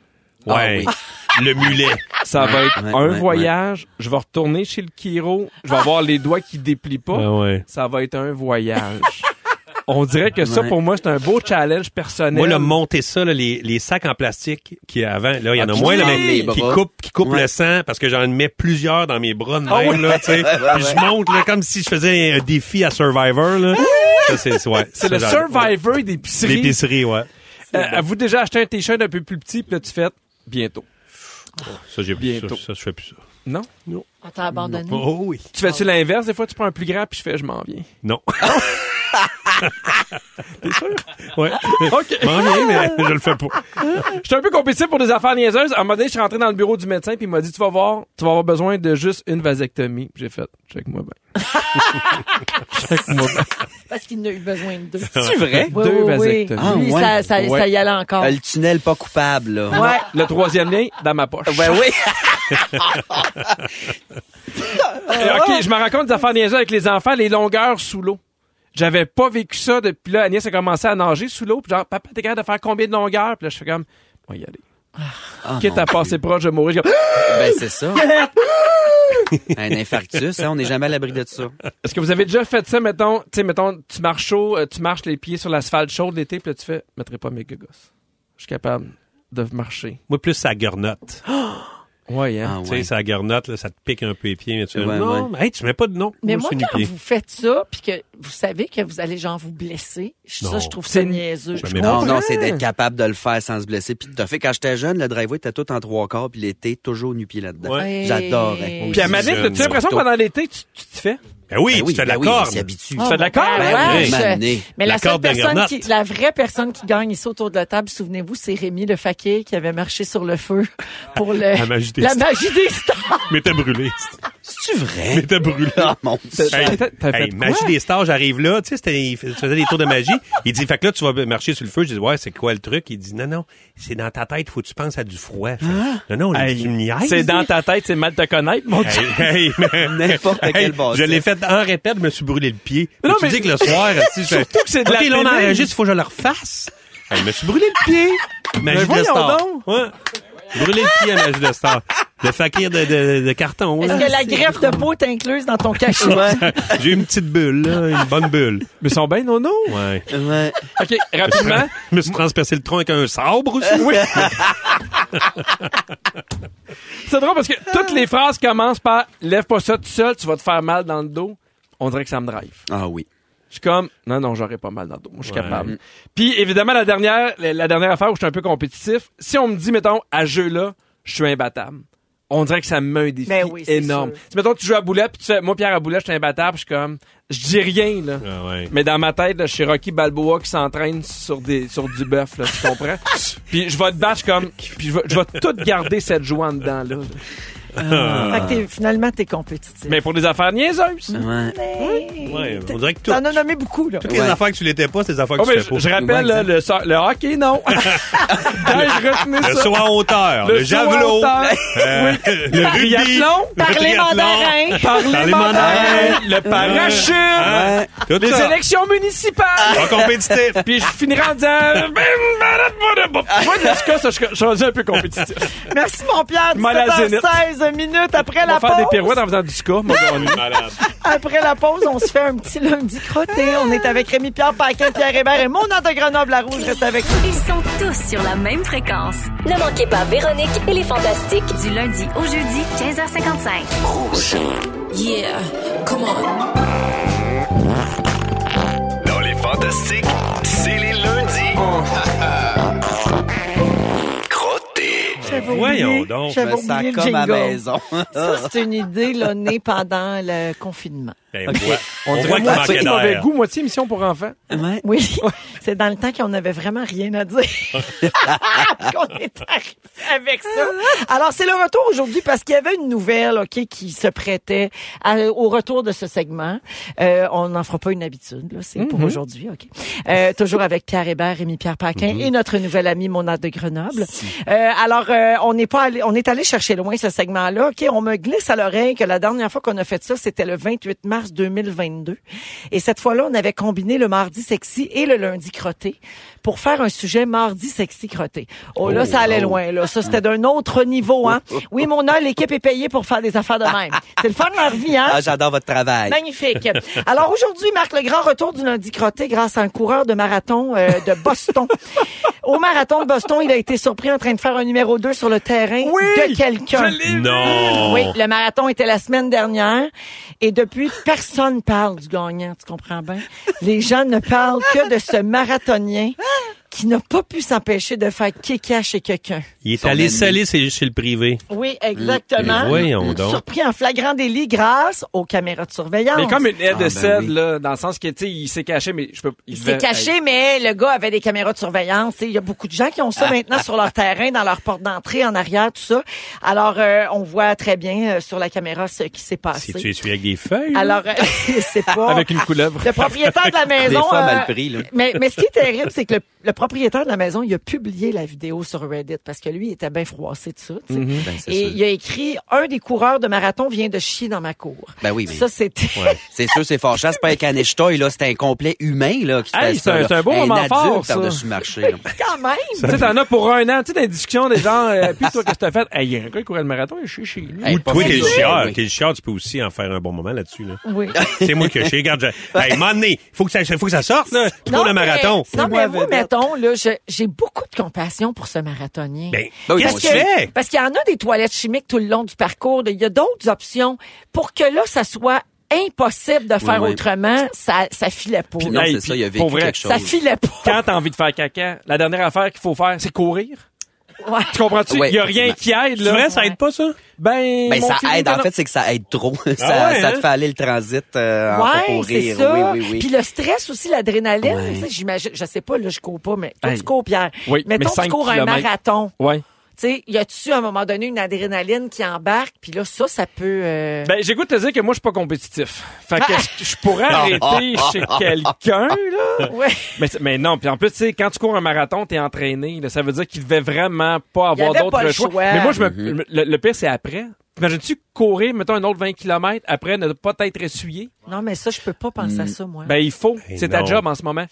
Speaker 2: Ouais.
Speaker 3: Ah
Speaker 2: Le mulet.
Speaker 4: Ça va être
Speaker 3: Ouais,
Speaker 4: un
Speaker 3: ouais,
Speaker 4: voyage. Je vais retourner chez le Kiro. Je vais avoir les doigts qui déplient pas.
Speaker 2: Ben ouais.
Speaker 4: Ça va être un voyage. On dirait que ça,
Speaker 3: Ouais.
Speaker 4: pour moi, c'est un beau challenge personnel.
Speaker 2: Moi, le monter ça, là, les, les sacs en plastique qui avant, là, il y en
Speaker 3: Ah,
Speaker 2: a
Speaker 3: qui
Speaker 2: moins, là,
Speaker 3: coupent
Speaker 2: mais
Speaker 3: les
Speaker 2: qui
Speaker 3: bras.
Speaker 2: coupent, qui coupent
Speaker 3: Ouais.
Speaker 2: le sang parce que j'en mets plusieurs dans mes bras de même,
Speaker 4: Ah oui?
Speaker 2: là, tu sais. Puis je monte, là, comme si je faisais un défi à Survivor, là. Ça, c'est, ouais.
Speaker 4: C'est le Survivor d'épicerie.
Speaker 2: L'épicerie, ouais.
Speaker 4: Euh, Avez-vous déjà acheté un t-shirt un peu plus petit, puis là, tu fais bientôt.
Speaker 2: Ça, j'ai plus ça,
Speaker 4: Bientôt.
Speaker 2: ça, je fais plus ça.
Speaker 4: Non?
Speaker 1: On t'a abandonné.
Speaker 2: Oh oui.
Speaker 4: Tu fais-tu l'inverse? Des fois, tu prends un plus grand, puis je fais, je m'en viens.
Speaker 2: Non. T'es sûr? Ouais. OK. M'en viens, mais je le fais pas.
Speaker 4: J'étais un peu compétitif pour des affaires niaiseuses. À un moment donné, je suis rentré dans le bureau du médecin, puis il m'a dit, tu vas voir, tu vas avoir besoin de juste une vasectomie. Puis J'ai fait, check-moi ben. check-moi ben.
Speaker 1: Parce qu'il en a eu besoin de deux.
Speaker 3: oui. C'est vrai?
Speaker 1: Oui,
Speaker 4: Deux
Speaker 1: oui, oui.
Speaker 4: vasectomies.
Speaker 3: Ah,
Speaker 1: Lui,
Speaker 3: ouais.
Speaker 1: ça, ça- ça y allait encore.
Speaker 3: Euh, Le tunnel pas coupable, là.
Speaker 1: Ah. Ouais.
Speaker 4: Le troisième lien, dans ma poche.
Speaker 3: Ben oui.
Speaker 4: Euh, OK, je me raconte des affaires niaiseuses avec les enfants, les longueurs sous l'eau. J'avais pas vécu ça depuis là. Agnès a commencé à nager sous l'eau. Puis genre, papa, t'es capable de faire combien de longueurs? Puis là, je fais comme, on va y aller.
Speaker 3: Ah,
Speaker 4: Quitte
Speaker 3: mon
Speaker 4: à passer proche de mourir. Je dis,
Speaker 3: Ben, c'est ça. un infarctus, hein, on n'est jamais à l'abri de ça.
Speaker 4: Est-ce que vous avez déjà fait ça, mettons, tu sais, mettons, tu marches chaud, euh, tu marches les pieds sur l'asphalte chaude l'été, puis là, tu fais, Je mettrai pas mes gogos. Je suis capable de marcher.
Speaker 2: Moi, plus ça garnotte.
Speaker 4: Ouais, hein.
Speaker 3: Ah,
Speaker 2: Tu
Speaker 3: ouais.
Speaker 2: sais, ça garnotte, là, ça te pique un peu les pieds. Mais tu fais,
Speaker 3: Ouais,
Speaker 2: non, hey, tu mets pas de nom.
Speaker 1: Mais
Speaker 2: Moi,
Speaker 1: moi,
Speaker 2: c'est
Speaker 1: quand
Speaker 2: nu-pied.
Speaker 1: vous faites ça, puis que vous savez que vous allez genre vous blesser, je-
Speaker 2: Non.
Speaker 1: ça, je trouve ça
Speaker 4: C'est-
Speaker 1: niaiseux.
Speaker 2: Je me
Speaker 1: Je
Speaker 2: mets
Speaker 3: Non,
Speaker 2: pas.
Speaker 3: non, c'est d'être capable de le faire sans se blesser. Puis t'as fait, quand j'étais jeune, le driveway était tout en trois quarts, puis l'été, toujours nu-pied là-dedans.
Speaker 2: Ouais.
Speaker 3: J'adorais.
Speaker 1: Hey.
Speaker 4: Puis à ma
Speaker 2: c'est
Speaker 4: tu as l'impression que
Speaker 3: surtout.
Speaker 4: pendant l'été, tu tu te fais.
Speaker 2: Ben oui,
Speaker 3: Ben
Speaker 2: tu fais de la Ah,
Speaker 3: ben on
Speaker 2: corde.
Speaker 3: s'y habitue.
Speaker 4: fais de la corde?
Speaker 1: ben
Speaker 3: Ben
Speaker 1: ouais,
Speaker 3: oui,
Speaker 1: je-
Speaker 3: mané.
Speaker 1: Mais
Speaker 2: hein, La
Speaker 1: la, seule
Speaker 2: corde de
Speaker 1: personne
Speaker 2: Garnotte.
Speaker 1: qui, la vraie personne qui gagne ici autour de la table, souvenez-vous, c'est Rémi le fakir qui avait marché sur le feu pour le,
Speaker 2: La magie des
Speaker 1: la
Speaker 2: stars.
Speaker 1: magie des stars.
Speaker 2: Mais t'as brûlé.
Speaker 3: C'est-tu vrai?
Speaker 2: Mais t'as brûlé.
Speaker 3: Ah, mon Dieu.
Speaker 2: Hey,
Speaker 4: T'as- t'as fait
Speaker 2: hey,
Speaker 4: quoi?
Speaker 2: magie des stars, j'arrive là, tu sais, c'était- il fais- tu faisais des tours de magie. Il dit, fait que là, tu vas marcher sur le feu. Je dis, ouais, c'est quoi le truc? Il dit, non, non, c'est dans ta tête, faut que tu penses à du froid. Je fais, non, non, là, tu me niaises.
Speaker 4: Ah! C'est dans ta tête, c'est mal de te connaître, mon Dieu.
Speaker 2: Hey, hey, man.
Speaker 3: N'importe quel
Speaker 2: Hey,
Speaker 3: bâtisse.
Speaker 2: Je l'ai fait en répète, je me suis brûlé le pied.
Speaker 4: Non,
Speaker 2: Non, mais
Speaker 4: mais-
Speaker 2: tu dis que le soir, si je
Speaker 4: Surtout que c'est de la
Speaker 2: OK, là, on
Speaker 4: pénible.
Speaker 2: enregistre, faut que je le refasse. Hey, je me suis brûlé le pied. Magie
Speaker 4: voyons
Speaker 2: de star.
Speaker 4: donc.
Speaker 2: Ouais. Brûlé le pied à magie de star. Le fakir de, de, de carton.
Speaker 1: Est-ce
Speaker 2: là.
Speaker 1: que la greffe de peau est incluse dans ton cachet?
Speaker 2: J'ai eu une petite bulle, là, une bonne bulle.
Speaker 4: Mais ils sont bien non, non.
Speaker 2: Ouais.
Speaker 3: Ouais.
Speaker 4: OK, rapidement.
Speaker 2: Je me suis transpercé le tronc avec un sabre aussi.
Speaker 4: Oui. c'est drôle parce que toutes les phrases commencent par lève pas ça tout seul, tu vas te faire mal dans le dos. On dirait que ça me drive.
Speaker 3: Ah oui.
Speaker 4: Je suis comme non non, j'aurais pas mal dans le dos, moi je suis capable. Puis évidemment la dernière la la dernière affaire où je suis un peu compétitif, si on me dit mettons à jeu là, je suis imbattable. On dirait que ça me met un défi
Speaker 1: Ben oui, c'est
Speaker 4: énorme.
Speaker 1: sûr.
Speaker 4: Si mettons tu joues à boulette puis tu fais moi Pierre à boulette, je suis imbattable, je suis comme je dis rien là.
Speaker 2: Ah ouais.
Speaker 4: Mais dans ma tête, là, je suis Rocky Balboa qui s'entraîne sur des sur du bœuf, là, tu comprends? puis je vais te battre comme. Puis je vais, je vais tout garder cette joie en dedans, là.
Speaker 1: Fait que t'es- finalement, t'es compétitif.
Speaker 4: Mais pour des affaires
Speaker 2: Ah,
Speaker 4: niaiseuses.
Speaker 3: Ouais.
Speaker 2: Ouais, on dirait que tout-
Speaker 1: T'en as nommé beaucoup, là.
Speaker 2: toutes les
Speaker 3: Ouais.
Speaker 2: affaires que tu l'étais pas, c'est les affaires que
Speaker 4: Oh, mais
Speaker 2: tu fais
Speaker 4: je,
Speaker 2: pas.
Speaker 4: je rappelle là, le, so- le hockey, non. Hey, je retenais
Speaker 2: Le
Speaker 4: ça.
Speaker 2: saut en hauteur,
Speaker 4: Le
Speaker 2: le,
Speaker 4: saut en
Speaker 2: javelot,
Speaker 4: hauteur.
Speaker 2: euh, le rugby,
Speaker 4: Triathlon.
Speaker 2: le
Speaker 1: Parler
Speaker 2: triathlon,
Speaker 1: mandarin.
Speaker 2: parler mandarin,
Speaker 4: Hey, le parachute.
Speaker 2: hein, tout
Speaker 4: Les
Speaker 2: ça.
Speaker 4: élections
Speaker 2: En
Speaker 4: municipales.
Speaker 2: compétitif.
Speaker 4: Puis je finirai en disant... Moi, de ce cas, ça, je je suis rendu un peu compétitif.
Speaker 1: Merci, mon Pierre.
Speaker 4: Mal à
Speaker 1: 16 minutes après
Speaker 4: On
Speaker 1: la
Speaker 4: va faire des
Speaker 1: pause.
Speaker 4: pirouettes en faisant du ska. mon gars.
Speaker 2: Ah,
Speaker 1: Après la pause, on se fait un petit lundi crotté.
Speaker 3: Ah!
Speaker 1: On est avec Rémi Pierre Paquin, Pierre Hébert et mon de Grenoble à Rouge. Reste avec nous.
Speaker 5: Ils sont tous sur la même fréquence.
Speaker 6: Ne manquez pas Véronique et les Fantastiques.
Speaker 5: Du lundi au jeudi, 15h55.
Speaker 10: Yeah, come on.
Speaker 7: Dans les fantastiques, c'est les lundis. Crotté.
Speaker 1: J'avais
Speaker 2: Voyons
Speaker 1: oublié-
Speaker 2: donc.
Speaker 1: J'avais
Speaker 3: Je me
Speaker 1: oublié
Speaker 3: sens
Speaker 1: le
Speaker 3: Ben, comme à
Speaker 1: jingle.
Speaker 3: maison.
Speaker 1: Ça, c'est une idée là, née pendant le confinement.
Speaker 2: Ben, ouais. On,
Speaker 4: On
Speaker 2: voit
Speaker 4: dirait
Speaker 2: qu'il manquait
Speaker 4: moitié mauvais
Speaker 2: d'air.
Speaker 4: goût, moitié émission pour enfants.
Speaker 3: Ouais.
Speaker 1: Oui, c'est dans le temps qu'on n'avait vraiment rien à dire. Puis qu'on est arrivé avec ça. Alors, c'est le retour aujourd'hui parce qu'il y avait une nouvelle ok, qui se prêtait à- au retour de ce segment. Euh, on n'en fera pas une habitude, là, c'est pour aujourd'hui. ok. Euh, toujours avec Pierre Hébert, Rémi-Pierre Paquin et notre nouvel ami, mon art de Grenoble. Euh, alors, euh, on n'est pas allé, on est allé chercher loin ce segment-là. Ok, On me glisse à l'oreille que la dernière fois qu'on a fait ça, c'était le 28 mars 2022. Et cette fois-là, on avait combiné le mardi sexy et le lundi mardi crotté pour faire un sujet mardi sexy crotté. Oh, là, ça allait loin. Là. Ça, c'était d'un autre niveau. Hein. Oui, mon œil, l'équipe est payée pour faire des affaires de même. C'est le fun de leur vie. Hein?
Speaker 3: Ah, j'adore votre travail.
Speaker 1: Magnifique. Alors aujourd'hui marque le grand retour du lundi crotté grâce à un coureur de marathon euh, de Boston. Au marathon de Boston, il a été surpris en train de faire un numéro 2 sur le terrain de quelqu'un.
Speaker 2: Non.
Speaker 1: Oui, le marathon était la semaine dernière et depuis, personne parle du gagnant, tu comprends bien? Les gens ne parlent que de ce marathonien qui n'a pas pu s'empêcher de faire kéka chez quelqu'un.
Speaker 2: Il est
Speaker 3: Son
Speaker 2: allé
Speaker 3: ennemi.
Speaker 2: saler chez chez le privé.
Speaker 4: Ah,
Speaker 1: Oui, exactement.
Speaker 2: Mais voyons donc.
Speaker 1: Surpris en flagrant délit grâce aux caméras de surveillance.
Speaker 4: Mais comme une aide
Speaker 3: Ah,
Speaker 4: de
Speaker 3: ben
Speaker 4: cèdre,
Speaker 3: oui.
Speaker 4: là, dans le sens que, tu sais, il s'est caché, mais je peux...
Speaker 1: Il s'est caché, mais le gars avait des caméras de surveillance. Il y a beaucoup de gens qui ont ça maintenant sur leur terrain, dans leur porte d'entrée, en arrière, tout ça. Alors, euh, on voit très bien euh, sur la caméra ce qui s'est
Speaker 2: Si
Speaker 1: passé.
Speaker 2: tu essuies avec des feuilles.
Speaker 1: Alors, euh, c'est pas...
Speaker 4: Avec une couleuvre.
Speaker 1: Le propriétaire de la
Speaker 3: Des
Speaker 1: maison...
Speaker 3: fois,
Speaker 1: euh,
Speaker 3: mal pris, là.
Speaker 1: mais, mais ce qui est terrible, c'est que le, le propriétaire de la maison, il a publié la vidéo sur Reddit parce que lui, il était bien froissé de ça. tu sais.
Speaker 3: Ben, c'est
Speaker 1: Et
Speaker 3: sûr.
Speaker 1: il a écrit « Un des coureurs de marathon vient de chier dans ma cour.
Speaker 3: Ben oui, mais-
Speaker 1: Ça, c'était...
Speaker 3: C'est sûr, c'est fort cher. C'est pas un canichetoy, là. C'est un complet humain, là, qui se fait
Speaker 4: Hey, c'est
Speaker 3: ça,
Speaker 4: un-
Speaker 3: là.
Speaker 4: c'est un beau moment
Speaker 3: adulte
Speaker 4: fort, ça.
Speaker 3: par-dessus le marché, là.
Speaker 1: Quand même!
Speaker 4: Tu sais, t'en as pour un an. Tu sais, dans les discussions des gens, euh, puis toi, qu'est-ce que t'as fait? Hey, il y a un gars qui courait le marathon, il est chez chez lui.
Speaker 3: Hey, pas
Speaker 2: Toi,
Speaker 3: fait
Speaker 2: t'es le
Speaker 3: ça.
Speaker 2: chieur.
Speaker 3: Oui.
Speaker 2: T'es le chieur, tu peux aussi en faire un bon moment là-dessus. Là.
Speaker 1: Oui.
Speaker 2: C'est moi qui ai chié. Regarde, je... hey, m'en donné, faut que ça, faut que ça sorte, là. Tu cours le
Speaker 1: mais-
Speaker 2: marathon.
Speaker 1: non, mais moi, mettons, là, je- j'ai beaucoup de compassion pour ce marathonien.
Speaker 2: Ben,
Speaker 3: Ben oui,
Speaker 2: qu'est-ce
Speaker 3: moi
Speaker 2: que tu fais?
Speaker 1: Parce qu'il y en a des toilettes chimiques tout le long du parcours. Il y a d'autres options. Pour que là, ça soit impossible de faire
Speaker 3: oui.
Speaker 1: autrement, ça, ça filait pas.
Speaker 3: Puis non,
Speaker 4: Hey,
Speaker 3: c'est ça, il a
Speaker 4: puis,
Speaker 3: vécu
Speaker 4: pour vrai,
Speaker 3: quelque chose.
Speaker 1: ça filait pas.
Speaker 4: Quand t'as envie de faire caca, la dernière affaire qu'il faut faire, c'est courir.
Speaker 1: Ouais.
Speaker 4: Tu comprends-tu? Il
Speaker 3: Ouais,
Speaker 4: y a rien qui
Speaker 3: effectivement.
Speaker 4: aide,
Speaker 2: C'est
Speaker 4: là.
Speaker 2: vrai, ça aide pas, ça?
Speaker 4: Ben,
Speaker 3: Ben,
Speaker 4: mon
Speaker 3: ça
Speaker 4: feeling
Speaker 3: aide.
Speaker 4: que
Speaker 3: En
Speaker 4: non.
Speaker 3: fait, c'est que ça aide trop. ça,
Speaker 2: ouais,
Speaker 3: ça
Speaker 2: hein?
Speaker 3: te fait aller le transit euh, en pas
Speaker 1: Ah Ouais, c'est
Speaker 3: courir.
Speaker 1: ça.
Speaker 3: Oui, oui, oui.
Speaker 1: Puis le stress aussi, l'adrénaline,
Speaker 3: Ouais.
Speaker 1: tu sais, j'imagine, je sais pas, là, je cours pas, mais toi,
Speaker 4: Hey.
Speaker 1: tu cours, Pierre.
Speaker 4: Oui, mais
Speaker 1: Mettons, tu
Speaker 4: cinq
Speaker 1: cours un
Speaker 4: kilomètres.
Speaker 1: marathon.
Speaker 4: Ouais.
Speaker 1: Tu sais, y a-tu, à un moment donné, une adrénaline qui embarque, puis là, ça, ça peut... euh,
Speaker 4: Ben, j'ai goût de te dire que moi, je suis pas compétitif. Fait que je- je pourrais arrêter chez quelqu'un, là.
Speaker 1: ouais.
Speaker 4: Mais, c'est- mais non, puis en plus, tu sais, quand tu cours un marathon, t'es entraîné. là. ça veut dire qu'il devait vraiment pas
Speaker 1: Il y
Speaker 4: avoir
Speaker 1: avait pas le
Speaker 4: d'autres choix.
Speaker 1: choix.
Speaker 4: Mais moi, je me,
Speaker 3: Mm-hmm.
Speaker 4: le, le pire, c'est après. T'imagines-tu courir, mettons, un autre 20 km après ne pas être essuyé?
Speaker 1: Non, mais ça, je peux pas penser à ça, moi.
Speaker 4: Ben, il faut.
Speaker 2: Ben
Speaker 4: c'est ta
Speaker 2: non.
Speaker 4: job en ce moment.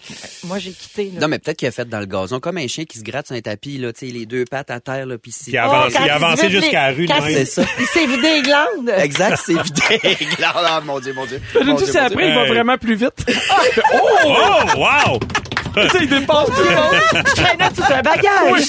Speaker 1: moi, j'ai quitté. Là.
Speaker 3: Non, mais peut-être qu'il a fait dans le gazon, comme un chien qui se gratte sur un tapis, là, tu sais, les deux pattes à terre, là, puis si-
Speaker 2: Puis avance-
Speaker 1: quand
Speaker 2: il a avancé
Speaker 1: se vide les-
Speaker 2: jusqu'à la rue de
Speaker 1: quand
Speaker 2: même.
Speaker 3: C'est ça.
Speaker 1: Il s'est vidé les glandes.
Speaker 3: Exact, c'est évident. Ah, mon Dieu, mon Dieu. Mon
Speaker 4: T'imagines-tu
Speaker 3: Dieu,
Speaker 4: si
Speaker 3: mon
Speaker 4: après, il va
Speaker 2: Hey.
Speaker 4: vraiment plus vite?
Speaker 2: Oh, wow!
Speaker 4: tu sais, il dépasse tout le monde.
Speaker 1: Je traînais tout un bagage.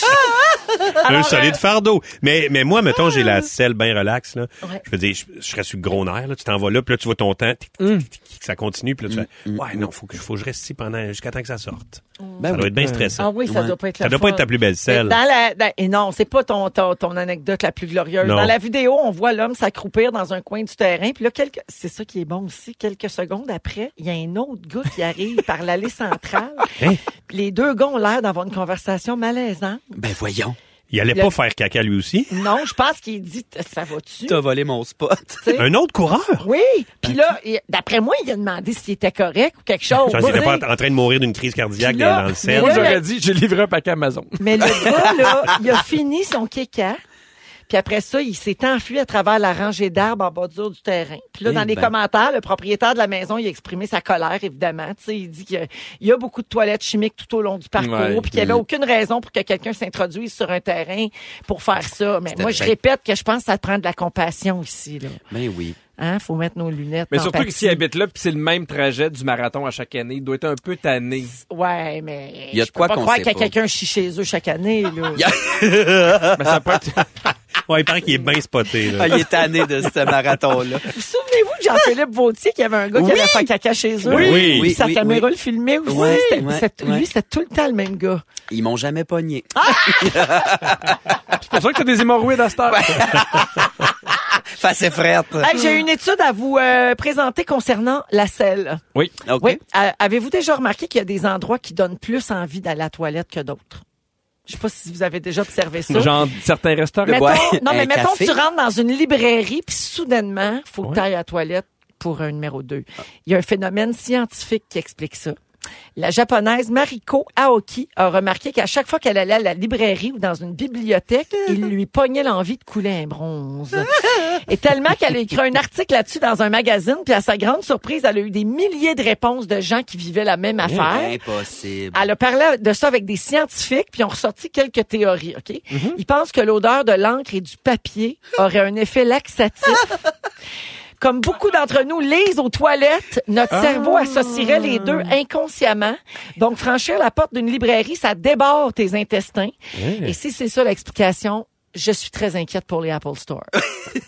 Speaker 2: un solide
Speaker 1: euh,
Speaker 2: fardeau. Mais, mais moi, mettons, j'ai la selle bien relax, là.
Speaker 1: Ah! Ouais.
Speaker 2: Je veux dire, je, je serais sur le gros nerf, là. Tu t'en vas là, puis là, tu vois ton temps, tic, tic,
Speaker 1: Mm.
Speaker 2: tic, tic, tic, ça continue, puis là,
Speaker 3: Mm,
Speaker 2: tu fais, ouais, non, faut que, faut que je reste ici pendant, jusqu'à temps que ça sorte.
Speaker 3: Ben
Speaker 2: ça doit
Speaker 3: oui.
Speaker 2: être bien stressant.
Speaker 1: Ah oui, ça doit pas être
Speaker 2: Ça
Speaker 1: le
Speaker 2: doit pas
Speaker 1: fun.
Speaker 2: être ta plus belle
Speaker 1: Mais
Speaker 2: selle.
Speaker 1: Dans la, dans- et non, c'est pas ton, ton, ton anecdote la plus glorieuse.
Speaker 2: Non.
Speaker 1: Dans la vidéo, on voit l'homme s'accroupir dans un coin du terrain. Puis là, quelques, c'est ça qui est bon aussi. Quelques secondes après, il y a un autre gars qui arrive par l'allée centrale.
Speaker 2: Hein?
Speaker 1: Puis Les deux gars ont l'air d'avoir une conversation malaisante.
Speaker 3: Ben voyons.
Speaker 2: Il allait
Speaker 1: Le-
Speaker 2: pas faire caca lui aussi.
Speaker 1: Non, je pense qu'il dit, ça va-tu?
Speaker 3: T'as volé mon spot.
Speaker 1: Oui.
Speaker 2: Un autre coureur?
Speaker 1: Oui.
Speaker 4: Ben,
Speaker 1: Puis là, il- d'après moi, il a demandé s'il était correct ou quelque chose.
Speaker 2: Je pense qu'il
Speaker 1: Tu sais.
Speaker 2: était pas en train de mourir d'une crise cardiaque
Speaker 1: Puis là,
Speaker 2: dans le sel.
Speaker 4: Moi,
Speaker 1: mais là,
Speaker 4: j'aurais dit, j'ai livré un paquet Amazon.
Speaker 1: Mais le gars, là, il a fini son kéka. Puis après ça, il s'est enfui à travers la rangée d'arbres en bordure du terrain. Puis là,
Speaker 3: Eh
Speaker 1: dans les
Speaker 3: ben.
Speaker 1: commentaires, le propriétaire de la maison, il a exprimé sa colère, évidemment. Tu sais, il dit qu'il y a- il y a beaucoup de toilettes chimiques tout au long du parcours,
Speaker 4: Ouais.
Speaker 1: puis qu'il n'y avait aucune raison pour que quelqu'un s'introduise sur un terrain pour faire ça. Mais moi, je
Speaker 3: bête.
Speaker 1: répète que je pense que ça te prend de la compassion ici. Là.
Speaker 3: Ben oui.
Speaker 1: Hein? Faut mettre nos lunettes.
Speaker 4: Mais surtout que
Speaker 1: d'empathie.
Speaker 4: s'il habite là, puis c'est le même trajet du marathon à chaque année, il doit être un peu tanné.
Speaker 1: Ouais, mais.
Speaker 3: Il y a
Speaker 1: je
Speaker 3: de quoi
Speaker 1: peux pas
Speaker 3: qu'on
Speaker 1: croire
Speaker 3: sait
Speaker 1: qu'il y a
Speaker 3: pas.
Speaker 1: quelqu'un chie chez eux chaque année. Là.
Speaker 2: Ah.
Speaker 4: Mais ça peut être...
Speaker 2: Ouais, il paraît qu'il est bien spoté, là.
Speaker 3: Ah, il est tanné de ce marathon-là.
Speaker 1: Vous souvenez-vous de Jean-Philippe Vautier qui avait un gars qui allait faire caca chez eux?
Speaker 2: Oui.
Speaker 1: Puis
Speaker 3: Oui,
Speaker 1: sa
Speaker 3: oui,
Speaker 1: caméra
Speaker 3: oui.
Speaker 1: le filmait aussi.
Speaker 3: Ouais,
Speaker 1: C'était-
Speaker 3: ouais,
Speaker 1: c'était-
Speaker 3: ouais.
Speaker 1: Lui, c'était tout le temps le même gars.
Speaker 3: Ils m'ont jamais pogné.
Speaker 1: Ah.
Speaker 4: C'est pour ça que t'as des hémorroïdes à cette heure.
Speaker 3: Face et frette.
Speaker 1: Hey, J'ai une étude à vous euh, présenter concernant la selle.
Speaker 4: Oui.
Speaker 3: OK.
Speaker 1: Oui. A- Avez-vous déjà remarqué qu'il y a des endroits qui donnent plus envie d'aller à la toilette que d'autres? Je sais pas si vous avez déjà observé ça.
Speaker 4: Genre certains restaurants.
Speaker 1: Mettons-
Speaker 3: boire
Speaker 1: non, mais
Speaker 3: un
Speaker 1: mettons que
Speaker 3: café.
Speaker 1: tu rentres dans une librairie, puis soudainement, faut que tu ailles à la toilette pour un numéro 2. Il y a un phénomène scientifique qui explique ça. La japonaise Mariko Aoki a remarqué qu'à chaque fois qu'elle allait à la librairie ou dans une bibliothèque, il lui pognait l'envie de couler un bronze. Et tellement qu'elle a écrit un article là-dessus dans un magazine, puis à sa grande surprise, elle a eu des milliers de réponses de gens qui vivaient la même
Speaker 3: ben
Speaker 1: affaire.
Speaker 3: Impossible.
Speaker 1: Elle a parlé de ça avec des scientifiques, puis ont ressorti quelques théories, OK? Ils pensent que l'odeur de l'encre et du papier aurait un effet laxatif. Comme beaucoup d'entre nous lisent aux toilettes, notre cerveau associerait les deux inconsciemment. Donc, franchir la porte d'une librairie, ça déborde tes intestins. Et si c'est ça l'explication, je suis très inquiète pour les Apple Store.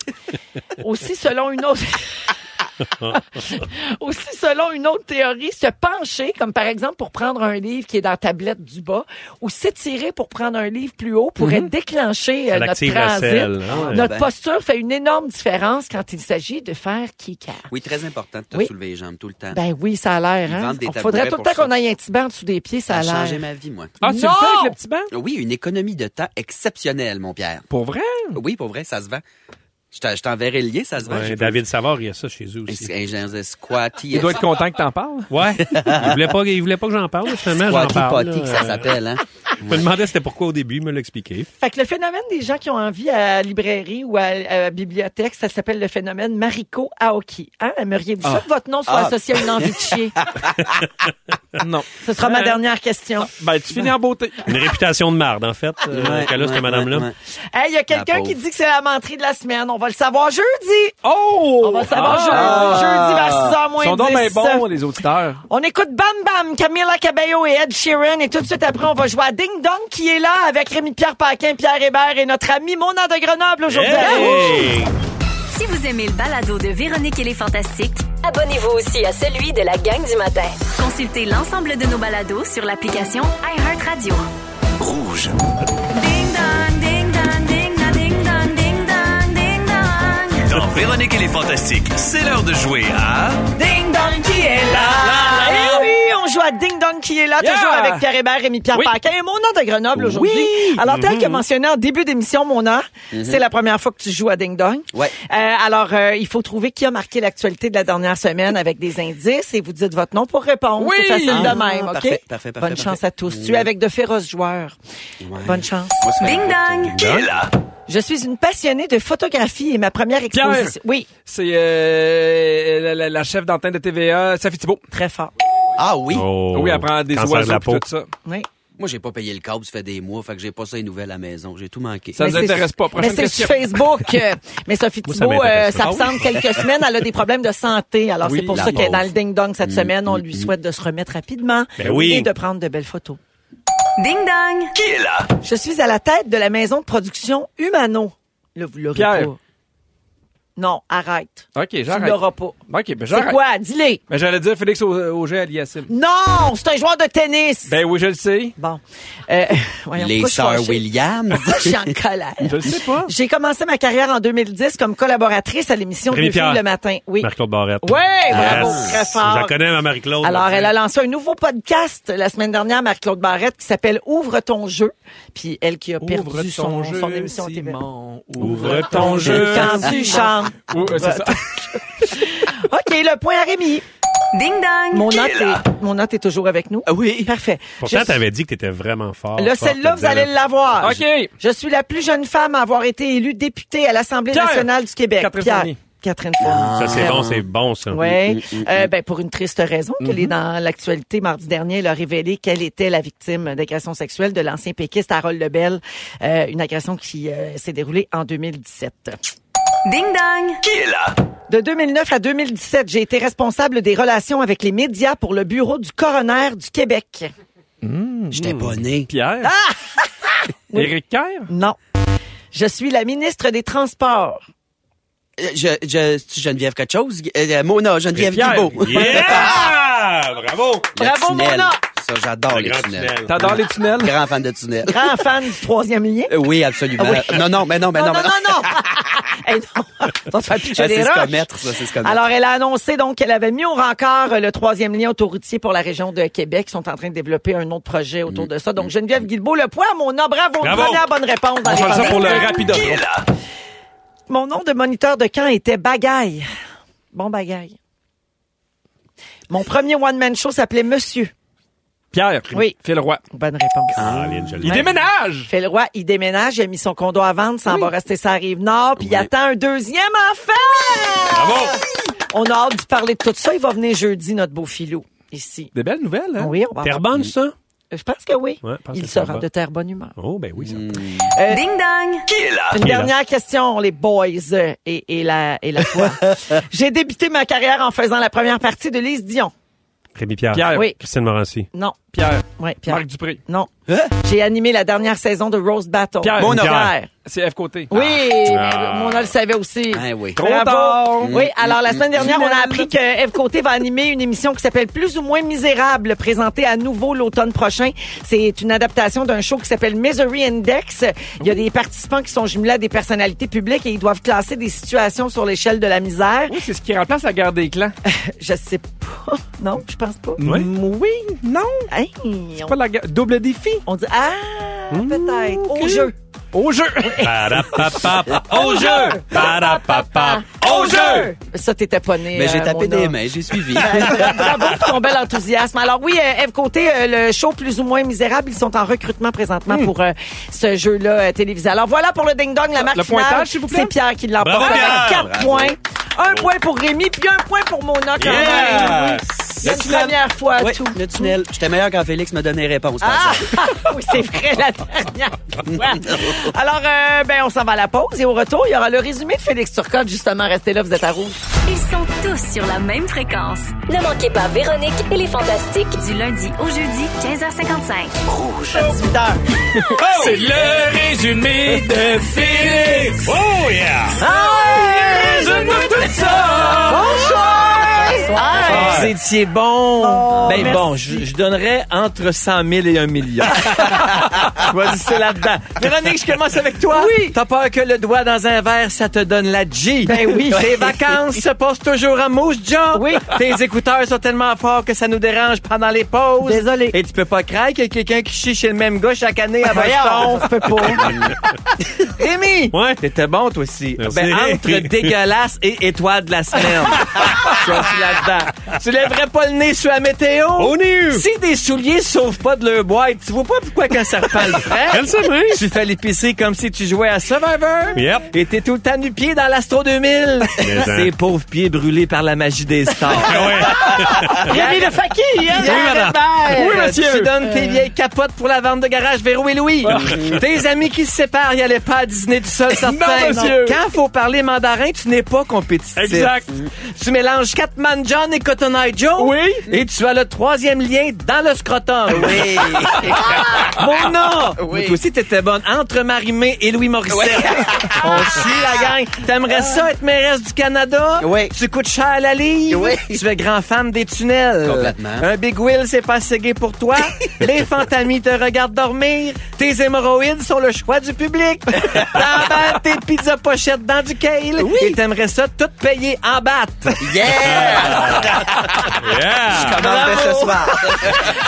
Speaker 1: Aussi, selon une autre... Aussi, selon une autre théorie, se pencher, comme par exemple pour prendre un livre qui est dans la tablette du bas, ou s'étirer pour prendre un livre plus haut pourrait déclencher euh,
Speaker 2: Mhm. Ça
Speaker 1: notre
Speaker 2: l'active la selle,
Speaker 1: transit.
Speaker 2: hein?
Speaker 3: Ah,
Speaker 1: Notre
Speaker 3: ben.
Speaker 1: posture fait une énorme différence quand il s'agit de faire kick
Speaker 3: Oui, très important de te
Speaker 1: Oui.
Speaker 3: soulever les jambes tout le temps.
Speaker 1: Ben oui, ça a l'air.
Speaker 3: Ils
Speaker 1: Hein?
Speaker 3: vendent des
Speaker 1: On faudrait
Speaker 3: tabourets
Speaker 1: tout le temps
Speaker 3: pour ça.
Speaker 1: qu'on aille un petit banc en dessous des pieds, ça
Speaker 3: ça
Speaker 1: a
Speaker 3: a changé
Speaker 1: l'air.
Speaker 3: ma vie, moi.
Speaker 4: Ah, tu
Speaker 1: Non!
Speaker 4: le fais avec le petit banc?
Speaker 3: Oui, une économie de temps exceptionnelle, mon Pierre.
Speaker 4: Pour vrai?
Speaker 1: Hmm.
Speaker 3: Oui, pour vrai, ça se vend. Je t'en- je t'enverrai le lien, ça se vend.
Speaker 2: Ouais,
Speaker 3: J'ai
Speaker 2: David Savard, il y a ça chez eux
Speaker 3: pas-
Speaker 2: aussi.
Speaker 3: Un genre de squatty.
Speaker 4: Il doit être content que t'en parles.
Speaker 2: Ouais. Il voulait pas, il voulait pas que j'en parle, finalement, j'en
Speaker 3: Squatty
Speaker 2: parle. euh,
Speaker 3: potty, que
Speaker 2: là.
Speaker 3: ça s'appelle, hein.
Speaker 2: Je me demandais c'était pourquoi au début, il me l'a expliqué.
Speaker 1: Fait que le phénomène des gens qui ont envie à la librairie ou à, à la bibliothèque, ça s'appelle le phénomène Mariko Aoki. Hein? Aimeriez-vous ça que votre nom soit
Speaker 3: Ah.
Speaker 1: associé à une envie de chier?
Speaker 4: Non.
Speaker 1: Ce sera
Speaker 4: Euh.
Speaker 1: ma dernière question.
Speaker 4: Ben, tu finis en beauté.
Speaker 2: Une réputation de marde, en fait, euh,
Speaker 3: Ouais,
Speaker 2: qu'elle a, cette
Speaker 3: ouais,
Speaker 2: madame-là.
Speaker 3: ouais, ouais.
Speaker 1: Hey, il y a quelqu'un
Speaker 3: pauvre.
Speaker 1: qui dit que c'est la menterie de la semaine. On va le savoir jeudi.
Speaker 4: Oh!
Speaker 1: On va le savoir
Speaker 3: Ah.
Speaker 1: jeudi, jeudi vers 6h moins
Speaker 4: Ils sont donc
Speaker 1: 10.
Speaker 4: bien bons, les auditeurs.
Speaker 1: On écoute Bam Bam, Camila Cabello et Ed Sheeran. Et tout de suite après, on va jouer à Ding Dong qui est là avec Rémi-Pierre Paquin, Pierre Hébert et notre ami Mona de Grenoble aujourd'hui.
Speaker 2: Hey!
Speaker 5: Si vous aimez le balado de Véronique et les Fantastiques,
Speaker 6: Abonnez-vous aussi à celui de la gang du matin.
Speaker 5: consultez l'ensemble de nos balados sur l'application iHeartRadio.
Speaker 7: Rouge.
Speaker 5: Ding dong, ding dong, ding dong, ding dong, ding dong, ding dong.
Speaker 7: Dans Véronique et les Fantastiques, c'est l'heure de jouer à...
Speaker 1: Ding Dong qui est là.
Speaker 3: Ah.
Speaker 1: Eh oui, on joue à Ding Dong qui est là,
Speaker 4: Yeah.
Speaker 1: toujours avec Pierre Hébert, Rémi Pierre
Speaker 4: Oui.
Speaker 1: Paquin et mon nom de Grenoble aujourd'hui. Alors, tel
Speaker 3: Mm-hmm.
Speaker 1: que mentionné en début d'émission, mon nom, c'est la première fois que tu joues à Ding Dong.
Speaker 3: Ouais.
Speaker 1: Euh, alors, euh, il faut trouver qui a marqué l'actualité de la dernière semaine avec des indices et vous dites votre nom pour répondre.
Speaker 4: Oui.
Speaker 1: C'est facile
Speaker 3: Ah,
Speaker 1: de même, OK?
Speaker 3: parfait, parfait, parfait,
Speaker 1: Bonne
Speaker 3: parfait.
Speaker 1: chance à tous. Tu es avec de féroces joueurs.
Speaker 3: Ouais.
Speaker 1: Bonne chance.
Speaker 3: Moi, c'est-
Speaker 5: Ding dong.
Speaker 7: Qui est là?
Speaker 1: Je suis une passionnée de photographie et ma première
Speaker 4: Pierre.
Speaker 1: exposition... Oui,
Speaker 4: C'est euh, la, la- la chef d'antenne de TVA, Sophie Thibault.
Speaker 1: très fort.
Speaker 3: Ah oui?
Speaker 2: Oh,
Speaker 4: oui, elle prend des
Speaker 2: cancer de
Speaker 4: oiseaux
Speaker 2: la
Speaker 4: pis
Speaker 2: peau.
Speaker 4: tout ça.
Speaker 1: Oui.
Speaker 3: Moi, j'ai pas payé le câble, ça fait des mois, fait que j'ai pas ça les nouvelles à la maison. J'ai tout manqué.
Speaker 4: Ça-
Speaker 1: Mais
Speaker 4: nous
Speaker 1: c'est-
Speaker 4: intéresse pas. Prochaine
Speaker 1: mais c'est
Speaker 4: question. Ah
Speaker 1: sur Facebook. euh, mais Sophie
Speaker 2: Moi, ça
Speaker 1: Thibault euh,
Speaker 2: m'intéresse pas.
Speaker 1: s'absente quelques semaines. Elle a des problèmes de santé. Alors,
Speaker 4: Oui, Mm,
Speaker 1: c'est pour
Speaker 3: la
Speaker 1: ça qu'elle est dans
Speaker 3: pauvre.
Speaker 1: le ding-dong cette semaine. On lui souhaite de se remettre rapidement
Speaker 2: Ben oui.
Speaker 1: et de prendre de belles photos.
Speaker 5: Ding dong.
Speaker 7: Qui est là?
Speaker 1: Je suis à la tête de la maison de production Humano. Là, vous l'aurez
Speaker 4: Pierre.
Speaker 1: pas. Non, arrête.
Speaker 4: OK,
Speaker 1: Tu
Speaker 4: j'arrête.
Speaker 1: l'auras pas.
Speaker 4: OK, ben
Speaker 1: C'est
Speaker 4: j'arrête.
Speaker 1: quoi? Dis-le.
Speaker 4: Ben, j'allais dire Félix Au- Auger Aliassime.
Speaker 1: Non, c'est un joueur de tennis.
Speaker 4: Ben oui, je le sais.
Speaker 1: Bon. Euh, voyons,
Speaker 3: Les
Speaker 1: pourquoi je suis
Speaker 3: sœurs
Speaker 1: fâchée?
Speaker 3: Williams.
Speaker 1: Pourquoi je suis en colère?
Speaker 4: Je le sais pas.
Speaker 1: J'ai commencé ma carrière en 2010 comme collaboratrice à l'émission Deux
Speaker 2: Rémi
Speaker 1: filles
Speaker 2: Pierre.
Speaker 1: le matin. Oui.
Speaker 2: Marie-Claude Barrette.
Speaker 1: Oui, bravo,
Speaker 2: Yes.
Speaker 1: très fort.
Speaker 2: Je la connais, ma Marie-Claude.
Speaker 1: Alors, elle a lancé un nouveau podcast la semaine dernière, Marc-Claude Barrette, qui s'appelle Ouvre ton jeu. Puis elle qui a
Speaker 4: Ouvre
Speaker 1: perdu son,
Speaker 4: ton jeu,
Speaker 1: son émission à TVA.
Speaker 4: Simon.
Speaker 2: Ouvre ton jeu.
Speaker 1: Quand tu chantes.
Speaker 4: Ou- euh, c'est ça.
Speaker 1: OK, le point à Rémi.
Speaker 5: Ding dong.
Speaker 1: Mon note, est, mon note est toujours avec nous.
Speaker 3: oui.
Speaker 1: Parfait.
Speaker 2: Pourtant,
Speaker 1: Je suis-
Speaker 2: t'avais dit que t'étais vraiment fort.
Speaker 1: Là,
Speaker 2: forte
Speaker 1: celle-là, vous
Speaker 2: là-dedans,
Speaker 1: allez
Speaker 2: là.
Speaker 1: l'avoir.
Speaker 4: OK.
Speaker 1: Je suis la plus jeune femme à avoir été élue députée à l'Assemblée
Speaker 4: Pierre.
Speaker 1: nationale du Québec.
Speaker 4: Catherine
Speaker 1: Pierre.
Speaker 4: Fournier.
Speaker 1: Catherine Fournier.
Speaker 2: Ça, c'est bon, c'est bon, ça.
Speaker 1: Oui. Euh, ben, pour une triste raison, qu'elle est dans l'actualité. Mardi dernier, elle a révélé qu'elle était la victime d'agression sexuelle de l'ancien péquiste Harold Lebel. Euh, une agression qui euh, s'est déroulée en 2017.
Speaker 5: Ding dong.
Speaker 7: Qui est là?
Speaker 1: De 2009 à 2017, j'ai été responsable des relations avec les médias pour le bureau du coroner du Québec.
Speaker 3: J'étais pas né.
Speaker 4: Pierre.
Speaker 1: Ah!
Speaker 4: Éric Kerr.
Speaker 1: Non. Je suis la ministre des Transports.
Speaker 3: Euh, Je, je, c'est Geneviève quelque chose? Euh, Mona, Geneviève
Speaker 4: Pierre.
Speaker 3: Guibault.
Speaker 2: Yeah! Bravo!
Speaker 3: Le
Speaker 1: Bravo,
Speaker 3: tunnel.
Speaker 1: Mona.
Speaker 3: Ça, j'adore
Speaker 2: Le
Speaker 3: les
Speaker 2: grand
Speaker 3: tunnels.
Speaker 2: tunnel.
Speaker 4: T'adores les tunnels?
Speaker 3: Grand fan de tunnels.
Speaker 1: Grand fan du troisième lien.
Speaker 3: Euh, Oui, absolument.
Speaker 1: Ah oui.
Speaker 3: Non, non, mais Ben, non, mais non,
Speaker 1: non,
Speaker 3: mais non.
Speaker 1: non, non. Hey, non. On va te faire pitcher
Speaker 3: Ah,
Speaker 1: des
Speaker 3: c'est se
Speaker 1: roches.
Speaker 3: commettre, ça, c'est se commettre.
Speaker 1: Alors, elle a annoncé donc qu'elle avait mis au rencard euh, le troisième lien autoroutier pour la région de Québec. Ils sont en train de développer un autre projet
Speaker 4: Mm.
Speaker 1: autour de ça. Donc, Geneviève Guilbeault, le point à mon nom. Bravo,
Speaker 2: Bravo.
Speaker 1: première bonne réponse. dans
Speaker 4: On
Speaker 1: les
Speaker 4: change ça pour le
Speaker 1: fantastiques.
Speaker 4: rapide.
Speaker 7: Qui est là?
Speaker 1: Mon nom de moniteur de camp était Bagaille. Bon Bagaille. Mon premier one-man show s'appelait Monsieur.
Speaker 4: Pierre.
Speaker 1: Oui.
Speaker 4: Phil Roy.
Speaker 1: Bonne réponse.
Speaker 2: Caroline, je l'ai.
Speaker 4: Il déménage!
Speaker 1: Fait le roi, il déménage, il a mis son condo à vendre, ça en va rester ça rive nord, puis il
Speaker 3: Oui.
Speaker 1: attend un deuxième enfant.
Speaker 2: Bravo!
Speaker 1: On a hâte de parler de tout ça. Il va venir jeudi, notre beau filou, ici.
Speaker 4: Des belles nouvelles, hein?
Speaker 1: Oui, on va.
Speaker 2: Terrebonne, ça?
Speaker 1: Je pense que oui.
Speaker 2: Ouais, je pense que
Speaker 1: il
Speaker 2: c'est
Speaker 1: sera
Speaker 2: bon.
Speaker 1: de terre bonne humeur.
Speaker 2: Oh, ben oui, ça.
Speaker 5: Ding dong!
Speaker 1: Une
Speaker 2: Qui est Ah, là?
Speaker 1: dernière question, les boys euh, et, et la et la foi. J'ai débuté ma carrière en faisant la première partie de Lise Dion.
Speaker 2: Rémi Pierre.
Speaker 4: Pierre.
Speaker 1: Oui.
Speaker 2: Christine Morancy.
Speaker 1: Non,
Speaker 4: Pierre.
Speaker 1: ouais, Pierre.
Speaker 4: Marc Dupré.
Speaker 1: Non.
Speaker 3: Hein?
Speaker 1: J'ai animé la dernière saison de Rose Battle.
Speaker 4: Pierre.
Speaker 3: Mon
Speaker 2: Pierre.
Speaker 4: C'est F côté.
Speaker 1: Oui,
Speaker 2: Ah.
Speaker 1: mais on le savait aussi.
Speaker 3: Ah oui.
Speaker 4: Trop tard.
Speaker 3: Mm,
Speaker 1: Oui, alors la semaine dernière, on a appris que Eve Côté va animer une émission qui s'appelle Plus ou moins misérable, présentée à nouveau l'automne prochain. C'est une adaptation d'un show qui s'appelle Misery Index. Il y a des participants qui sont jumelés à des personnalités publiques et ils doivent classer des situations sur l'échelle de la misère.
Speaker 4: Oui, c'est ce qui remplace la guerre des clans.
Speaker 1: Je sais pas. Non, je pense pas.
Speaker 2: Oui.
Speaker 4: Mm, oui, non.
Speaker 1: Hey,
Speaker 4: Pas la guerre- Double défi.
Speaker 1: on, on dit ah
Speaker 3: Mm,
Speaker 1: peut-être au jeu.
Speaker 4: Au jeu.
Speaker 2: Parapapap. Au jeu! Parapapap. Au jeu!
Speaker 1: Ça t'étais pas né.
Speaker 3: Mais j'ai
Speaker 1: euh,
Speaker 3: tapé
Speaker 1: Mona.
Speaker 3: des mains, j'ai suivi.
Speaker 1: Bravo pour ton bel enthousiasme. Alors oui, euh, Ève Côté, euh, le show plus ou moins misérable, ils sont en recrutement présentement pour euh, ce jeu-là euh, télévisé. Alors voilà pour le ding-dong, la marque
Speaker 4: le
Speaker 1: finale.
Speaker 4: pointage, s'il vous plaît.
Speaker 1: C'est Pierre qui l'emporte
Speaker 2: Bravo,
Speaker 1: avec
Speaker 2: Pierre.
Speaker 1: 4 points. Un point pour Rémi, puis un point pour Mona quand même.
Speaker 2: Yes!
Speaker 1: C'est une première fois à
Speaker 3: Oui,
Speaker 1: tout.
Speaker 3: le tunnel. J'étais meilleur quand Félix me donnait réponse. par
Speaker 1: Ah,
Speaker 3: exemple.
Speaker 1: oui, c'est vrai, la dernière fois. Alors, euh, ben, on s'en va à la pause et au retour, il y aura le résumé de Félix Turcotte. Justement, restez là, vous êtes à rouge.
Speaker 5: Ils sont tous sur la même fréquence.
Speaker 6: Ne manquez pas Véronique et les Fantastiques.
Speaker 5: Du lundi au jeudi, 15h55.
Speaker 4: C'est le résumé de Félix.
Speaker 2: Oh, yeah!
Speaker 4: Résume-nous tout ça.
Speaker 11: Vous étiez bon.
Speaker 1: Oh,
Speaker 11: ben
Speaker 1: merci.
Speaker 11: bon, je, je donnerais entre 100 000 et 1 million. Choisissez là-dedans. Véronique, je commence avec toi.
Speaker 1: Oui.
Speaker 11: T'as peur Ah, que le doigt dans un verre, ça te donne la G.
Speaker 1: Ben oui.
Speaker 11: Tes vacances se passent toujours en mousse, Joe.
Speaker 1: Oui.
Speaker 11: Tes écouteurs sont tellement forts que ça nous dérange pendant les pauses.
Speaker 1: Désolé.
Speaker 11: Et tu peux pas craindre qu'il y ait quelqu'un qui chie chez le même gars chaque année à
Speaker 1: Ben Voyons,
Speaker 11: Boston.
Speaker 1: ça se peut pas.
Speaker 11: Rémi!
Speaker 2: Ouais.
Speaker 11: T'étais bon, toi aussi.
Speaker 2: Merci.
Speaker 11: Ben, entre dégueulasse et étoile de la semaine. Je suis là-dedans. Tu lèverais pas le nez sur la météo?
Speaker 2: Au nu!
Speaker 11: Si des souliers sauvent pas de leur boîte, tu vois pas pourquoi qu'un serpent le ferait?
Speaker 2: Elle sait bien.
Speaker 11: Tu fais l'épicerie comme si tu jouais à Survivor.
Speaker 2: Yep.
Speaker 11: Et t'es tout le temps nu pied dans l'Astro 2000.
Speaker 2: Mais, hein.
Speaker 11: Ces pauvres pieds brûlés par la magie des stars.
Speaker 2: Ah ouais.
Speaker 1: Rémi le Fakir, hein?
Speaker 11: Oui, madame.
Speaker 1: Bye.
Speaker 11: Oui, monsieur. Euh, Tu donnes tes vieilles capotes pour la vente de garage Véro et Louis. tes amis qui se séparent, ils allaient pas à dîner tout seul, certain.
Speaker 4: monsieur.
Speaker 11: Quand faut parler mandarin, tu n'es pas compétitif.
Speaker 4: Exact.
Speaker 11: Tu mélanges Catman John et Cotton Eye Joe.
Speaker 4: Oui.
Speaker 11: Et tu as le troisième lien dans le scrotum. Oui.
Speaker 1: Ah,
Speaker 11: Mon nom.
Speaker 3: Oui.
Speaker 11: Toi aussi, t'étais bonne. Entre Marimé et Louis Morissette. On
Speaker 3: Ah.
Speaker 11: suit la gang. T'aimerais ça être mairesse du Canada?
Speaker 3: Oui.
Speaker 11: Tu coûtes cher à la livre?
Speaker 3: Oui.
Speaker 11: Tu es grand fan des tunnels.
Speaker 3: Complètement.
Speaker 11: Un Big Will, c'est pas assez gay pour toi. Les fantamis te regardent dormir. Tes hémorroïdes sont le choix du public. T'emballes tes pizzas pochettes dans du kale. Et t'aimerais ça tout payer en batte.
Speaker 3: Yeah!
Speaker 2: Yeah!
Speaker 3: Comment je fais ce soir?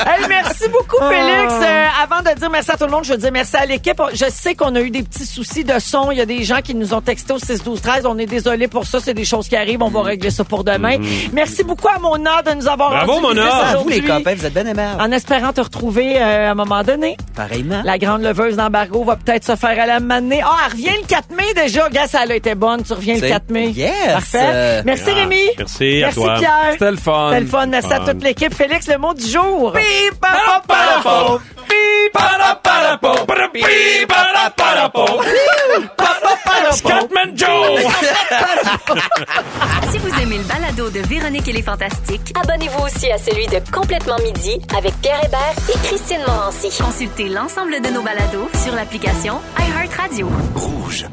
Speaker 1: Hey, merci beaucoup, Félix. Euh, avant de dire merci à tout le monde, je veux dire merci à l'équipe. Je sais qu'on a eu des petits soucis de son. Il y a des gens qui nous ont texté au 6 12 13 On est désolé pour ça. C'est des choses qui arrivent. On
Speaker 2: Mm.
Speaker 1: va régler ça pour demain. Merci beaucoup à Mona de nous avoir
Speaker 2: Bravo,
Speaker 1: rendu
Speaker 2: Mona.
Speaker 1: visite
Speaker 3: Ah, vous, les
Speaker 1: aujourd'hui. Ah.
Speaker 3: copains, vous êtes bien aimables.
Speaker 1: En espérant te retrouver euh, à un moment donné.
Speaker 3: Pareillement.
Speaker 1: La grande leveuse d'embargo va peut-être se faire à la manée. Ah, elle revient le 4 mai déjà. Gars, ça a été bonne. Tu reviens le
Speaker 3: C'est-
Speaker 1: 4 mai.
Speaker 3: Yes.
Speaker 1: Parfait.
Speaker 3: Euh,
Speaker 1: merci
Speaker 2: Ah,
Speaker 1: Rémi.
Speaker 2: Merci à
Speaker 1: Merci
Speaker 2: toi.
Speaker 1: Pierre.
Speaker 4: C'était le fun.
Speaker 1: C'était le fun. Merci à toute l'équipe. Félix, le mot du jour.
Speaker 4: Scatman Joe.
Speaker 5: Si vous aimez le balado de Véronique et les Fantastiques,
Speaker 6: Abonnez-vous aussi à celui de Complètement Midi avec Pierre Hébert et Christine Morancy.
Speaker 5: consultez l'ensemble de nos balados sur l'application iHeartRadio.
Speaker 7: Rouge.